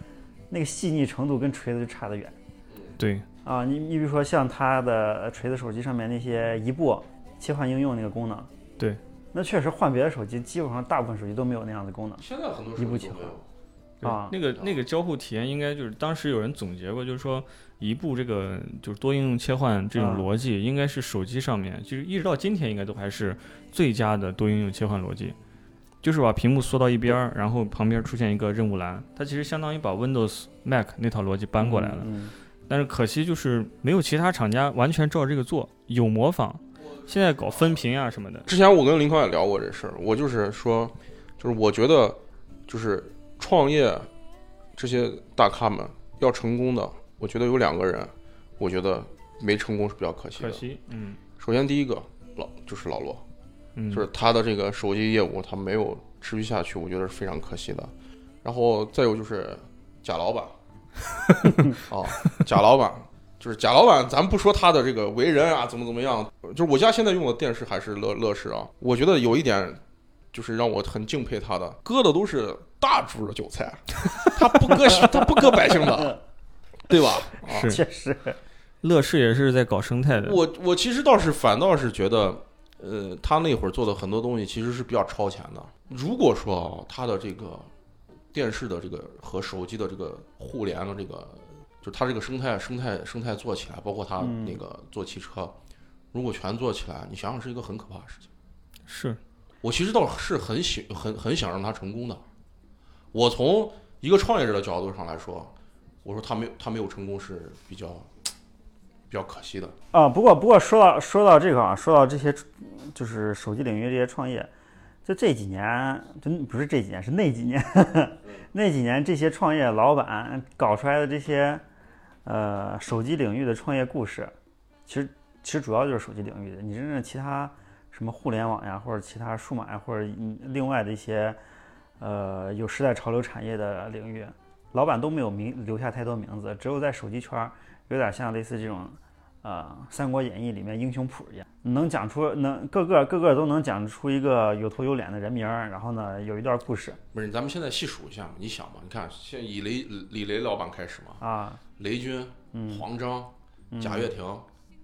S3: 那个细腻程度跟锤子就差得远
S4: 嗯
S5: 对，
S3: 啊。你你比如说像它的锤子手机上面那些一步切换应用那个功能，
S5: 对，
S3: 那确实换别的手机基本上大部分手机都没有那样的功能。
S4: 现在很多
S3: 一步
S4: 手机
S3: 棋
S4: 都没有
S5: 对
S3: 啊
S5: 那个那个交互体验应该就是当时有人总结过，就是说一步这个就是多应用切换这种
S3: 啊
S5: 逻辑，应该是手机上面就是一直到今天应该都还是最佳的多应用切换逻辑，就是把屏幕缩到一边儿，然后旁边出现一个任务栏，它其实相当于把 Windows、Mac 那套逻辑搬过来了。
S3: 嗯，
S5: 但是可惜就是没有其他厂家完全照这个做，有模仿，现在搞分屏啊什么的，
S4: 之前我跟林康也聊过这事儿，我就是说，就是我觉得，就是创业这些大咖们要成功的，我觉得有两个人，我觉得没成功是比较可惜
S5: 可
S4: 的。
S5: 惜，嗯
S4: 首先第一个老就是老罗，
S5: 嗯，
S4: 就是他的这个手机业务他没有持续下去，我觉得是非常可惜的。然后再有就是贾老板，哦，贾老板就是贾老板，咱不说他的这个为人啊，怎么怎么样，就是我家现在用的电视还是乐乐视啊，我觉得有一点就是让我很敬佩他的，割的都是大株的韭菜，他不割 *laughs* 他不割百姓的，对吧？啊，
S5: 是
S3: *laughs* 确实，
S5: 乐视也是在搞生态的，
S4: 我我其实倒是反倒是觉得，呃，他那会儿做的很多东西其实是比较超前的。如果说啊，他的这个电视的这个和手机的这个互联的这个，就是他这个生态生态生态做起来，包括他
S3: 嗯
S4: 那个做汽车，如果全做起来，你想想是一个很可怕的事情。
S5: 是
S4: 我其实倒是很想很很想让他成功的。我从一个创业者的角度上来说，我说他没有他没有成功是比较比较可惜的。
S3: 啊，不过不过说到说到这个啊，说到这些就是手机领域这些创业，就这几年，真不是这几年，是那几年， *laughs* 那几年这些创业老板搞出来的这些呃手机领域的创业故事，其实其实主要就是手机领域的。你真正其他什么互联网呀，或者其他数码呀，或者嗯另外的一些呃有时代潮流产业的领域，老板都没有名留下太多名字，只有在手机圈儿有点像类似这种。呃，《三国演义》里面英雄谱一样，能讲出能个个个个都能讲出一个有头有脸的人名儿，然后呢有一段故事
S4: 不是，咱们现在细数一下，你想吧，你看，现在以雷李雷老板开始嘛，
S3: 啊，
S4: 雷军、
S3: 嗯
S4: 黄章、
S5: 嗯
S4: 贾跃亭、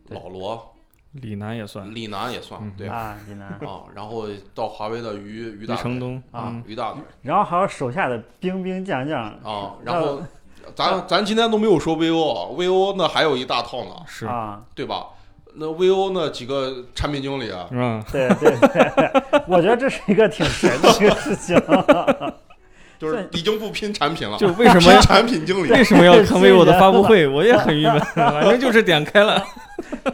S4: 老罗、
S5: 李楠也算，
S4: 李楠也算
S5: 嗯
S4: 对啊，
S3: 啊，李楠，
S4: 然后到华为的于于
S5: 李
S4: 大
S5: 承东
S3: 啊
S5: 嗯
S4: 于大嘴
S3: 然后还有手下的兵兵将将
S4: 啊，
S5: 嗯
S4: 然后咱咱今天都没有说 VO，VO 那还有一大套呢，
S5: 是
S3: 啊，
S4: 对吧？那 VO 那几个产品经理啊，
S5: 是吧？ *laughs*
S3: 对对对， *laughs* 我觉得这是一个挺神的一个事情， *laughs*
S4: 就是已经不拼产品了， *laughs* 啊
S5: 就为什么
S4: 拼产品经理。
S5: 为什么要坑 vivo 的发布会？我也很郁闷，反正就是点开了。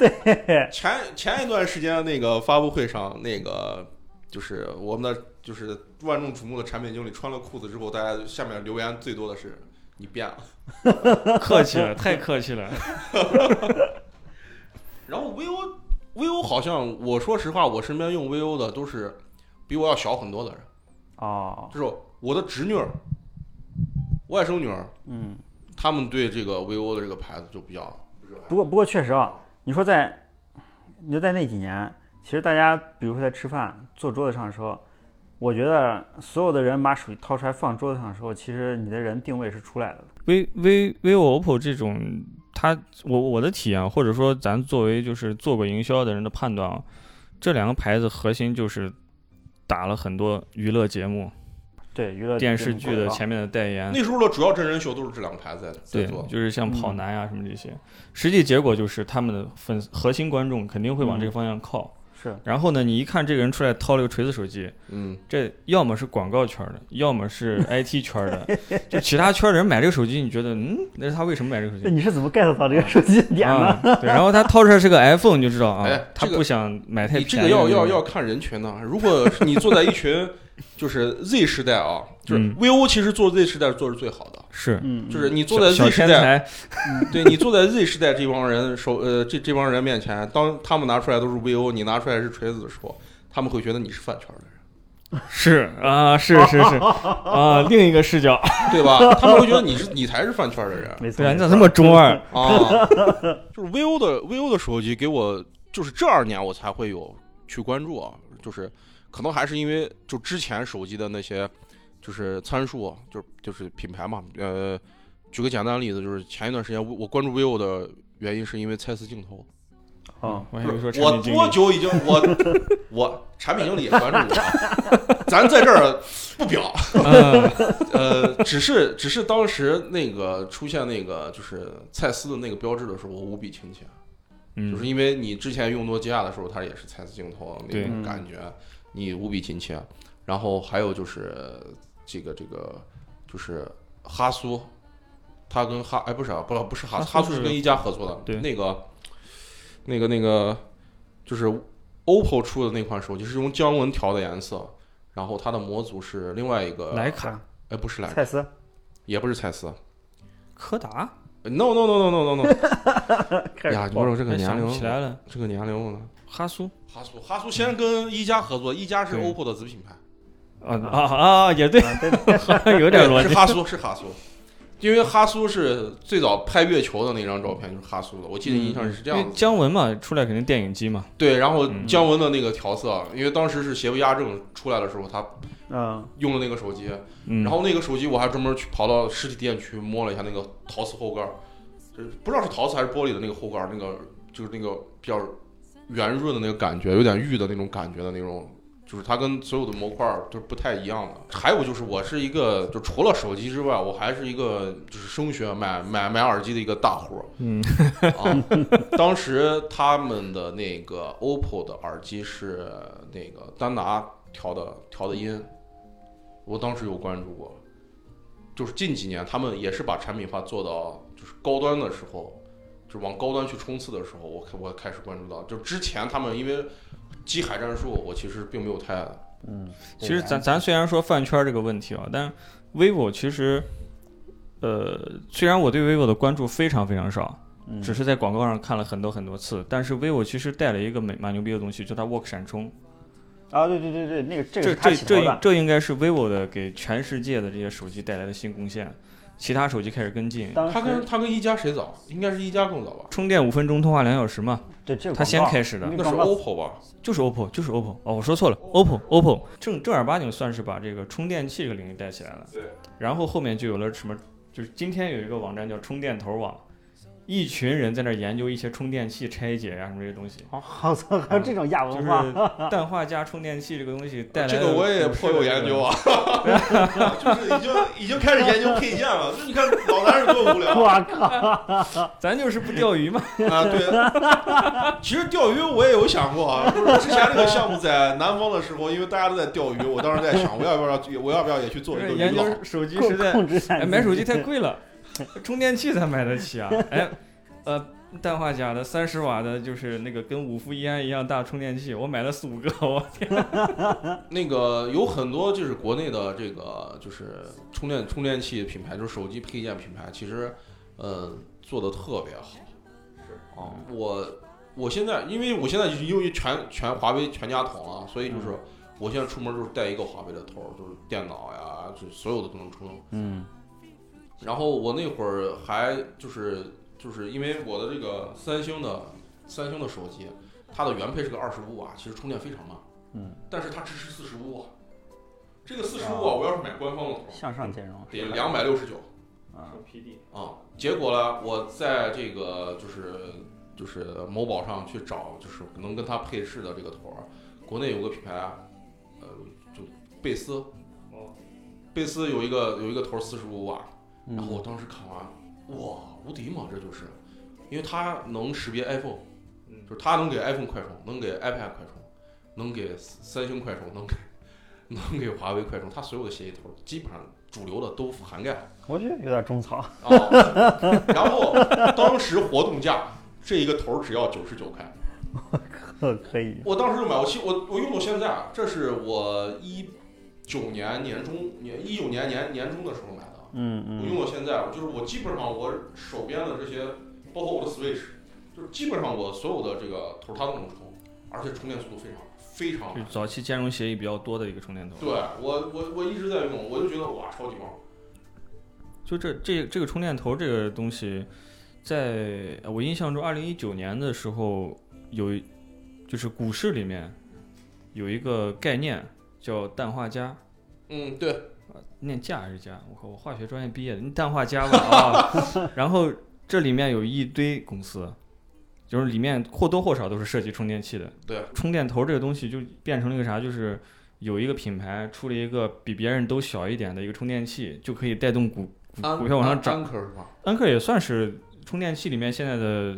S5: *laughs*
S4: 前前一段时间那个发布会上，那个就是我们的就是万众瞩目的产品经理穿了裤子之后，大家下面留言最多的是“你变了
S5: 客气了，太客气了。”。
S4: 然后 vivo vivo 好像我说实话，我身边用 vivo 的都是比我要小很多的人，
S3: 哦，
S4: 就是我的侄女儿、外甥女儿，
S3: 嗯，
S4: 他们对这个 vivo 的这个牌子就比较热爱。
S3: 不过不过确实啊，你说在，你说在那几年，其实大家比如说在吃饭坐桌子上的时候，我觉得所有的人把手机掏出来放桌子上的时候，其实你的人定位是出来的。
S5: v v vivo oppo 这种，它我我的体验，或者说咱作为就是做过营销的人的判断，啊，这两个牌子核心就是打了很多娱乐节目、
S3: 对
S4: 呃
S3: 娱乐
S5: 电视剧的
S3: 广告
S5: 前面的
S4: *laughs*
S5: 代言。
S4: 那时候的主要真人秀都是这两个牌子在
S5: 对
S4: 在做，，
S5: 就是像
S3: 嗯
S5: 跑男呀、啊什么这些，实际结果就是他们的粉丝核心观众肯定会往
S3: 嗯
S5: 这个方向靠。
S3: 是
S5: 然后呢，你一看这个人出来掏了个锤子手机，
S4: 嗯，
S5: 这要么是广告圈的，要么是
S3: *laughs*
S5: IT 圈的，就其他圈的人买这个手机，你觉得嗯，那是他为什么买这个手
S3: 那
S5: 机？
S3: 你是怎么 get 到这个手机的点呢？
S5: 啊，对，然后他掏出来是个 iPhone，你就知道啊，
S4: 哎
S5: 他
S4: 这个
S5: 不想买太
S4: 你
S5: 便宜
S4: 这
S5: 的
S4: 个
S5: 那种。
S4: 要要要看人群呢、如果你坐在一
S5: *laughs*
S4: 群就是 Z 时代啊，就是
S5: 嗯
S4: VO 其实做 Z 时代做是最好的，
S5: 是
S3: 嗯，
S4: 就是你坐
S5: 小
S4: 在
S5: 小
S4: Z 时
S5: 天
S4: 代，
S5: 才，
S4: 对你坐在 Z 时代这帮人手呃这这帮人面前，当他们拿出来都是 VO，你拿出来是锤子的时候，他们会觉得你是饭圈的人，
S5: 是啊，是是
S3: *laughs*
S5: 是啊，另一个视角， *laughs*
S4: 对吧？他们会觉得你是你才是饭圈的人
S3: 没错，
S5: 对啊，你咋这么中二？
S4: 啊！就是 VO 的 VO 的手机给我，就是这二年我才会有去关注啊，就是可能还是因为就啊之前手机的那些就是参数，就是就是品牌嘛，呃，举个简单的例子，就是前一段时间我我关注 vivo 的原因是因为蔡司镜头，嗯
S3: 啊，
S5: 我还以为说产
S4: 我
S5: 品经
S4: 多
S5: 理，
S4: 久已经我我产品经理也关注我啊，咱在这儿不表，
S5: 嗯
S4: 呃，只是只是当时那个出现那个就是蔡司的那个标志的时候，我无比亲切，就
S5: 嗯
S4: 是因为你之前用诺基亚的时候，它也是蔡司镜头那
S5: 对
S4: 种感觉，你无比亲切。然后还有就是这个这个就是哈苏，它跟哈哎不是啊，不不是哈苏，
S5: 哈
S4: 哈
S5: 苏
S4: 苏
S5: 是
S4: 是跟一加合作的，
S5: 对
S4: 那个那个那个就是 OPPO 出的那款手机是用姜文调的颜色，然后它的模组是另外一个
S5: 莱卡、
S4: 哎不是莱卡，*laughs*
S3: 嗯蔡司
S4: 也不是蔡司。
S5: 柯达，
S4: No no no no no no
S5: *laughs*
S4: no！
S3: 开始
S4: 呀，你问我这个
S5: 哎
S4: 年
S5: 想不起来
S4: 龄，
S5: 了，
S4: 这个年龄我呢？
S5: 哈苏
S4: 哈苏，哈苏先跟一加合作，一加是
S5: 对
S4: OPPO 的子品牌，
S5: 啊啊啊，也对， *laughs*
S3: 啊，对对对，
S5: 好像有点逻
S4: 是
S5: 辑。
S4: 哈苏，是哈苏，因为哈苏是最早拍月球的那张照片就是哈苏的， *laughs* 我记得印象是这
S5: 因
S4: 样
S5: 为
S4: 子。
S5: 姜文嘛，出来肯定电影机嘛，
S4: 对，然后
S5: 嗯
S4: 姜文的那个调色，因为当时是邪不压正出来的时候，他 *laughs*
S3: 嗯，
S4: 用的那个手机，
S5: 嗯，
S4: 然后那个手机我还专门去跑到实体店去摸了一下那个陶瓷后盖儿，就是不知道是陶瓷还是玻璃的那个后盖儿，那个就是那个比较圆润的那个感觉，有点玉的那种感觉的那种，就是它跟所有的模块儿都是不太一样的。还有就是我是一个，就除了手机之外，我还是一个就是升学买买买耳机的一个大户儿
S5: 嗯
S4: 啊。当时他们的那个 OPPO 的耳机是那个丹拿调的调的音，我当时有关注过。就是近几年，他们也是把产品化做到就是高端的时候，就往高端去冲刺的时候，我开我开始关注到。就之前他们因为机海战术，我其实并没有太
S3: 嗯，
S5: *laughs* 其实咱咱虽然说饭圈这个问题啊，但 vivo 其实，呃，虽然我对 vivo 的关注非常非常少，
S3: 嗯
S5: 只是在广告上看了很多很多次，但是 vivo 其实带了一个蛮蛮牛逼的东西，就它 work 闪充，
S3: 啊，对对对对，那个这个
S5: 这
S3: 是他
S5: 这
S3: 起头
S5: 这
S3: 的，
S5: 这应该是 vivo 的给全世界的这些手机带来的新贡献，其他手机开始跟进。
S3: 当
S4: 他跟
S3: 时
S4: 他跟一加谁早？应该是一加更早吧？
S5: 充电五分钟，通话两小时嘛，
S3: 对这个
S5: 他先
S3: 广告
S5: 开始的
S3: 那
S4: 那
S3: 个
S4: 是
S3: 广告
S4: OPPO 吧？
S5: 就是 OPPO，就是 OPPO。哦，我说错了，OPPO OPPO 正正儿八经算是把这个充电器这个领域带起来了。
S4: 对。
S5: 然后后面就有了什么，就是今天有一个网站叫充电头网，一群人在那儿研究一些充电器拆解呀、什么这些东西，
S3: 哦好操，还有这种亚
S5: 就
S3: 文
S5: 是
S3: 化，
S5: 氮化镓充电器这个东西带来
S4: 这个我也颇有研究
S5: 啊。
S4: 啊，
S5: *laughs*
S4: 就是已经已经开始研究配件了。你看老男人多无聊啊！
S3: 我靠，
S5: 咱就是不钓鱼嘛，
S4: 啊，对，其实钓鱼我也有想过啊，就是之前这个项目在南方的时候，因为大家都在钓鱼，我当时在想，我要不要我要不要也去做一个
S5: 研
S4: 渔佬？
S5: 究手机实
S3: 控
S5: 在
S3: 控制下
S5: 哎，买手机太贵了，充电器才买得
S3: *laughs*
S5: 起啊！哎，呃，氮化镓的三十瓦的，就是那个跟五伏一安一样大充电器，我买了四五个，我
S4: 那个有很多就是国内的这个就是充电充电器品牌，就是手机配件品牌，其实呃做的特别好。是啊，我我现在因为我现在就是因为全全华为全家桶了，所以就是我现在出门就是带一个华为的头儿，就是电脑呀，就是所有的都能充。
S3: 嗯
S4: 然后我那会儿还就是就是因为我的这个三星的三星的手机，它的原配是个二十五瓦，其实充电非常慢，
S3: 嗯，
S4: 但是它支持四十五瓦。这个四十
S3: 啊
S4: 五瓦，我要是买官方的头，
S3: 向上兼容，
S4: 得两百六十九
S3: 啊，
S4: 啊。结果呢，我在这个就是就是某宝上去找，就是能跟它配饰的这个头儿，国内有个品牌，呃，就贝斯，贝斯有一个有一个头四十五瓦，
S3: 嗯
S4: 然后我当时看完，哇，无敌嘛，这就是，因为它能识别 iPhone，就是它能给 iPhone 快充，能给 iPad 快充，能给三星快充，能给 *laughs* 能给华为快充，它所有的协议头基本上主流的都涵盖了。
S3: 我觉得有点种草，
S4: 啊， *laughs* 然后当时活动价这一个头只要九十九块，
S3: 呵可以，
S4: 我当时就买，我其实我我用到现在啊，这是我一九年年中年一九年年年中的时候买的。啊
S3: 嗯
S4: 我
S3: 嗯
S4: 用到现在，啊就是我基本上我手边的这些，包括我的 Switch，就是基本上我所有的这个头儿它都能充，而且充电速度非常非常
S5: 就是
S4: 慢。
S5: 早期兼容协议比较多的一个充电头。
S4: 对我我我一直在用，我就觉得哇超级棒。
S5: 就这这这个充电头这个东西，在呃我印象中，二零一九年的时候有一，就是股市里面有一个概念叫氮化镓。
S4: 嗯，对，
S5: 念价还是家？我靠，我化学专业毕业的，你氮化镓吧啊。 *laughs* 然后这里面有一堆公司，就是里面或多或少都是设计充电器的。
S4: 对，
S5: 充电头这个东西就变成了一个啥，就是有一个品牌出了一个比别人都小一点的一个充电器，就可以带动股股股票往上涨。
S4: 安可是吧？
S5: 安克也算是充电器里面现在的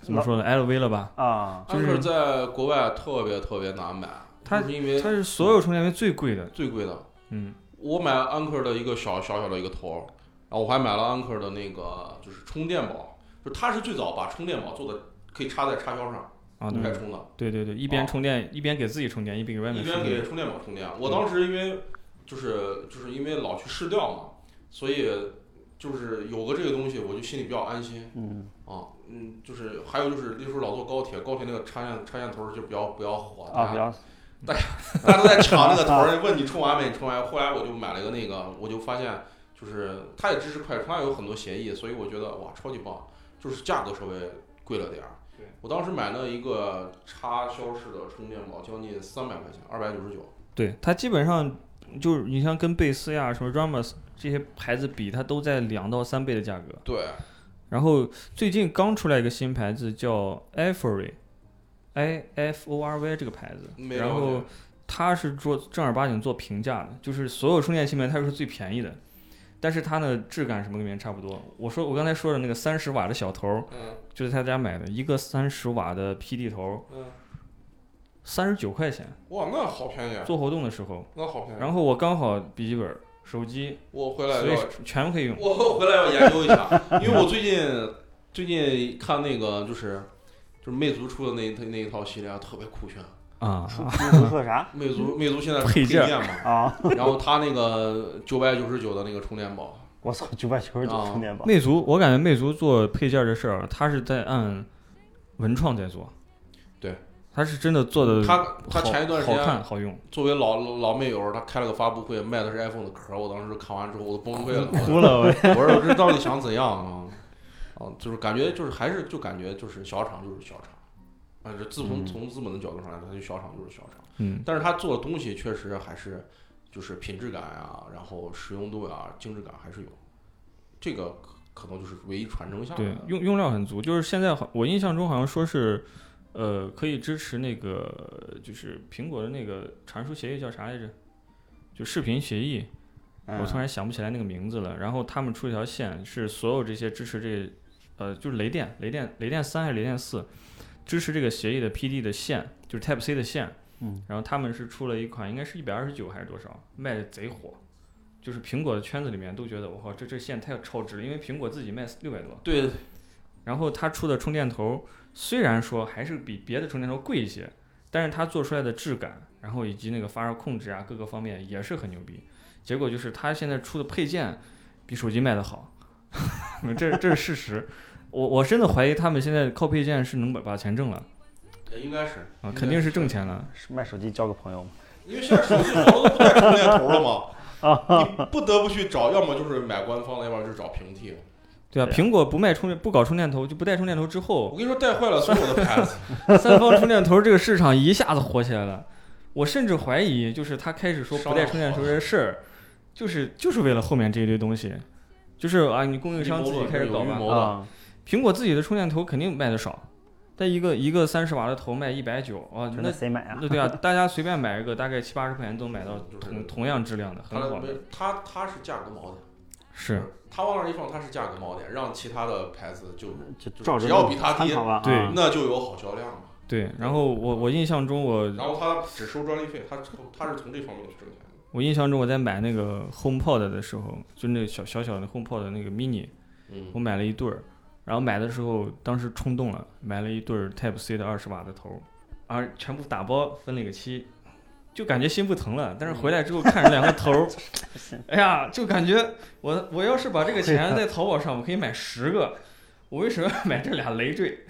S5: 怎么说呢，LV 了吧？
S3: 啊，
S5: 就
S4: 安
S5: 是
S4: 可在国外特别特别难买，
S5: 它
S4: 就是因为
S5: 它是所有充电器最贵的，
S4: 最贵的。
S5: 嗯，
S4: 我买安克的一个小小小的一个头儿，然后我还买了安克的那个就是充电宝，就是它是最早把充电宝做的可以插在插销上
S5: 啊，
S4: 开
S5: 对
S4: 充的。
S5: 对对对，一边
S4: 哦
S5: 充电一边给自己充电，一边给外
S4: 一
S5: 面
S4: 边
S5: 充电
S4: 给。充电宝充电。啊我当时因为就是就是因为老去试调嘛，所以就是有个这个东西，我就心里比较安心
S3: 嗯，
S4: 啊。嗯，就是还有就是那时候老坐高铁，高铁那个插线插线头儿就比较比较火，
S3: 啊，
S4: 大
S3: 不
S4: 家
S3: 要，
S4: 大家都在抢那个头 *laughs* 儿，问你充完没？你充完。后来我就买了一个那个，我就发现就是它也支持快充，它有很多协议，所以我觉得哇，超级棒，就是价格稍微贵了点儿
S5: 对。
S4: 我当时买了一个插销式的充电宝，将近三百块钱，二百九十九。
S5: 对，它基本上就是你像跟贝斯呀、什么 Ramus 这些牌子比，它都在两到三倍的价格。
S4: 对，
S5: 然后最近刚出来一个新牌子叫 Ivory，I F O R Y 这个牌子，
S4: 没了解
S5: 然后它是做正儿八经做平价的，就是所有充电器里面它是最便宜的，但是它呢质感什么跟别人差不多。我说我刚才说的那个三十瓦的小头儿
S4: 嗯
S5: 就是在他家买的，一个三十瓦的 PD 头，
S4: 嗯，
S5: 三十九块钱，
S4: 哇，那好便宜，啊
S5: 做活动的时候。
S4: 那好便宜。
S5: 然后我刚好笔记本、手机、
S4: 我回来要
S5: Switch，全可以用。
S4: 我回来要研究一下，因为我最近最近看那个就是就是魅族出的那一那一套系列啊特别酷炫。
S5: 啊、
S3: 你说啥
S4: 魅族魅族现在是
S5: 配
S4: 配
S5: 件
S4: 件
S5: *laughs*
S4: 嘛，
S3: 啊？
S4: 然后它那个九百九十九的那个充电宝，
S3: 我操，九百九十九
S4: 啊
S3: 充电宝，
S5: 魅族，我感觉魅族做配件儿这事儿，啊它是在按文创在做。
S4: 对，
S5: 它是真的做的好，
S4: 它它前一段时
S5: 好看
S4: 间
S5: 好用，
S4: 作为老老魅友，他开了个发布会，卖的是 iPhone 的壳，我当时看完之后我都崩
S3: *laughs*
S4: 溃了，
S3: 哭了我。
S4: 我说我这到底想怎样啊？啊，就是感觉就是还是就感觉就是小厂就是小厂，啊，这自从
S3: 嗯
S4: 从资本的角度上来说，它就小厂就是小厂。
S5: 嗯，
S4: 但是它做的东西确实还是就是品质感啊，然后实用度啊、精致感还是有，这个可可能就是唯一传承下来
S5: 对
S4: 的，。
S5: 用用料很足。就是现在好，我印象中好像说是，呃，可以支持那个就是苹果的那个传输协议叫啥来着？就视频协议，
S4: 嗯
S5: 我突然想不起来那个名字了。然后他们出一条线，是所有这些支持这，呃，就是雷电、雷电、雷电三还是雷电四，支持这个协议的 PD 的线，就是 Type C 的线。
S3: 嗯，
S5: 然后他们是出了一款，应该是一百二十九还是多少，卖的贼火。就是苹果的圈子里面都觉得，我靠，这这线太超值了，因为苹果自己卖六百多，
S4: 对，
S5: 然后它出的充电头虽然说还是比别的充电头贵一些，但是它做出来的质感，然后以及那个发热控制啊各个方面也是很牛逼。结果就是它现在出的配件比手机卖的好， *laughs* 这这是事实。我我真的怀疑他们现在靠配件是能把把钱挣了
S4: 也呃应该是
S5: 啊，肯定是挣。钱了。
S3: 卖手机交个朋友嘛。
S4: 应该是因为现在手机好多都不带充电头了嘛，
S5: *laughs*
S4: 你不得不去找，要么就是买官方的，要么就是找平替。
S5: 对
S3: 对
S5: 啊，
S3: 啊
S5: 苹果不卖充电不搞充电头就不带充电头之后
S4: 我，跟你说，带坏了所有的牌
S5: *laughs*
S4: 子。
S5: 三方充电头这个市场一下子火起来了。我甚至怀疑，就是他开始说不带充电头这事儿，就是就是为了后面这一堆东西，就是啊，你供应商自己开始搞
S4: 有预
S5: 吧。
S4: 谋的，
S3: 啊，
S5: 苹果自己的充电头肯定卖的少，但一个一个三十瓦的头卖一百九啊，
S3: 那
S5: 那
S3: 谁买啊？
S5: 那对啊，大家随便买一个大概七八十块钱都买到
S4: 就是
S5: 同同样质量的，
S4: 它
S5: 很好
S4: 没。它它是价格锚点，
S5: 是，
S4: 它往那儿一放，它是价格锚点，让其他的牌子就
S5: 啊
S3: 就
S4: 就
S3: 照着
S4: 只要比它
S3: 参
S4: 低，
S3: 考吧。
S5: 对
S3: 啊
S4: 那就有好销量嘛。
S5: 对。然后我我印象中我
S4: 然后它只收专利费，它它是从这方面去挣钱的。
S5: 我印象中我在买那个 HomePod 的时候，就那个小小小的 HomePod 的那个 mini，我
S4: 嗯，
S5: 买了一对儿，然后买的时候当时冲动了，买了一对儿 Type C 的二十瓦的头儿，而全部打包分了一个期，就感觉心不疼了。但是回来之后看着两个头儿， *laughs* 哎呀，就感觉我我要是把这个钱在淘宝上，我可以买十个。我为什么要买这俩累赘？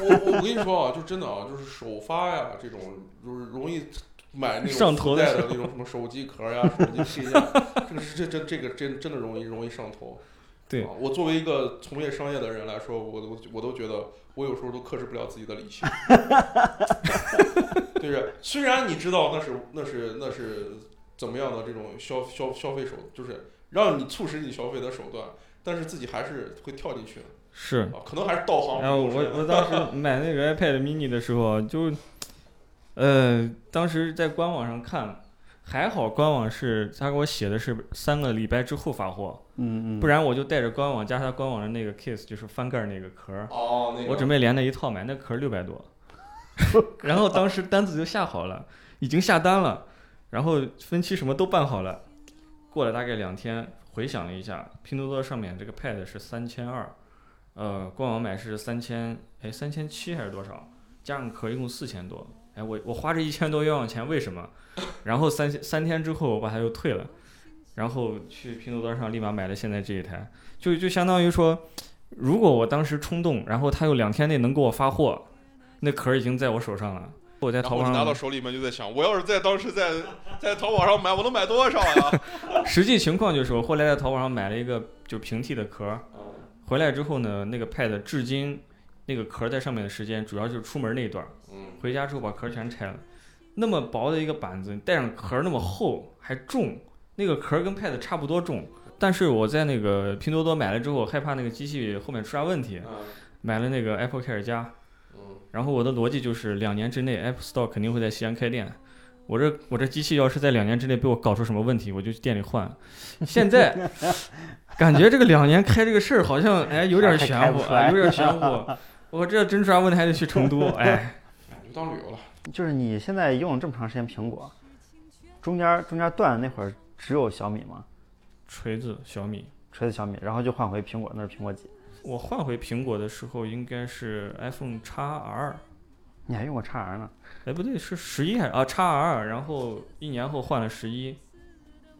S4: 我我我跟你说啊，就真的啊，就是首发呀这种，就是容易买那种
S5: 上头
S4: 附
S5: 的
S4: 带的那种什么手机壳呀、手机配件，这个是这这这个真真的容易容易上头。
S5: 对
S4: 啊，我作为一个从业商业的人来说，我都我都觉得我有时候都克制不了自己的理性。 *laughs* 对着，虽然你知道那是那是那是怎么样的这种消消消费手，就是让你促使你消费的手段，但是自己还是会跳进去的
S5: *laughs* 是。
S4: 啊，可能还是道行。
S5: 哎，我我当时买那个 iPad mini 的时候，啊就，呃，当时在官网上看，还好官网是他给我写的是三个礼拜之后发货，
S3: 嗯嗯，
S5: 不然我就带着官网加他官网的那个 case，就是翻盖儿那个壳儿，
S4: 哦，那个
S5: 我准备连那一套买，那壳六百多，然后当时单子就下好了，已经下单了，然后分期什么都办好了。过了大概两天，回想了一下，拼多多上面这个 Pad 是三千二，呃，官网买是三千，哎，三千七还是多少？加上壳一共四千多，哎，我我花这一千多冤枉钱为什么？然后三三天之后我把它又退了，然后去拼多多上立马买了现在这一台，就就相当于说。如果我当时冲动，然后他又两天内能给我发货，那壳儿已经在我手上了。我在
S4: 然
S5: 淘
S4: 后
S5: 宝
S4: 你
S5: 上
S4: 拿到
S5: 买，
S4: 手里面就在想，我要是在当时在在淘宝上买，我能买多少啊
S5: *laughs*
S4: 呀？
S5: 实际情况就是我后来在淘宝上买了一个就平替的壳儿，回来之后呢，那个 Pad 至今那个壳儿在上面的时间，主要就是出门那一段儿，
S4: 嗯，
S5: 回家之后把壳儿全拆了。那么薄的一个板子，带上壳儿那么厚还重，那个壳儿跟 Pad 差不多重。但是我在那个拼多多买了之后，害怕那个机器后面出啥问题，买了那个 Apple Care 加，
S4: 嗯，
S5: 然后我的逻辑就是，两年之内 App Store 肯定会在西安开店。我这我这机器要是在两年之内被我搞出什么问题，我就去店里换。现
S3: *laughs*
S5: 在感觉这个两年开这个事儿好像哎有点
S3: *laughs* 还
S5: 玄
S3: 开
S5: 乎
S3: 不，出
S5: 哎
S3: 来
S5: 有点玄乎。我这真出啥问题还得去成都，哎，
S4: 就当旅游了。
S3: 就是你现在用了这么长时间苹果，中间中间断的那会儿只有小米嘛，
S5: 锤子小米。
S3: 锤子小米，然后就换回苹果，那是苹果几？
S5: 我换回苹果的时候应该是 iPhone x R，
S3: 你还用过 x R 呢？
S5: 哎不对是十一还是啊 x R，然后一年后换了十一，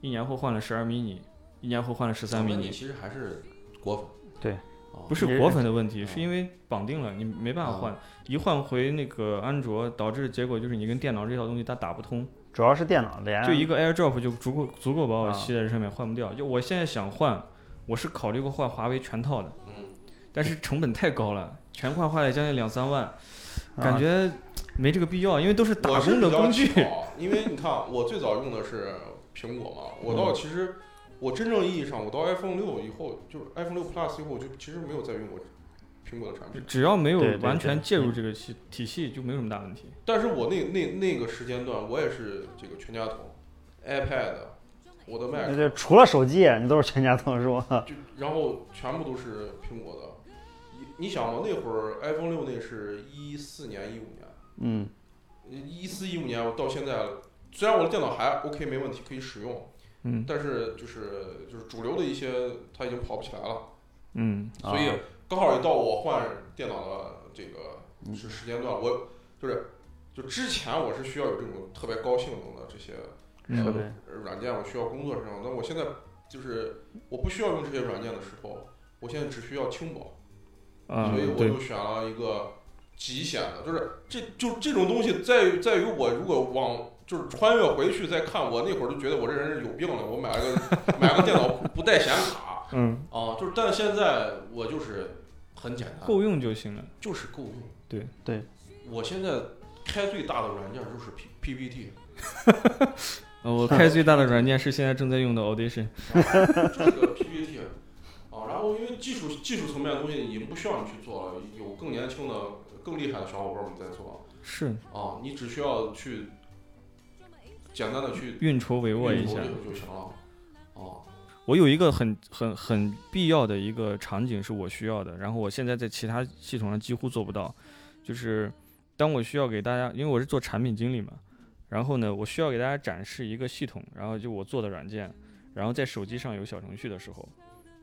S5: 一年后换了十二 mini，一年后换了十三 mini。
S4: 其实还是果粉。
S3: 对
S4: 哦，
S5: 不是
S3: 你
S5: 果粉的问题，
S4: 嗯
S5: 是因为绑定了，你没办法换。一换回那个安卓，导致结果就是你跟电脑这套东西它打不通，
S3: 主要是电脑连，
S5: 就一个 AirDrop 就足够足够把我
S3: 哎啊
S5: 吸在这上面换不掉。就我现在想换，我是考虑过换华为全套的，
S4: 嗯，
S5: 但是成本太高了，全换花了将近两三万，
S3: 啊
S5: 感觉没这个必要，因为都是打
S4: 我是
S5: 工的
S4: 比较
S5: 工具。
S4: 巧，因为你看，我最早用的是苹果嘛，
S5: 嗯
S4: 我到其实我真正意义上，我到 iPhone 六以后，就是 iPhone 六 Plus 以后，我就其实没有再用过苹果的产品。
S5: 只要没有
S3: 对对嗯
S5: 完全
S3: 对
S5: 介入这个系体系，就没有什么大问题。
S4: 但是我那那那个时间段，我也是这个全家桶，iPad，我的 Mac，
S3: 那就呃除了手机，你都是全家桶是吧？
S4: 就然后全部都是苹果的。你你想嘛，那会儿 iPhone 六那是一四年一五年，
S3: 嗯，
S4: 一四一五年我到现在，虽然我的电脑还 OK 没问题可以使用，
S5: 嗯
S4: 但是就是就是主流的一些它已经跑不起来了，
S5: 嗯，
S3: 啊
S4: 所以刚好也到我换电脑的这个是时间段，我就是就之前我是需要有这种特别高性能的这些
S5: 嗯
S3: 设备，
S4: 呃软件，我需要工作上，但我现在就是我不需要用这些软件的时候，我现在只需要轻薄。
S5: 啊、
S4: 所以我
S5: 对
S4: 就选了一个极限的，就是这就这种东西在于在于我如果往就是穿越回去再看，我那会儿就觉得我这人是有病了，我买了个买了个电脑不带显卡
S5: 嗯，
S4: 啊，就是但现在我就是很简单，
S5: 够用就行了。
S4: 就是够用。
S5: 对
S3: 对，
S4: 我现在开最大的软件就是 P P P T，
S3: *laughs*
S5: 呃，我开最大的软件是现在正在用的 Audition。
S4: 就是个 P P T。啊，然后因为技术技术层面的东西已经不需要你去做了，有更年轻的、更厉害的小伙伴们在做。
S5: 是
S4: 啊，你只需要去简单的去
S5: 运筹帷幄一
S4: 运筹
S5: 下。
S4: 就就行了。哦、
S5: 我有一个很很很必要的一个场景是我需要的，然后我现在在其他系统上几乎做不到，就是当我需要给大家，因为我是做产品经理嘛，然后呢，我需要给大家展示一个系统，然后就我做的软件，然后在手机上有小程序的时候，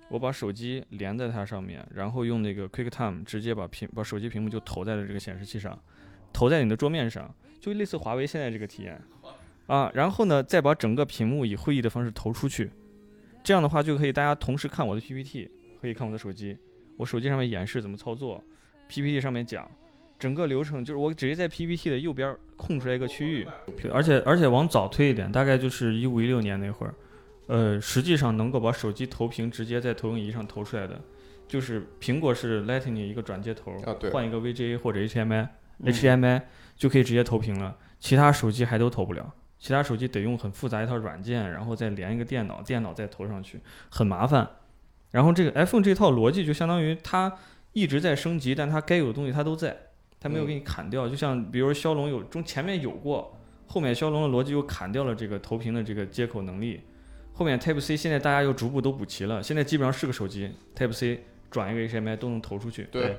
S5: 我把手机连在它上面，然后用那个 QuickTime 直接把屏把手机屏幕就投在了这个显示器上，投在你的桌面上，就类似华为现在这个体验啊，然后呢，再把整个屏幕以会议的方式投出去，这样的话就可以大家同时看我的 PPT，可以看我的手机，我手机上面演示怎么操作，PPT 上面讲。整个流程就是我直接在 PPT 的右边空出来一个区域，对，而且而且往早推一点，大概就是一五一六年那会儿，呃，实际上能够把手机投屏直接在投影仪上投出来的，就是苹果是 Lightning 一个转接头，
S4: 啊，对，
S5: 换一个 VGA 或者 HDMI，HDMI、
S3: 嗯
S5: HDMI 就可以直接投屏了，其他手机还都投不了。其他手机得用很复杂一套软件，然后再连一个电脑，电脑再投上去，很麻烦。然后这个 iPhone 这套逻辑就相当于它一直在升级，但它该有的东西它都在，它没有给你砍掉。就像比如说骁龙有中前面有过，后面骁龙的逻辑又砍掉了这个投屏的这个接口能力。后面 Type C 现在大家又逐步都补齐了，现在基本上是个手机 Type C 转一个 HDMI 都能投出去。
S4: 对，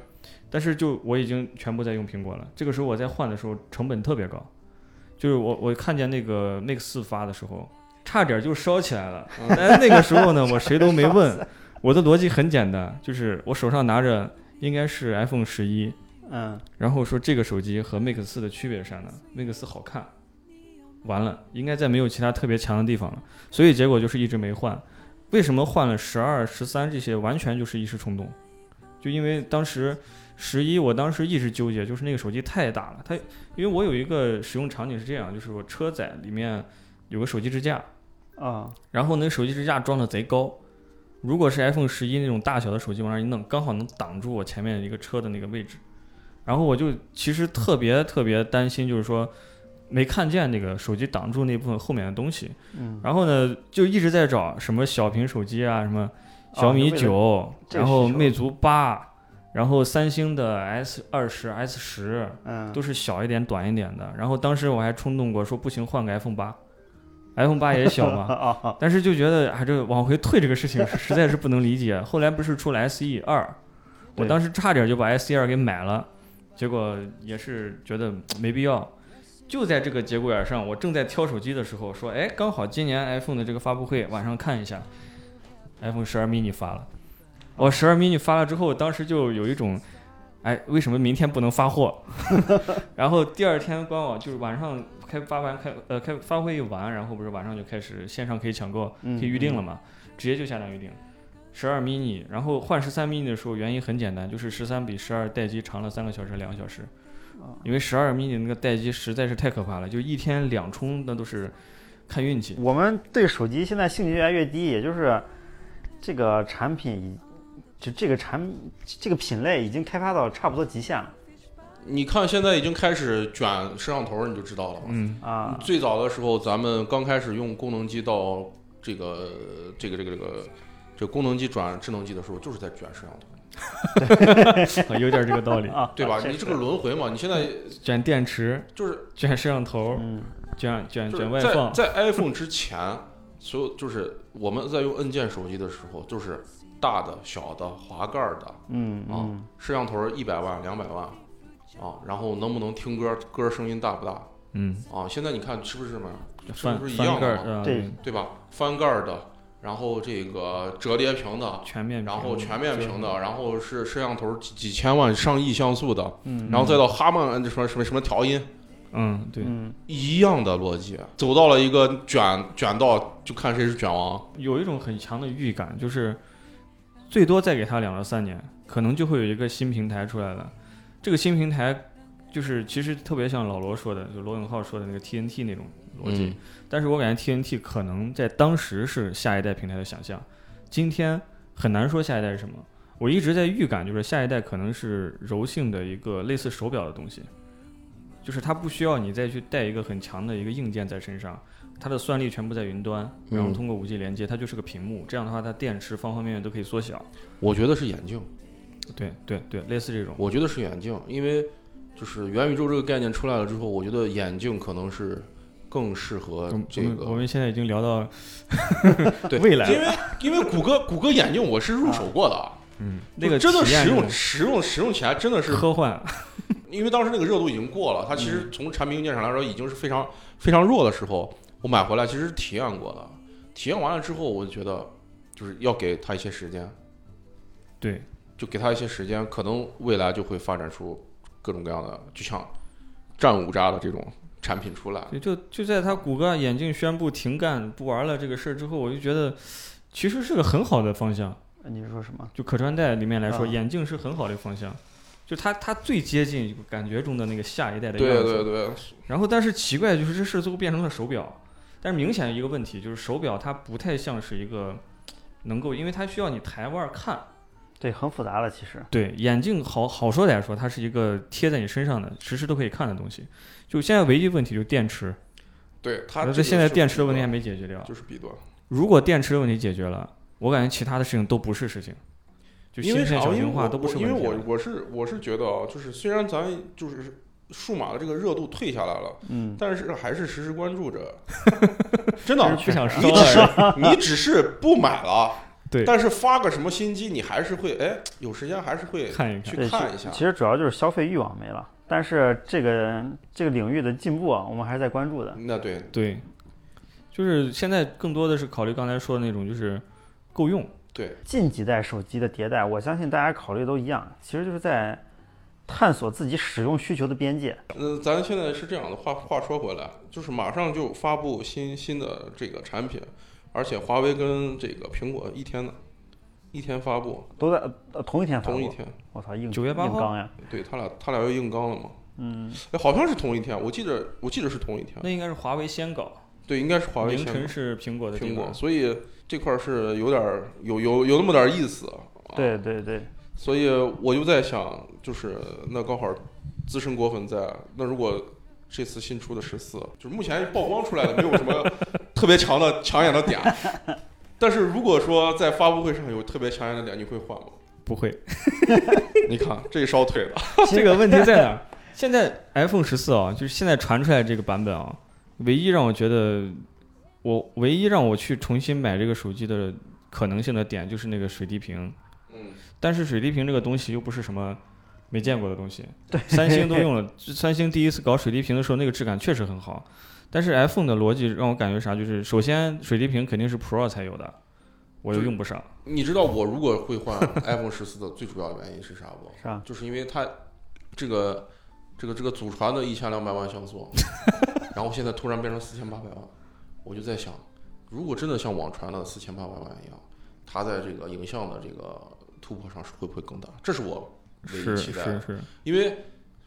S5: 但是就我已经全部在用苹果了。这个时候我在换的时候成本特别高，就是我我看见那个 Mix 四发的时候，差点就烧起来了。但那个时候呢，我谁都没问，我的逻辑很简单，就是我手上拿着应该是 iPhone 十一，
S3: 嗯，
S5: 然后说这个手机和 Mix 四的区别是啥呢？Mix 四好看，完了，应该再没有其他特别强的地方了，所以结果就是一直没换。为什么换了十二、十三这些，完全就是一时冲动，就因为当时十一，我当时一直纠结，就是那个手机太大了，它因为我有一个使用场景是这样，就是我车载里面有个手机支架，
S3: 啊，
S5: 然后那个手机支架装的贼高，如果是 iPhone 十一那种大小的手机往那儿一弄，刚好能挡住我前面一个车的那个位置。然后我就其实特别特别担心，就是说没看见那个手机挡住那部分后面的东西。
S3: 嗯，
S5: 然后呢，就一直在找什么小屏手机啊，什么小
S3: 就
S5: 米
S3: 为了
S5: 九、
S3: 这个
S5: 然后
S3: 需求
S5: 魅族八，然后三星的 S 二十、S 十，
S3: 嗯，
S5: 都是小一点、短一点的。然后当时我还冲动过，说不行，换个 iPhone 八，iPhone 八也小嘛。
S3: 啊啊，
S5: 但是就觉得啊，这往回退这个事情是实在是不能理解。后来不是出了 SE 二，我
S3: 对
S5: 当时差点就把 SE 二给买了，结果也是觉得没必要。就在这个节骨眼上，我正在挑手机的时候，说，哎，刚好今年 iPhone 的这个发布会，晚上看一下，iPhone 十二 mini 发了。我十二 mini 发了之后，当时就有一种，哎，为什么明天不能发货？ *laughs* 然后第二天官网就是晚上开发完开呃开发布会一完，然后不是晚上就开始线上可以抢购，
S3: 嗯
S5: 可以预定了嘛，直接就下单预定。十二 mini，然后换十三 mini 的时候，原因很简单，就是十三比十二待机长了三个小时、两个小时
S3: 啊，
S5: 因为十二 mini 那个待机实在是太可怕了，就一天两充那都是看运
S3: *laughs*
S5: 气。
S3: 嗯我们对手机现在兴趣越来越低，也就是这个产品已，就这个产这个品类已经开发到差不多极限了
S4: 你看现在已经开始卷摄像头，你就知道了嘛。
S5: 嗯，
S3: 啊。。
S4: 最早的时候，咱们刚开始用功能机到这个这个这个这个这功能机转智能机的时候，就是在卷摄像头，
S5: 有点这个道理
S3: 啊，
S4: 对吧？
S3: 是
S4: 你这个轮回嘛，你现在
S5: 卷电池，
S4: 就是
S5: 卷摄像头，
S3: 嗯
S5: 卷卷
S4: 就是
S5: 卷外
S4: 在
S5: 放，
S4: 在 iPhone 之前，所有就是我们在用按键手机的时候，就是大的、小的、滑盖的，
S3: 嗯
S4: 啊
S3: 嗯
S4: 摄像头一百万、两百万啊，然后能不能听歌，歌声音大不大
S5: 嗯，
S4: 啊？现在你看是不是这么样？是
S5: 翻
S4: 不是一
S5: 翻
S4: 样
S5: 盖
S4: 的
S5: 儿，
S4: 嘛？
S5: 呃
S3: 对
S4: 对吧？翻盖儿的，然后这个折叠屏的，
S5: 全面屏，
S4: 然后全面屏
S5: 就
S4: 的，
S5: 是，
S4: 然后是摄像头几几千万、上亿像素的，
S3: 嗯，
S4: 然后再到哈曼呃什么什么什么调音，
S5: 嗯，对，
S3: 嗯
S4: 一样的逻辑，走到了一个卷卷到就看谁是卷王。
S5: 有一种很强的预感，就是最多再给他两到三年，可能就会有一个新平台出来了。这个新平台就是其实特别像老罗说的，就罗永浩说的那个 TNT 那种逻辑，
S4: 嗯
S5: 但是我感觉 TNT 可能在当时是下一代平台的想象，今天很难说下一代是什么。我一直在预感，就是下一代可能是柔性的一个类似手表的东西，就是它不需要你再去带一个很强的一个硬件在身上，它的算力全部在云端，然后
S4: 嗯
S5: 通过 5G 连接，它就是个屏幕。这样的话，它电池方方面面都可以缩小。
S4: 我觉得是眼镜，
S5: 对对对，类似这种。
S4: 我觉得是眼镜，因为就是元宇宙这个概念出来了之后，我觉得眼镜可能是更适合
S5: 我们
S4: 这
S5: 我们我
S4: 个。
S5: 们现在已经聊到
S4: *laughs* 对
S5: 未来了
S4: 因为因为谷歌谷歌眼镜我是入手过的，啊
S5: 嗯那个
S4: 真的
S5: 体验
S4: 使用
S5: 那种
S4: 使用使用起来真的是
S5: 科幻，
S4: 因为当时那个热度已经过了，它其
S5: 嗯
S4: 实从产品硬件上来说已经是非常非常弱的时候，我买回来其实是体验过的。体验完了之后，我就觉得就是要给它一些时间，
S5: 对，
S4: 就给它一些时间，可能未来就会发展出各种各样的，就像战五渣的这种产品出来。
S5: 对，就就在他谷歌眼镜宣布停干不玩了这个事儿之后，我就觉得其实是个很好的方向。
S3: 你是说什么？
S5: 就可穿戴里面来说，
S3: 啊
S5: 眼镜是很好的一个方向，就它它最接近感觉中的那个下一代的样
S4: 对
S5: 子。
S4: 对对，
S5: 然后，但是奇怪的就是这事最后变成了手表，但是明显一个问题就是手表它不太像是一个能够，因为它需要你抬腕儿看。
S3: 对，很复杂了，其实。
S5: 对，眼镜好好说歹说，它是一个贴在你身上的，时时都可以看的东西。就现在唯一问题就是电池，
S4: 对，
S7: 它
S5: 那
S7: 这个
S5: 现在
S7: 是
S5: 电池的问题
S4: 啊
S7: 弊端
S5: 还没解决掉。
S4: 就是弊端。
S5: 如果电池的问题解决了，我感觉其他的事情都不是事情，就
S4: 因
S5: 芯
S4: 为
S5: 片
S4: 啥？
S5: 小
S4: 因为
S5: 型化
S4: 我
S5: 都不
S4: 我
S5: 是
S4: 因为
S5: 问题
S4: 我
S5: 了。
S4: 我是我是觉得啊，就是虽然咱就是数码的这个热度退下来了，
S3: 嗯，
S4: 但是还是时时关注
S5: *laughs*
S4: 着。真的，啊
S5: 就是不想
S4: 你
S5: 烧
S4: 只
S5: 了，
S4: 是你只是不买了，
S5: *laughs* 对
S4: 但是发个什么新机，你还是会哎，有时间还是会
S5: 看一看。
S4: 去
S3: 对，
S4: 看一
S3: 其
S4: 下
S3: 其。实主要就是消费欲望没了，但是这个这个领域的进步啊，我们还是在关注的。
S4: 那对，
S5: 对，就是现在更多的是考虑刚才说的那种，就是够用。
S4: 嗯
S3: 近几代手机的迭代，我相信大家考虑都一样，其实就是在探索自己使用需求的边界。
S4: 呃，咱现在是这样的，话话说回来，就是马上就发布新新的这个产品，而且华为跟这个苹果一天呢，一天发布，
S3: 都在、呃、同一天发布，
S4: 同一天，
S3: 我操，硬
S5: 9月8号
S3: 硬刚呀！
S4: 对他俩他俩要硬刚了嘛？
S3: 嗯，
S4: 哎，好像是同一天，我记得我记得是同一天，
S5: 那应该是华为先搞，
S4: 对，应该是华为
S5: 凌
S4: 先
S5: 晨是苹果的
S4: 苹
S5: 地
S4: 果，
S5: 方。
S4: 所以这块儿是有点儿有有有那么点儿意思。啊，
S3: 对对对，
S4: 所以我就在想，就是那刚好资深果粉在，那如果这次新出的十四，就是目前曝光出来的没有什么特别强的抢眼的点，但是如果说在发布会上有特别抢眼的点，你会换吗？
S5: 不 *laughs* 会，
S4: 你看这烧腿的，
S5: 这个问题在哪儿？ *laughs* 现在 iPhone 十四啊，就是现在传出来这个版本啊，唯一让我觉得，我唯一让我去重新买这个手机的可能性的点就是那个水滴屏。
S4: 嗯，
S5: 但是水滴屏这个东西又不是什么没见过的东西，对，三星都用了。三星第一次搞水滴屏的时候，那个质感确实很好。但是 iPhone 的逻辑让我感觉啥？就是首先水滴屏肯定是 Pro 才有的，我又
S4: 对
S5: 用不上。
S4: 你知道我如果会换 iPhone 十四的最主要原因是啥不？
S3: 是吧？
S4: 就是因为它这个这个这个祖传的一千两百万像素， *laughs* 然后现在突然变成四千八百万，我就在想，如果真的像网传的四千八百万一样，它在这个影像的这个突破上是会不会更大？这是我唯一
S5: 是
S4: 期
S5: 是
S4: 待的，
S5: 是，
S4: 因为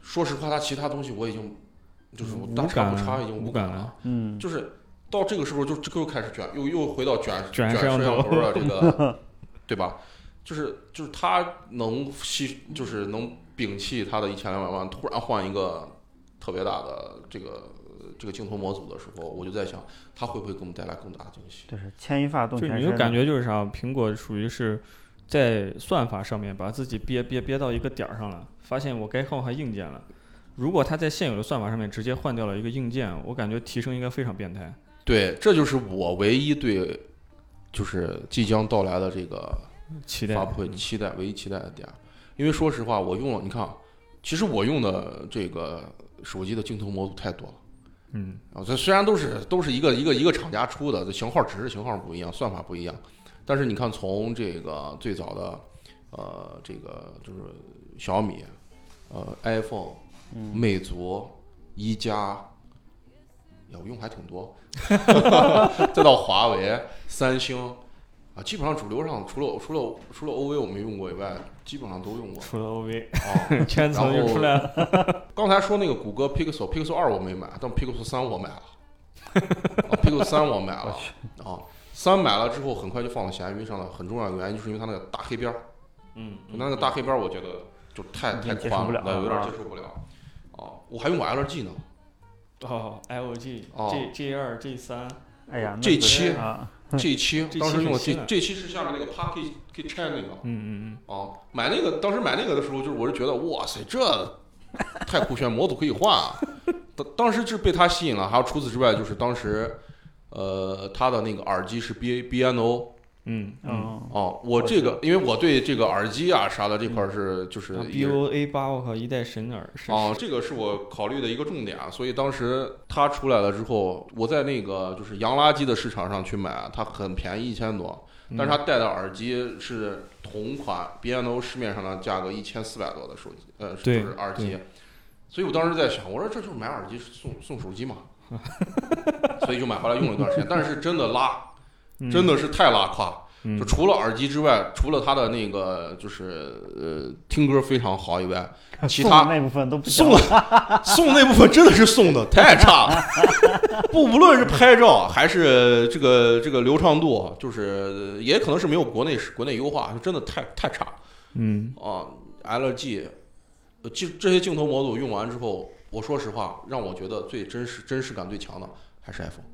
S4: 说实话，它其他东西我已经就是我
S5: 无
S4: 大差不
S5: 感
S4: 差，
S5: 了
S4: 已经
S5: 无
S4: 无
S5: 感
S4: 感了
S5: 了，
S3: 嗯，
S4: 就是。到这个时候就就又开始卷，又又回到卷
S5: 卷
S4: 摄
S5: 摄像
S4: 像
S5: 头
S4: 头的这个，
S5: *laughs*
S4: 对吧？就是就是他能吸，就是能摒弃他的一千两百万，突然换一个特别大的这个这个镜头模组的时候，我就在想，他会不会给我们带来更大的惊喜？
S3: 就是牵一发动
S5: 就
S3: 全身。
S5: 你就感觉就是啥？苹果属于是在算法上面把自己憋憋憋到一个点儿上了，发现我该换换硬件了。如果它在现有的算法上面直接换掉了一个硬件，我感觉提升应该非常变态。
S4: 对，这就是我唯一对就是即将到来的这个
S5: 期待
S4: 发布会期待唯一期待的点，因为说实话，我用了，你看，啊，其实我用的这个手机的镜头模组太多了。
S5: 嗯，
S4: *laughs* 啊，这虽然都是都是一个一个一个厂家出的，这型号只是型号不一样，算法不一样，但是你看从这个最早的，呃，这个就是小米，呃，iPhone，、魅族、一加，呀，我用还挺多，再到华为、三星，啊，基本上主流上除了除了除了 OV 我没用过以外，基本上都用过。
S5: 除了 OV，
S4: 啊，
S5: 圈层就出来了。
S4: 刚才说那个谷歌 Pixel Pixel 二我没买，但 Pixel 三我买了。啊、Pixel 三我买了啊，三买了之后很快就放到闲鱼上了。很重要的原因就是因为它那个大黑边儿，
S5: 嗯，
S4: 就它那个大黑边儿，我觉得就太
S3: 已
S4: 太
S3: 经接
S4: 宽
S3: 受不了
S4: 对有点
S3: 了
S4: 接受不了。啊，我还用过 LG 呢，
S5: 哦，LG
S4: 哦
S5: G G 二 G 三，
S3: 哎呀，那
S4: 这
S3: 不
S4: 期
S3: 啊，
S4: 这一期
S5: 这一期
S4: 当时用的
S5: 很新
S4: 这
S5: 了
S4: 这一期是下面那个 Pack 可以可以拆那个
S5: 嗯嗯
S4: 啊，买那个当时买那个的时候，就是我是觉得哇塞，这太酷炫，模组可以换、啊。当当时是被它吸引了，还有除此之外，就是当时呃它的那个耳机是 B B N O。
S5: 嗯嗯
S3: 嗯，
S4: 哦，我这个，因为我对这个耳机啊啥的这块儿是就是
S5: 嗯
S4: 也
S5: ，B O A 八，我靠，一代神耳是
S4: 哦，这个是我考虑的一个重点，啊所以当时它出来了之后，我在那个就是洋垃圾的市场上去买，啊它很便宜，一千多，
S5: 嗯
S4: 但是它带的耳机是同款 B N O 市面上的价格一千四百多的手机，呃，就
S5: 对
S4: 是耳机，所以我当时在想，我说这就是买耳机送送手机
S5: *laughs*
S4: 嘛，所以就买回来用了一段时间，但是真的拉，
S5: 嗯
S4: 真的是太拉胯了。就除了耳机之外，除了它的那个就是呃听歌非常好以外，其
S3: 送
S4: 他
S3: 的那部分都不
S4: 送 *laughs*
S3: 了。
S4: 送那部分真的是送的太差了， *laughs* 不无论是拍照还是这个这个流畅度，啊就是呃也可能是没有国内国内优化，就真的太太差
S5: 嗯
S4: 啊。LG，呃这这些镜头模组用完之后，我说实话，让我觉得最真实真实感最强的还是 iPhone，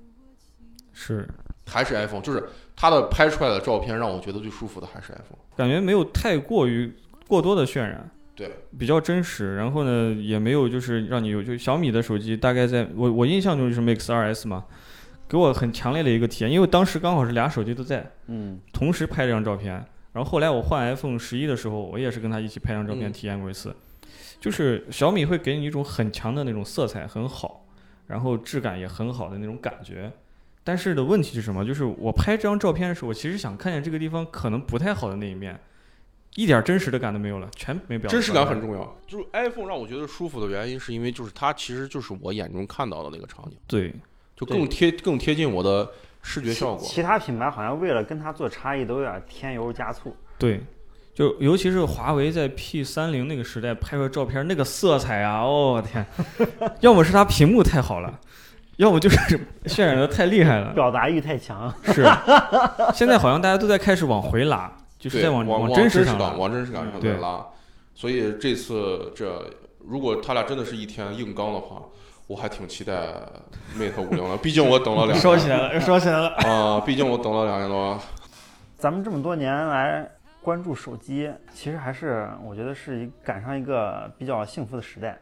S5: 是
S4: 还是 iPhone，就是它的拍出来的照片让我觉得最舒服的还是 iPhone。
S5: 感觉没有太过于过多的渲染，
S4: 对，
S5: 比较真实。然后呢，也没有就是让你有就小米的手机，大概在我我印象中就是 Mix 2S 嘛，给我很强烈的一个体验，因为当时刚好是俩手机都在，
S3: 嗯
S5: 同时拍这张照片。然后后来我换 iPhone 十一的时候，我也是跟他一起拍张照片，
S4: 嗯
S5: 体验过一次。就是小米会给你一种很强的那种色彩很好，然后质感也很好的那种感觉。但是的问题是什么？就是我拍这张照片的时候，我其实想看见这个地方可能不太好的那一面，一点真实的感都没有了，全没表现出来。
S4: 真实感很重要。就是 iPhone 让我觉得舒服的原因，是因为就是它其实就是我眼中看到的那个场景，
S5: 对，
S4: 就
S5: 对
S4: 更贴更贴近我的视觉
S3: 其
S4: 效果。
S3: 其他品牌好像为了跟它做差异，都有点添油加醋。
S5: 对，就尤其是华为在 P 三零那个时代拍出来照片，那个色彩啊，哦天，要么是它屏幕太好了，要么就是渲染的太厉害了。
S3: 表达欲太强，
S5: 是，现在好像大家都在开始往回拉，就是
S4: 对，
S5: 在
S4: 往
S5: 往
S4: 真
S5: 真实
S4: 感
S5: 上拉。
S4: 往真实感上
S5: 对
S4: 再拉。所以这次这如果他俩真的是一天硬刚的话，我还挺期待 Mate 五零的，毕竟我等了两
S5: 烧起
S4: 年
S5: 来了，烧起来了。
S4: 啊，毕竟我等了两年多。
S3: 咱们这么多年来关注手机，其实还是我觉得是一赶上一个比较幸福的时代。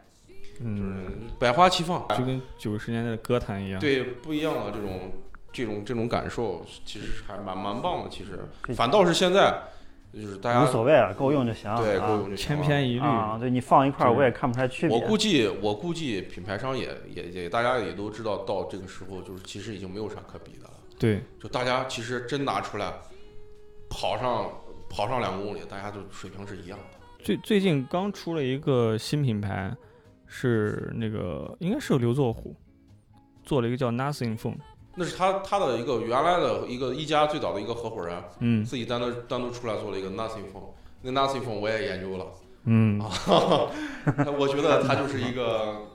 S5: 嗯，
S4: 百花齐放，
S5: 就跟九十年代的歌坛一样。，
S4: 对，不一样的这种这种这种感受，其实还蛮蛮棒的。其实
S3: 对
S4: 反倒是现在，就是大家
S3: 无所谓了，够用就行。
S4: 对
S3: 啊
S4: 够用就行
S5: 千
S4: 了
S5: 篇一律。
S3: 啊，对你放一块儿，
S5: 对
S3: 我也看不出来区别。
S4: 我估计，我估计品牌商也也也，大家也都知道，到这个时候就是其实已经没有啥可比的了。
S5: 对，
S4: 就大家其实真拿出来，跑上跑上两公里，大家就水平是一样的。
S5: 最最近刚出了一个新品牌，是那个应该是刘作虎做了一个叫 Nothing Phone。
S4: 那是他他的一个原来的一个一家最早的一个合伙人，
S5: 嗯
S4: 自己单独单独出来做了一个 Nothing Phone。那 Nothing Phone 我也研究了，
S5: *laughs* 嗯，
S4: 哦我觉得它就是一个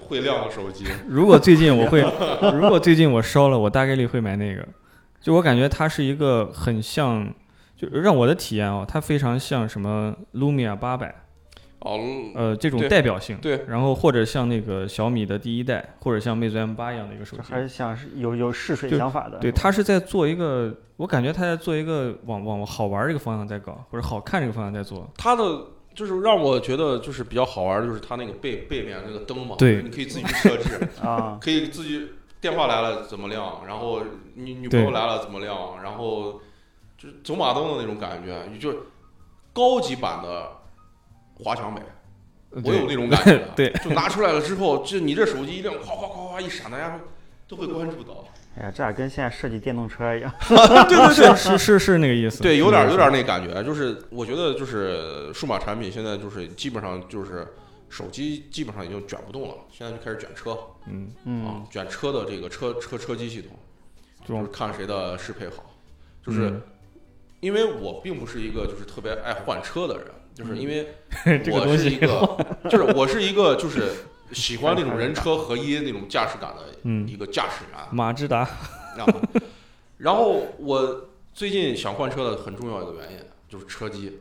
S4: 会亮的手机。
S5: 如果最近我会， *laughs* 如果最近我烧了，我大概率会买那个。就我感觉它是一个很像，就让我的体验哦，它非常像什么 Lumia 八百，
S4: 哦，
S5: 呃，这种
S4: 对
S5: 代表性。
S4: 对
S5: 然后或者像那个小米的第一代，或者像魅族 M 八一样的一个手
S3: 这
S5: 机。
S3: 还是想是有有试水
S5: 就
S3: 想法的。
S5: 对，它是在做一个，我感觉它在做一个往往好玩儿这个方向在搞，或者好看这个方向在做。
S4: 它的就是让我觉得就是比较好玩，的就是它那个背背面那个灯嘛，
S5: 对
S4: 你可以自己去设置。
S3: 啊，
S4: 可以自己电话来了怎么亮，然后女女朋友来了怎么亮，然后就是走马灯的那种感觉，就是高级版的华强北，我有那种感觉。
S5: 呃对，
S4: 就拿出来了之后，就你这手机一亮，夸夸夸夸一闪，大家都会关注到。
S3: 哎呀，这俩跟现在设计电动车一样。
S4: 对对
S5: 是是是是那个意思。
S4: 对，有点有点
S5: 那。
S4: 那感觉，就是我觉得就是数码产品现在就是基本上就是手机基本上已经卷不动了，现在就开始卷车
S5: 嗯， *laughs*
S3: 嗯
S4: 啊，，卷车的这个车车车机系统。
S5: 这
S4: 就是
S5: 种
S4: 看谁的适配好。
S5: 嗯
S4: 就是因为我并不是一个就是特别爱换车的人，就是因为
S5: 嗯这个
S4: 我
S5: 东
S4: 是一
S5: 西，
S4: 个， *laughs* 就是我是一个就是喜欢那种人车合一那种驾驶感的
S5: 嗯，
S4: 一个驾驶员
S5: 马自达，
S4: 啊。 *laughs* 然后我最近想换车的很重要一个原因就是车机。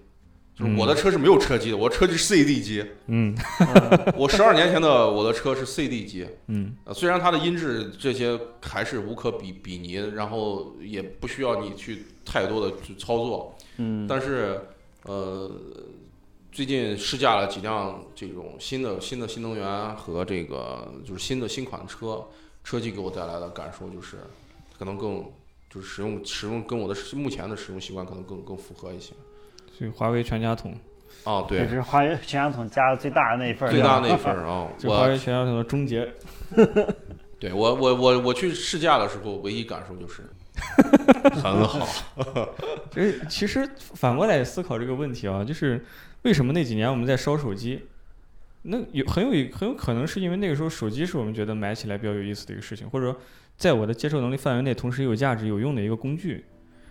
S4: 就是我的车是没有车机的，我车是 CD 机。
S5: 嗯
S4: *laughs* 我十二年前的我的车是 CD 机，
S5: 嗯，
S4: 呃，虽然它的音质这些还是无可比比拟，然后也不需要你去太多的去操作，
S3: 嗯，
S4: 但是呃，最近试驾了几辆这种新的新的新能源和这个就是新的新款的车，车机给我带来的感受就是可能更就是使用使用跟我的目前的使用习惯可能更更符合一些
S5: 所以华为全家桶，
S4: 啊，
S3: 这
S4: 对，
S3: 是华为全家桶加的最大的那一份儿。
S4: 最大那一份儿啊，
S5: 这华
S4: 我
S5: 为全家桶的终结。
S4: 对我我我我去试驾的时候，唯一感受 *laughs* 就是很好。
S5: 这其实反过来思考这个问题啊，就是为什么那几年我们在烧手机？那有很有一很有可能是因为那个时候手机是我们觉得买起来比较有意思的一个事情，或者说在我的接受能力范围内，同时有价值有用的一个工具。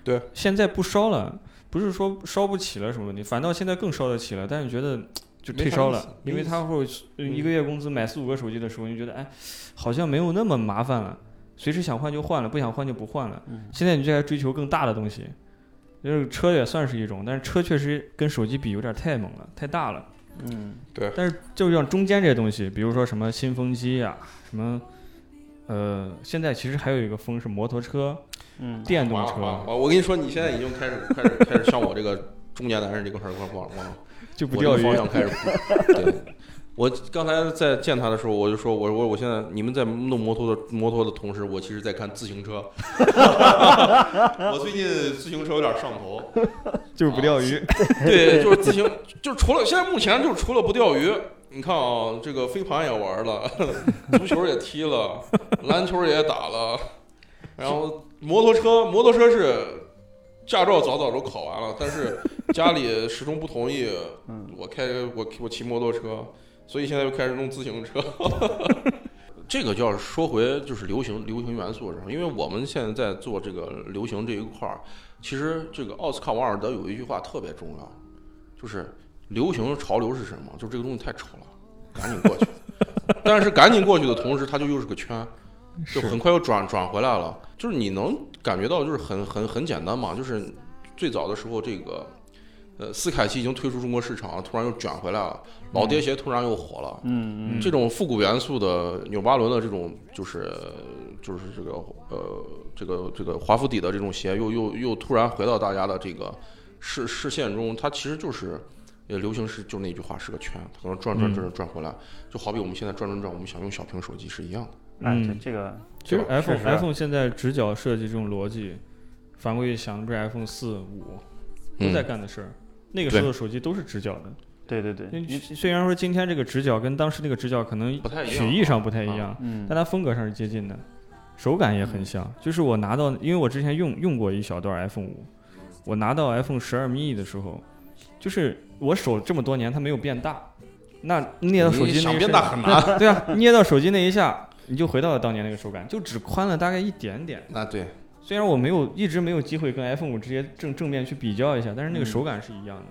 S4: 对，
S5: 现在不烧了，不是说烧不起了什么问题，反倒现在更烧得起了，但是觉得。就
S4: 没啥
S5: 退烧
S4: 意
S5: 了
S4: 思，嗯没
S5: 因为
S4: 意思
S5: 他会呃一个月工资买四五个手机的时候，你就觉得哎，好像没有那么麻烦了，随时想换就换了，不想换就不换了。
S3: 嗯
S5: 现在你就在追求更大的东西，就是车也算是一种，但是车确实跟手机比有点太猛了，太大了。
S3: 嗯，
S5: 啊但是就像中间这些东西，比如说什么新风机呀、什么呃，现在其实还有一个风是摩托车、
S3: 嗯，
S5: 电动
S4: 完了完
S5: 车，
S4: 了我跟你说，你现在已经开始开始开始向我这个中年男人这块儿往往往
S5: *laughs* 就不
S4: 我这
S5: 钓
S4: 个
S5: 鱼
S4: 方。向开始不。对，我刚才在见他的时候，我就说，我我我现在你们在弄摩托的摩托的同时，我其实在看自行车。 *laughs* 我最近自行车有点上头。
S5: *laughs*
S4: 啊
S5: 就是不钓鱼，
S4: 对，就是自行，就是除了现在目前就是除了不钓鱼，你看啊，这个飞盘也玩了，足球也踢了，篮球也打了，然后摩托车，摩托车是驾照早早都考完了，但是家里始终不同意
S3: 嗯
S4: 我开我我骑摩托车，所以现在又开始弄自行车。 *laughs* 这个就要说回就是流行流行元素上，因为我们现在在做这个流行这一块儿，其实这个奥斯卡王尔德有一句话特别重要，就是流行潮流是什么？就是这个东西太丑了，赶紧过去。 *laughs* 但是赶紧过去的同时，它就又是个圈，就是很快又转转回来了。就是你能感觉到，就是很很很简单嘛，就是最早的时候，这个呃斯凯奇已经退出中国市场了，突然又卷回来了，老爹鞋突然又火了。
S3: 嗯
S5: 嗯
S4: 这种复古元素的纽巴伦的这种，就是就是这个呃这个这个华夫底的这种鞋，又又又突然回到大家的这个视视线中，它其实就是。呃，流行是就那句话是个圈，它可能转
S5: 嗯
S4: 转转转回来，就好比我们现在转转转，我们想用小屏手机是一样的。
S3: 嗯，哎，
S5: 嗯
S3: 这这个
S5: 其实
S3: 是
S5: iPhone
S3: 是
S5: iPhone 现在直角设计这种逻辑，反过去想，不是 iPhone 四五都
S4: 嗯
S5: 在干的事儿。那个时候的手机都是直角的，
S3: 对对对，
S5: 因为
S3: 你
S5: 虽然说今天这个直角跟当时那个直角可能
S4: 不太一样啊
S5: 曲艺上不太一样，
S3: 嗯
S5: 但它风格上是接近的，手感也很像。就是我拿到，因为我之前用用过一小段 iPhone 五，我拿到 iPhone 十二 mini 的时候，就是我手这么多年它没有变大，那捏到手机那一
S4: 想
S5: 瞬
S4: 变大很难。
S5: 对啊，捏到手机那一下，你就回到了当年那个手感，就只宽了大概一点点。
S4: 那对，
S5: 虽然我没有一直没有机会跟 iPhone 五直接正正面去比较一下，但是那个手感是一样的。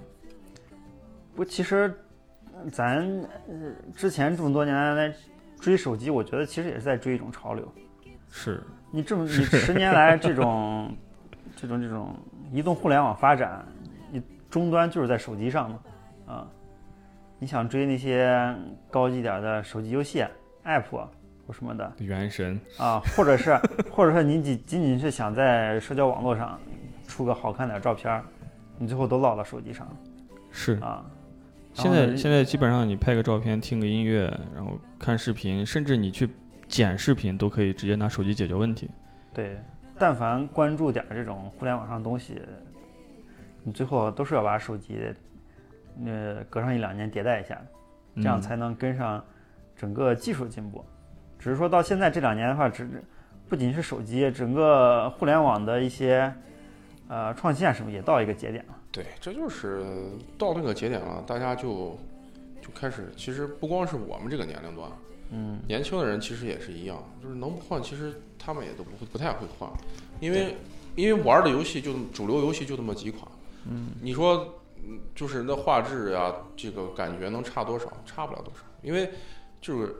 S3: 不，其实呃咱呃之前这么多年来追手机，我觉得其实也是在追一种潮流。
S5: 是，
S3: 你这么
S5: *laughs*
S3: 你十年来这种这种这种移动互联网发展，你终端就是在手机上嘛，啊，你想追那些高级点儿的手机游戏 app 啊或什么的
S5: 原神
S3: 啊，或者是或者是你仅仅仅是想在社交网络上出个好看点儿照片儿，你最后都落到手机上了
S5: 是。
S3: 啊。然
S5: 现
S3: 后呢
S5: 在现在基本上你拍个照片、听个音乐，然后看视频，甚至你去剪视频都可以直接拿手机解决问题。
S3: 对，但凡关注点儿这种互联网上的东西，你最后都是要把手机，呃，隔上一两年迭代一下，这样
S5: 嗯
S3: 才能跟上整个技术进步。只是说到现在这两年的话，只不仅是手机，整个互联网的一些呃创新啊什么也到一个节点了。
S4: 对，这就是到那个节点了，大家就就开始。其实不光是我们这个年龄段，
S3: 嗯，
S4: 年轻的人其实也是一样，就是能不换，其实他们也都不会不太会换，因为因为玩的游戏就那么主流游戏就那么几款，嗯，你说嗯就是那画质呀、这个感觉能差多少？差不了多少，因为就是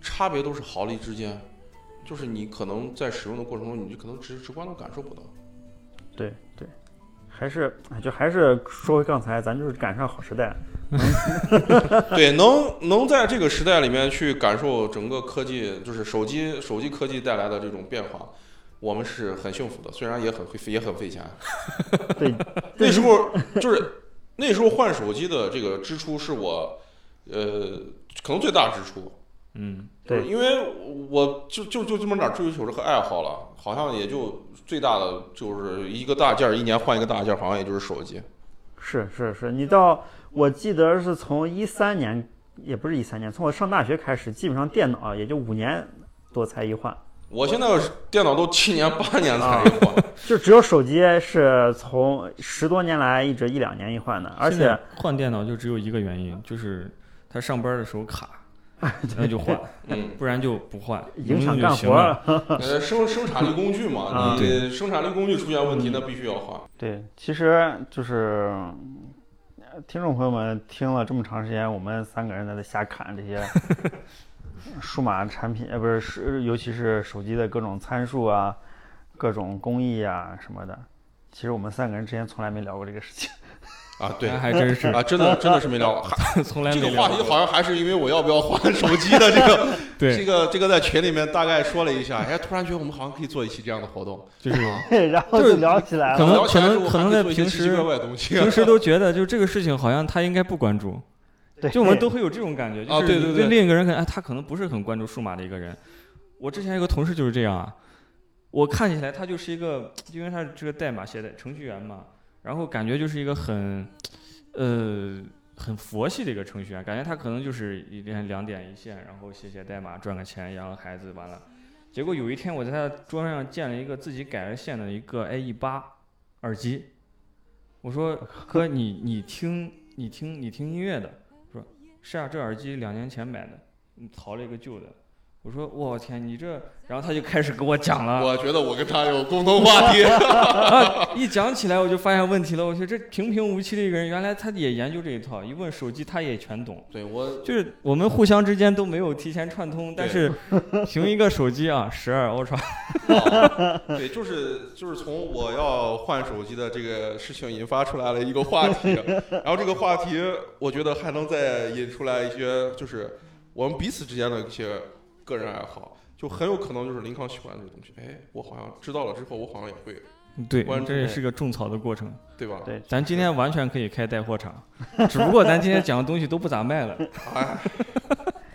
S4: 差别都是毫厘之间，就是你可能在使用的过程中，你就可能直直观的感受不到。
S3: 对对，还是哎就还是说回刚才，咱就是赶上好时 *laughs* 代。
S4: 对，能能在这个时代里面去感受整个科技，就是手机手机科技带来的这种变化，我们是很幸福的，虽然也很费也很费钱。
S3: 对，
S4: 那时候就是那时候换手机的这个支出是我，呃，可能最大支出。
S5: 嗯，
S3: 对
S4: 就是因为我就就就这么点儿追求这个爱好了，好像也就最大的就是一个大件儿，一年换一个大件儿，好像也就是手机。
S3: 是是是，你到我记得是从一三年，也不是一三年，从我上大学开始，基本上电脑也就五年多才一换，
S4: 我现在电脑都七年八年才一换，
S3: 就只有手机是从十多年来一直一两年一换的，而
S5: 现
S3: 且
S5: 在换电脑就只有一个原因，就是他上班的时候卡，那就换，
S4: 嗯，
S5: 不然就不换，
S3: 啊影响
S5: 就
S3: 干
S5: 行
S3: 活
S5: 了
S3: 儿。
S5: *laughs*
S4: 呃，生生产力工具嘛，
S3: 啊
S4: 你生产力工具出现问题，那必须要换。
S3: 对，其实就是呃听众朋友们听了这么长时间，我们三个人在这瞎侃这
S4: *laughs*
S3: 些数码产品，呃，不是是，尤其是手机的各种参数啊、各种工艺啊什么的。其实我们三个人之前从来没聊过这个事情。 *laughs*
S4: 啊，对
S5: 还真
S4: *laughs*
S5: 是
S4: 啊，真的真的是没聊
S5: *laughs*
S4: 过。还
S5: 从来
S4: 这个
S5: 没聊
S4: 话
S5: 过
S4: 题好像还是因为我要不要
S5: *laughs*
S4: 换手机的这个这
S5: 对，
S4: 个这个在群里面大概说了一下，哎，突然觉得我们好像可以做一期这样的活动，啊
S5: 就是
S3: 然后就聊起来
S5: 可
S3: 了。
S5: 能
S4: 聊起来之后
S5: 可能
S4: 还
S5: 可能在
S4: 做一些
S5: 平
S4: 奇奇
S5: 时
S4: 怪怪的东西，啊
S5: 平时都觉得就这个事情好像他应该不关注，
S3: 对，
S5: 就我们都会有这种感觉，
S4: 啊
S5: 就是
S4: 对
S5: 你
S4: 对对
S5: 对另一个人可能哎，他可能不是很关注数码的一个人。我之前有个同事就是这样啊，我看起来他就是一个，因为他是这个代码写的程序员嘛，然后感觉就是一个很，呃，很佛系的一个程序员，感觉他可能就是一天两点一线，然后写写代码赚个钱养个孩子完了。结果有一天我在他桌上见了一个自己改了线的一个 IE 八耳机，我说哥你你听你听你听音乐的，说是啊这耳机两年前买的，嗯淘了一个旧的。我说我天你这，然后他就开始给我讲了，
S4: 我觉得我跟他有共同话
S5: *laughs*
S4: 题，
S5: 啊，一讲起来我就发现问题了。我去，这平平无奇的一个人，原来他也研究这一套。一问手机，他也全懂。
S4: 对我
S5: 就是我们互相之间都没有提前串通，但是凭一个手机啊，十二 Ultra，
S4: 对，就是就是从我要换手机的这个事情引发出来了一个话题，啊然后这个话题我觉得还能再引出来一些，就是我们彼此之间的一些个人爱好，就很有可能就是林康喜欢这个东西，哎，我好像知道了之后，我好像也会，
S5: 对
S4: 关，注
S5: 这也是个种草的过程。
S4: 对吧？
S3: 对，
S5: 咱今天完全可以开带货场，只不过咱今天讲的东西都不咋卖了。
S4: 哎，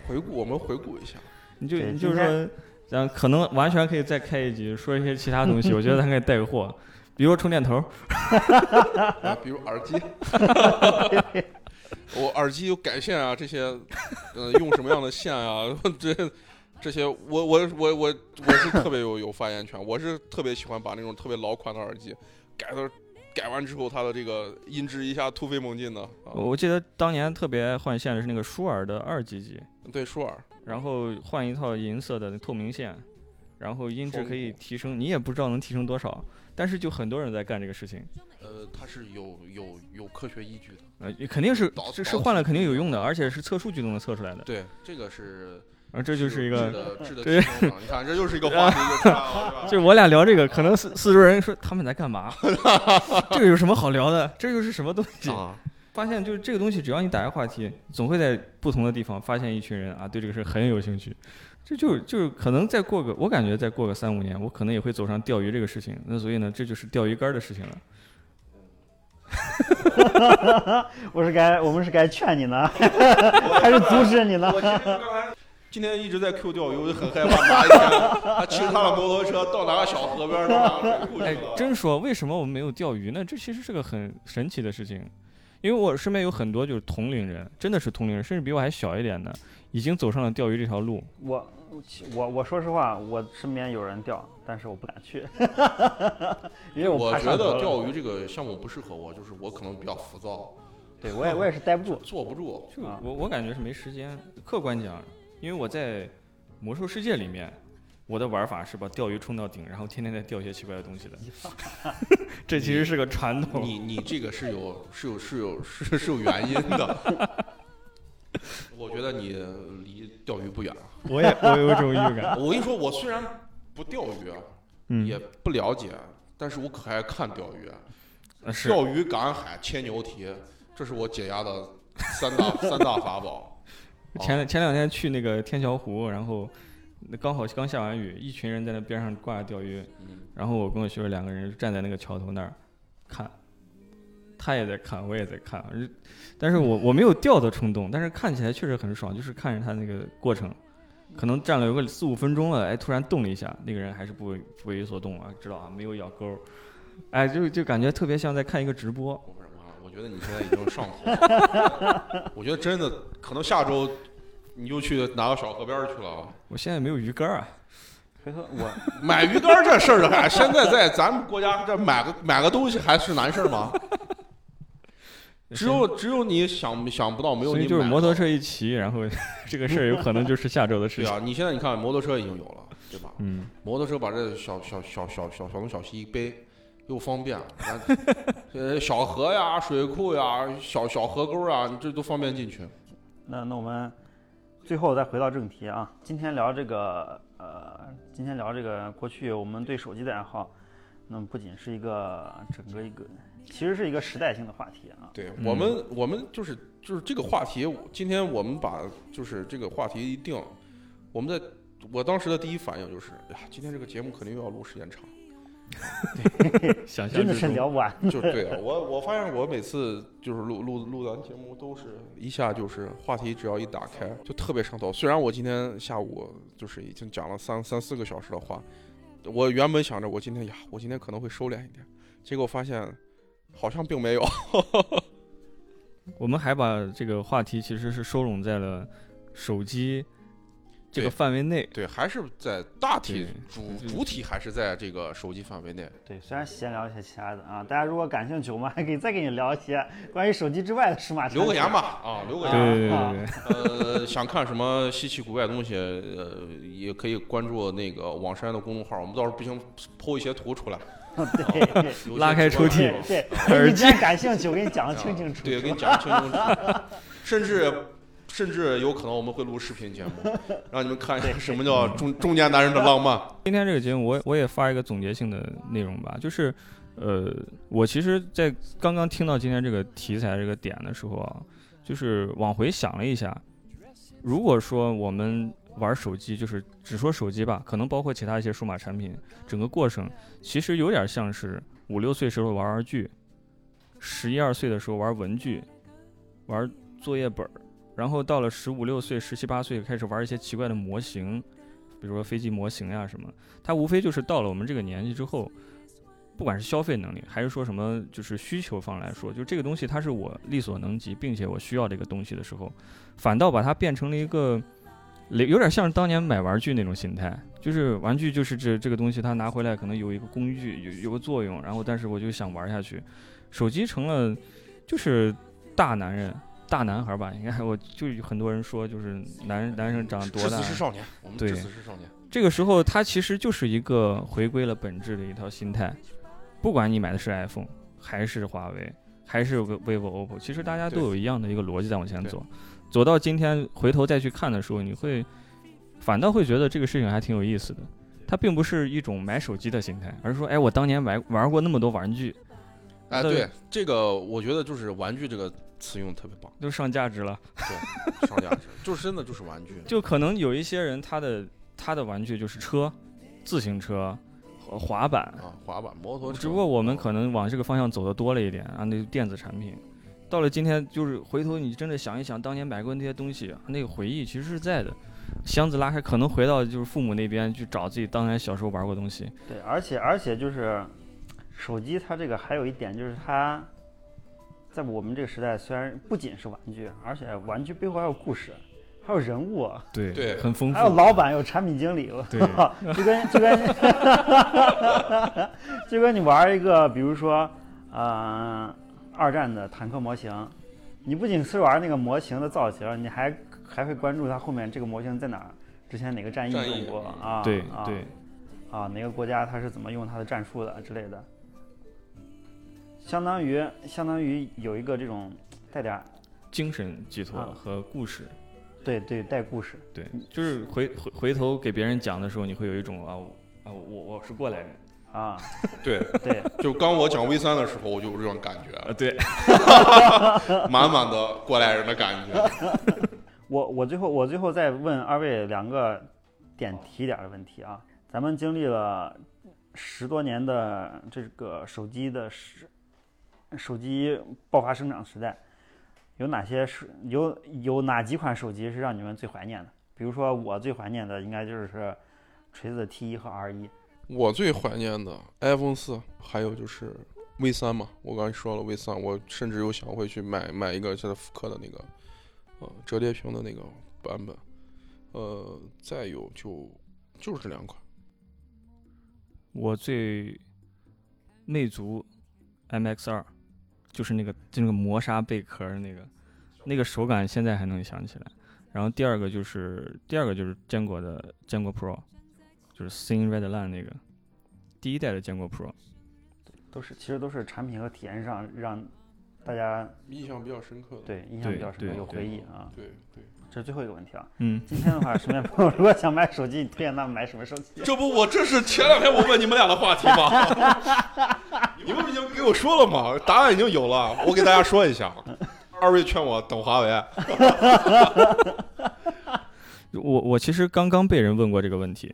S4: 回顾我们回顾一下，
S5: 你就
S3: 对
S5: 你
S3: 今
S5: 就
S3: 天
S5: 说，咱可能完全可以再开一集，说一些其他东西。我觉得咱可以带个货，比如说充电头。
S4: 啊，比如耳
S5: *laughs*
S4: 机，我耳机有改线啊，这些，呃，用什么样的线啊， *laughs* 这这些，我我我我我是特别有有发言权，我是特别喜欢把那种特别老款的耳机改的，改完之后它的这个音质一下突飞猛进的啊，
S5: 我记得当年特别爱换线的是那个舒尔的二级机。
S4: 对，舒尔，
S5: 然后换一套银色的透明线，然后音质可以提升，你也不知道能提升多少，但是就很多人在干这个事情，
S4: 呃，它是有有有科学依据的，
S5: 呃，肯定是
S4: 导
S5: 是
S4: 导
S5: 是换了肯定有用的，而且是测数据都能测出来的，
S4: 对，这个是
S5: 而这就是一
S4: 质
S5: 个。
S4: 的
S5: 这
S4: 质的提升啊，你看这就是一个
S5: *laughs*
S4: 话题就出来了，是吧
S5: 就我俩聊这个，可能四四周人说他们在干嘛， *laughs* 这个有什么好聊的？这又是什么东西？
S4: 啊，
S5: 发现就是这个东西，只要你打开话题，总会在不同的地方发现一群人啊，对这个事很有兴趣。这就就是可能再过个，我感觉再过个三五年，我可能也会走上钓鱼这个事情。那所以呢，这就是钓鱼竿儿的事情了。
S3: 我是该我们是该劝你呢， *laughs* 还是阻止你呢？
S4: 我其实刚才今天一直在 Q 钓鱼，我就很害怕。哪一天他骑上了摩托车到哪个小河边儿，到哪个水库
S5: *laughs*
S4: 去
S5: 哎
S4: 了，？
S5: 真说为什么我们没有钓鱼呢？这其实是个很神奇的事情，因为我身边有很多就是同龄人，真的是同龄人，甚至比我还小一点的，已经走上了钓鱼这条路。
S3: 我我我说实话，我身边有人钓，但是我不敢去， *laughs* 因为
S4: 我
S3: 怕
S4: 觉
S3: 上
S4: 得
S3: 头。
S4: 钓鱼这个项目不适合我，就是我可能比较浮躁，
S3: 对我也我也是待不住。
S4: 坐不住。
S5: 就
S3: 啊
S5: 我我感觉是没时间。客观讲，因为我在魔兽世界里面，我的玩法是把钓鱼冲到顶，然后天天在钓一些奇怪的
S4: *laughs*
S5: 东西的。这其实是个传统。
S4: 你你这个是有是有是有是是有原因的。 *laughs* 我觉得你离钓鱼不远。
S5: 我也我有一种预
S4: *laughs*
S5: 感，
S4: 我跟你说，我虽然不钓鱼啊，也
S5: 嗯，
S4: 不了解，啊但是我可爱看钓鱼啊。
S5: 呃是
S4: 钓鱼、赶海、切牛蹄，这是我解压的三大三大法宝。
S5: 前前两天去那个天桥湖，然后那刚好刚下完雨，一群人在那边上挂着钓鱼，
S4: 嗯，
S5: 然后我跟我媳妇儿两个人就站在那个桥头那儿看，她也在看，我也在看，而但是我我没有钓的冲动，但是看起来确实很爽，就是看着她那个过程，可能站了有个四五分钟了，哎，突然动了一下，那个人还是不为不为所动啊，知道啊，没有咬钩儿，哎，就就感觉特别像在看一个直播，
S4: 不是妈，啊我觉得你现在已经上头了。 *laughs* 我觉得真的可能下周你就去哪个小河边儿去了啊。
S5: 我现在没有鱼竿儿啊，
S3: 所以说我
S4: 买鱼竿儿这事儿还现在在咱们国家这买个买个东西还是难事儿
S5: *laughs*
S4: 吗？只有只有你想想不到，没有
S5: 所
S4: 你
S5: 以就是
S4: 买
S5: 摩托车一骑，然后 *laughs* 这个事儿有可能就是下周的事
S4: 对
S5: 情。
S4: 啊，你现在你看摩托车已经有了，对吧？
S5: 嗯，
S4: 摩托车把这小小小小小小东小西一背，又方便，咱 *laughs* 呃小河呀、水库呀、小小河沟啊，你这都方便进去。
S3: 那那我们最后再回到正题啊，今天聊这个呃，今天聊这个过去我们对手机的爱好，那么不仅是一个整个一个其实是一个时代性的话题啊。
S4: 对
S5: 嗯
S4: 我们，我们就是就是这个话题，我今天我们把就是这个话题一定，我们在我当时的第一反应就是，哎呀，今天这个节目肯定又要录时间长，啊
S5: 想象
S3: 真的
S5: 之
S3: 是
S5: 中。
S3: 聊不完，
S4: 就对啊，我我发现我每次就是录录录咱节目都是一下就是话题只要一打开就特别上头。虽然我今天下午就是已经讲了三三四个小时的话，我原本想着我今天呀，我今天可能会收敛一点，结果发现好像并没有。
S5: 我们还把这个话题其实是收拢在了手机这
S4: 对
S5: 个范围内。
S4: 对，还是在大体主
S5: 对就是
S4: 主体还是在这个手机范围内。
S3: 对，虽然闲聊一些其他的啊，大家如果感兴趣，我们还可以再给你聊一些关于手机之外的数码产品。
S4: 留个言吧，啊，留个
S5: 对
S4: 言。
S5: 对对
S3: 啊
S5: 对对，
S4: 呃，想看什么稀奇古怪的东西，呃，也可以关注那个网山的公众号，我们到时候不行剖一些图出来。
S3: 对。
S4: 有一些
S5: 拉开
S4: 奇怪
S5: 抽
S4: 的
S5: 屉
S4: 地方
S3: 对对，
S5: 耳
S3: 你既然感兴趣，我给你讲的清清楚楚。
S4: 对，给你讲清清楚楚， *laughs* 甚至甚至有可能我们会录视频节 *laughs* 目，让你们看一下什么叫中中年男人的浪漫。
S5: 今天这个节目我我也发一个总结性的内容吧，就是，呃，我其实，在刚刚听到今天这个题材这个点的时候啊，就是往回想了一下，如果说我们玩手机，就是只说手机吧，可能包括其他一些数码产品，整个过程其实有点像是五六岁时候玩玩具，十一二岁的时候玩文具，玩作业本儿，然后到了十五六岁、十七八岁开始玩一些奇怪的模型，比如说飞机模型呀、什么，它无非就是到了我们这个年纪之后。不管是消费能力，还是说什么，就是需求方来说，就这个东西它是我力所能及，并且我需要这个东西的时候，反倒把它变成了一个，有点像是当年买玩具那种心态，就是玩具就是这这个东西，它拿回来可能有一个工具，有有个作用，然后但是我就想玩下去。手机成了就是大男人、大男孩吧，应该我就有很多人说，就是男男生长得多
S4: 至
S5: 大
S4: 死，是少年，我们
S5: 对
S4: 至死是少年。
S5: 这个时候，它其实就是一个回归了本质的一条心态。不管你买的是 iPhone 还是华为，还是 vi- vivo、OPPO，其实大家都
S4: 对
S5: 有一样的一个逻辑在往前
S4: 对
S5: 走。走到今天，回头再去看的时候，你会反倒会觉得这个事情还挺有意思的。它并不是一种买手机的心态，而是说，哎，我当年买玩过那么多玩具，
S4: 哎，
S5: 对
S4: 对，这个我觉得就是玩具这个词用的特别棒，
S5: 都上价值了。
S4: 上价值，就是真的就是玩具。
S5: 就可能有一些人，他的他的玩具就是车、自行车、滑滑板，
S4: 啊，滑板、摩托车，
S5: 只不过我们可能往这个方向走的多了一点啊，那就电子产品。到了今天，就是回头你真的想一想，当年买过那些东西，那个回忆其实是在的。箱子拉开，可能回到就是父母那边去找自己当年小时候玩过的东西。
S3: 对，而且而且就是手机，它这个还有一点就是它在我们这个时代，虽然不仅是玩具，而且玩具背后还有故事，还有人物，
S5: 对
S4: 对
S5: 很丰
S3: 还有
S5: 富。
S3: 老板，有产品经理， *laughs*
S5: 对
S3: 就跟就跟 *laughs* 就跟你玩一个，比如说，呃，二战的坦克模型，你不仅是玩那个模型的造型，你还还会关注它后面这个模型在哪儿，之前哪个战役
S4: 战役
S3: 用过啊？
S5: 对
S3: 啊
S5: 对，
S3: 啊，哪个国家它是怎么用它的战术的之类的，相当于相当于有一个这种带点儿
S5: 精神寄托
S3: 啊
S5: 和故事，
S3: 对对带故事，
S5: 对，就是回回回头给别人讲的时候，你会有一种啊我啊我我是过来人
S3: 啊，
S4: 对，
S3: 对，
S4: 就刚我讲 V 三的时候，我就有这种感
S5: 啊，
S4: 觉，
S5: 对，
S4: 满满的过来人的感觉。
S3: 我我最后我最后再问二位两个点题点儿的问题啊，咱们经历了十多年的这个手机的时手机爆发生长时代，有哪些是有有哪几款手机是让你们最怀念的？比如说我最怀念的应该就是锤子的 T 一和 R 一，
S4: 我最怀念的 iPhone 四，还有就是 V 三嘛，我刚才说了 V 三，我甚至有想会去买买一个现在复刻的那个，呃，折叠屏的那个版本，呃，再有就就是这两款，
S5: 我最魅族 MX 二，就是那个就那个磨砂贝壳儿那个，那个手感现在还能想起来。然后第二个就是第二个就是坚果的坚果 Pro，就是 Thin Red Line 那个第一代的坚果 Pro。
S3: 都是其实都是产品和体验上让大家
S4: 印象比较深刻的。
S3: 对印象比较深刻，
S5: 对
S3: 有
S5: 对
S3: 回忆啊。
S4: 对对，
S3: 这是最后一个问题啊。
S5: 嗯，
S3: 今天的话，身边朋友如果想买手机，你推荐他们买什么手机？
S4: 这不我这是前两天我问你们俩的话题吗？你
S6: *laughs* 你们不已经给我说了吗？答案已经有了，我给大家说一下。 *laughs* 二位劝我等华为，
S5: 我我其实刚刚被人问过这个问题，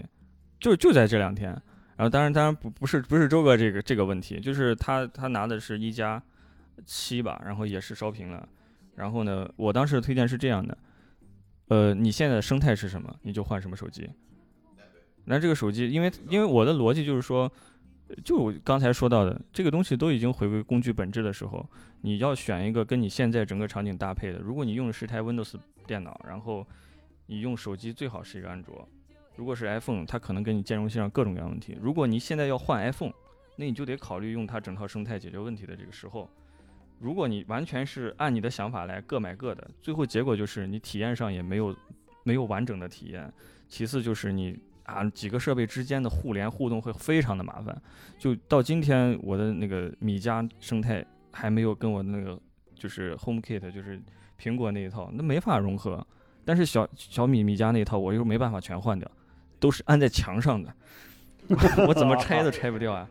S5: 就就在这两天。然后当然当然不不是不是周哥这个这个问题，就是他他拿的是一加七吧，然后也是烧屏了。然后呢，我当时的推荐是这样的，呃，你现在的生态是什么，你就换什么手机。那这个手机，因为因为我的逻辑就是说，就我刚才说到的，这个东西都已经回归工具本质的时候，你要选一个跟你现在整个场景搭配的。如果你用的是台 Windows 电脑，然后你用手机最好是一个安卓。如果是 iPhone，它可能跟你兼容性上各种各样的问题。如果你现在要换 iPhone，那你就得考虑用它整套生态解决问题的这个时候。如果你完全是按你的想法来各买各的，最后结果就是你体验上也没有没有完整的体验。其次就是你啊几个设备之间的互联互动会非常的麻烦。就到今天，我的那个米家生态还没有跟我那个就是 HomeKit 就是苹果那一套，那没法融合。但是小小米米家那一套，我又没办法全换掉，都是安在墙上的，我怎么拆都拆不掉啊。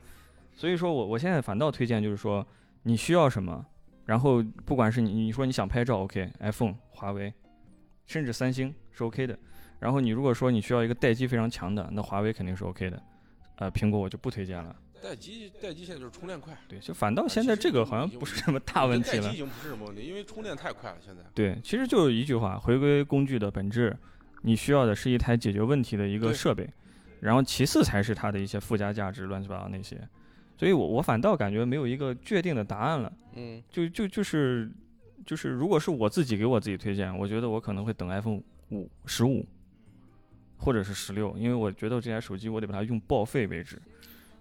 S5: 所以说我我现在反倒推荐就是说，你需要什么，然后不管是你你说你想拍照，OK，iPhone、华为，甚至三星是 OK 的。然后你如果说你需要一个待机非常强的，那华为肯定是 OK 的，呃，苹果我就不推荐了。
S4: 待机待机现在就是充电快，
S5: 对，就反倒
S4: 啊
S5: 现在这个好像不是什么大问题
S4: 待机
S5: 了
S4: 已。经不是什么问题，因为充电太快了。现在
S5: 对，其实就是一句话，回归工具的本质，你需要的是一台解决问题的一个
S4: 对
S5: 设备，然后其次才是它的一些附加价值，乱七八糟那些。所以我我反倒感觉没有一个确定的答案了，
S4: 嗯，
S5: 就就就是就是，如果是我自己给我自己推荐，我觉得我可能会等 iPhone 五十五。或者是十六，因为我觉得这台手机我得把它用报废为止。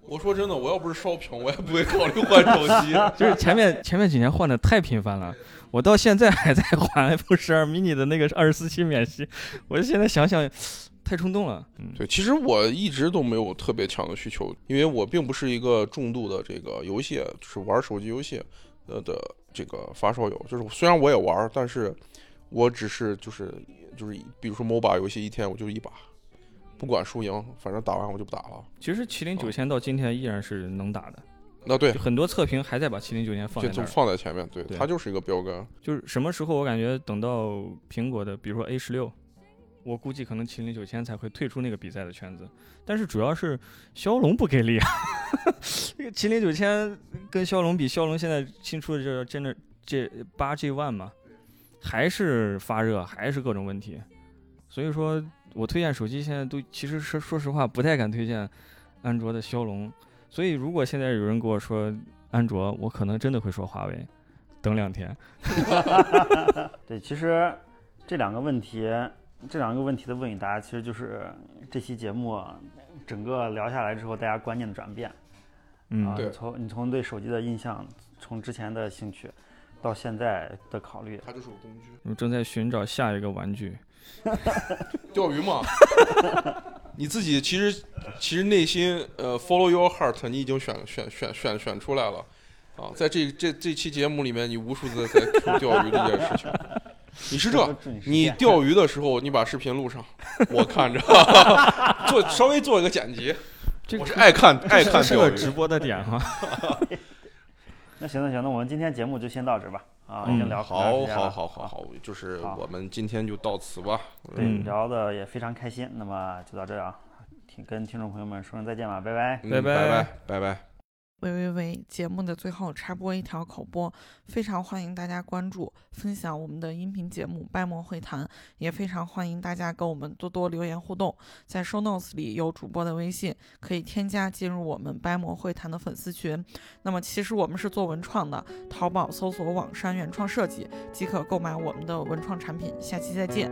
S6: 我说真的，我要不是烧屏，我也不会考虑换手机。
S5: 就是前面前面几年换的太频繁了，我到现在还在还 iPhone 十二 mini 的那个二十四期免息，我现在想想太冲动了。嗯，
S6: *laughs* 对，其实我一直都没有特别强的需求，因为我并不是一个重度的这个游戏，就是玩手机游戏呃的这个发烧友。就是虽然我也玩，但是我只是就是就是比如说 MOBA 游戏，一天我就一把，不管输赢，反正打完我就不打了。
S5: 其实麒麟九千到今天依然是能打的，
S6: 那对
S5: 就，很多测评还在把麒麟九千放
S6: 就
S5: 在那
S6: 就
S5: 儿。
S6: 放在前面，对，
S5: 对
S6: 它就是一个标杆。
S5: 就是什么时候我感觉等到苹果的，比如说 A 十六，我估计可能麒麟九千才会退出那个比赛的圈子。但是主要是骁龙不给力啊， *laughs* 这个麒麟九千跟骁龙比，骁龙现在新出的这真的这八 G One 嘛，还是发热，还是各种问题。所以说我推荐手机现在都其实说说实话不太敢推荐安卓的骁龙。所以如果现在有人跟我说安卓，我可能真的会说华为。等两天，
S3: 对，其实这两个问题，这两个问题的问与答，其实就是这期节目整个聊下来之后，大家观念的转变。
S5: 嗯
S3: 啊，
S6: 对
S3: 从你从对手机的印象，从之前的兴趣，到现在的考虑，
S6: 它就是个工具，
S5: 我正在寻找下一个玩具。
S6: 钓鱼嘛。你自己其实其实内心呃，follow your heart，你已经选选选选选出来了啊，在这这这期节目里面，你无数次在 Q 钓鱼这件事情。你是这，
S3: 祝你实
S6: 你
S3: 现
S6: 钓鱼的时候，你把视频录上，我看着，做稍微做一个剪辑。
S5: 这
S6: 我是爱看爱看
S5: 是个
S6: 钓
S5: 直
S6: 鱼，
S5: 播的点哈。
S3: 那行那行，那我们今天节目就先到这儿吧。啊，已经
S5: 嗯
S3: 聊很长
S6: 好
S3: 时间
S6: 好
S3: 了
S6: 好好好，就是
S3: 好
S6: 我们今天就到此吧。
S3: 对，
S5: *laughs* 嗯
S3: 聊的也非常开心。那么就到这儿啊，听跟听众朋友们说声再见吧，拜拜。
S6: 嗯
S5: 拜拜
S6: 拜拜拜拜。
S8: 喂喂喂！节目的最后插播一条口播，非常欢迎大家关注、分享我们的音频节目《拜莫会谈》，也非常欢迎大家跟我们多多留言互动。在 show notes 里有主播的微信，可以添加进入我们拜莫会谈的粉丝群。那么，其实我们是做文创的，淘宝搜索“网山原创设计”即可购买我们的文创产品。下期再见。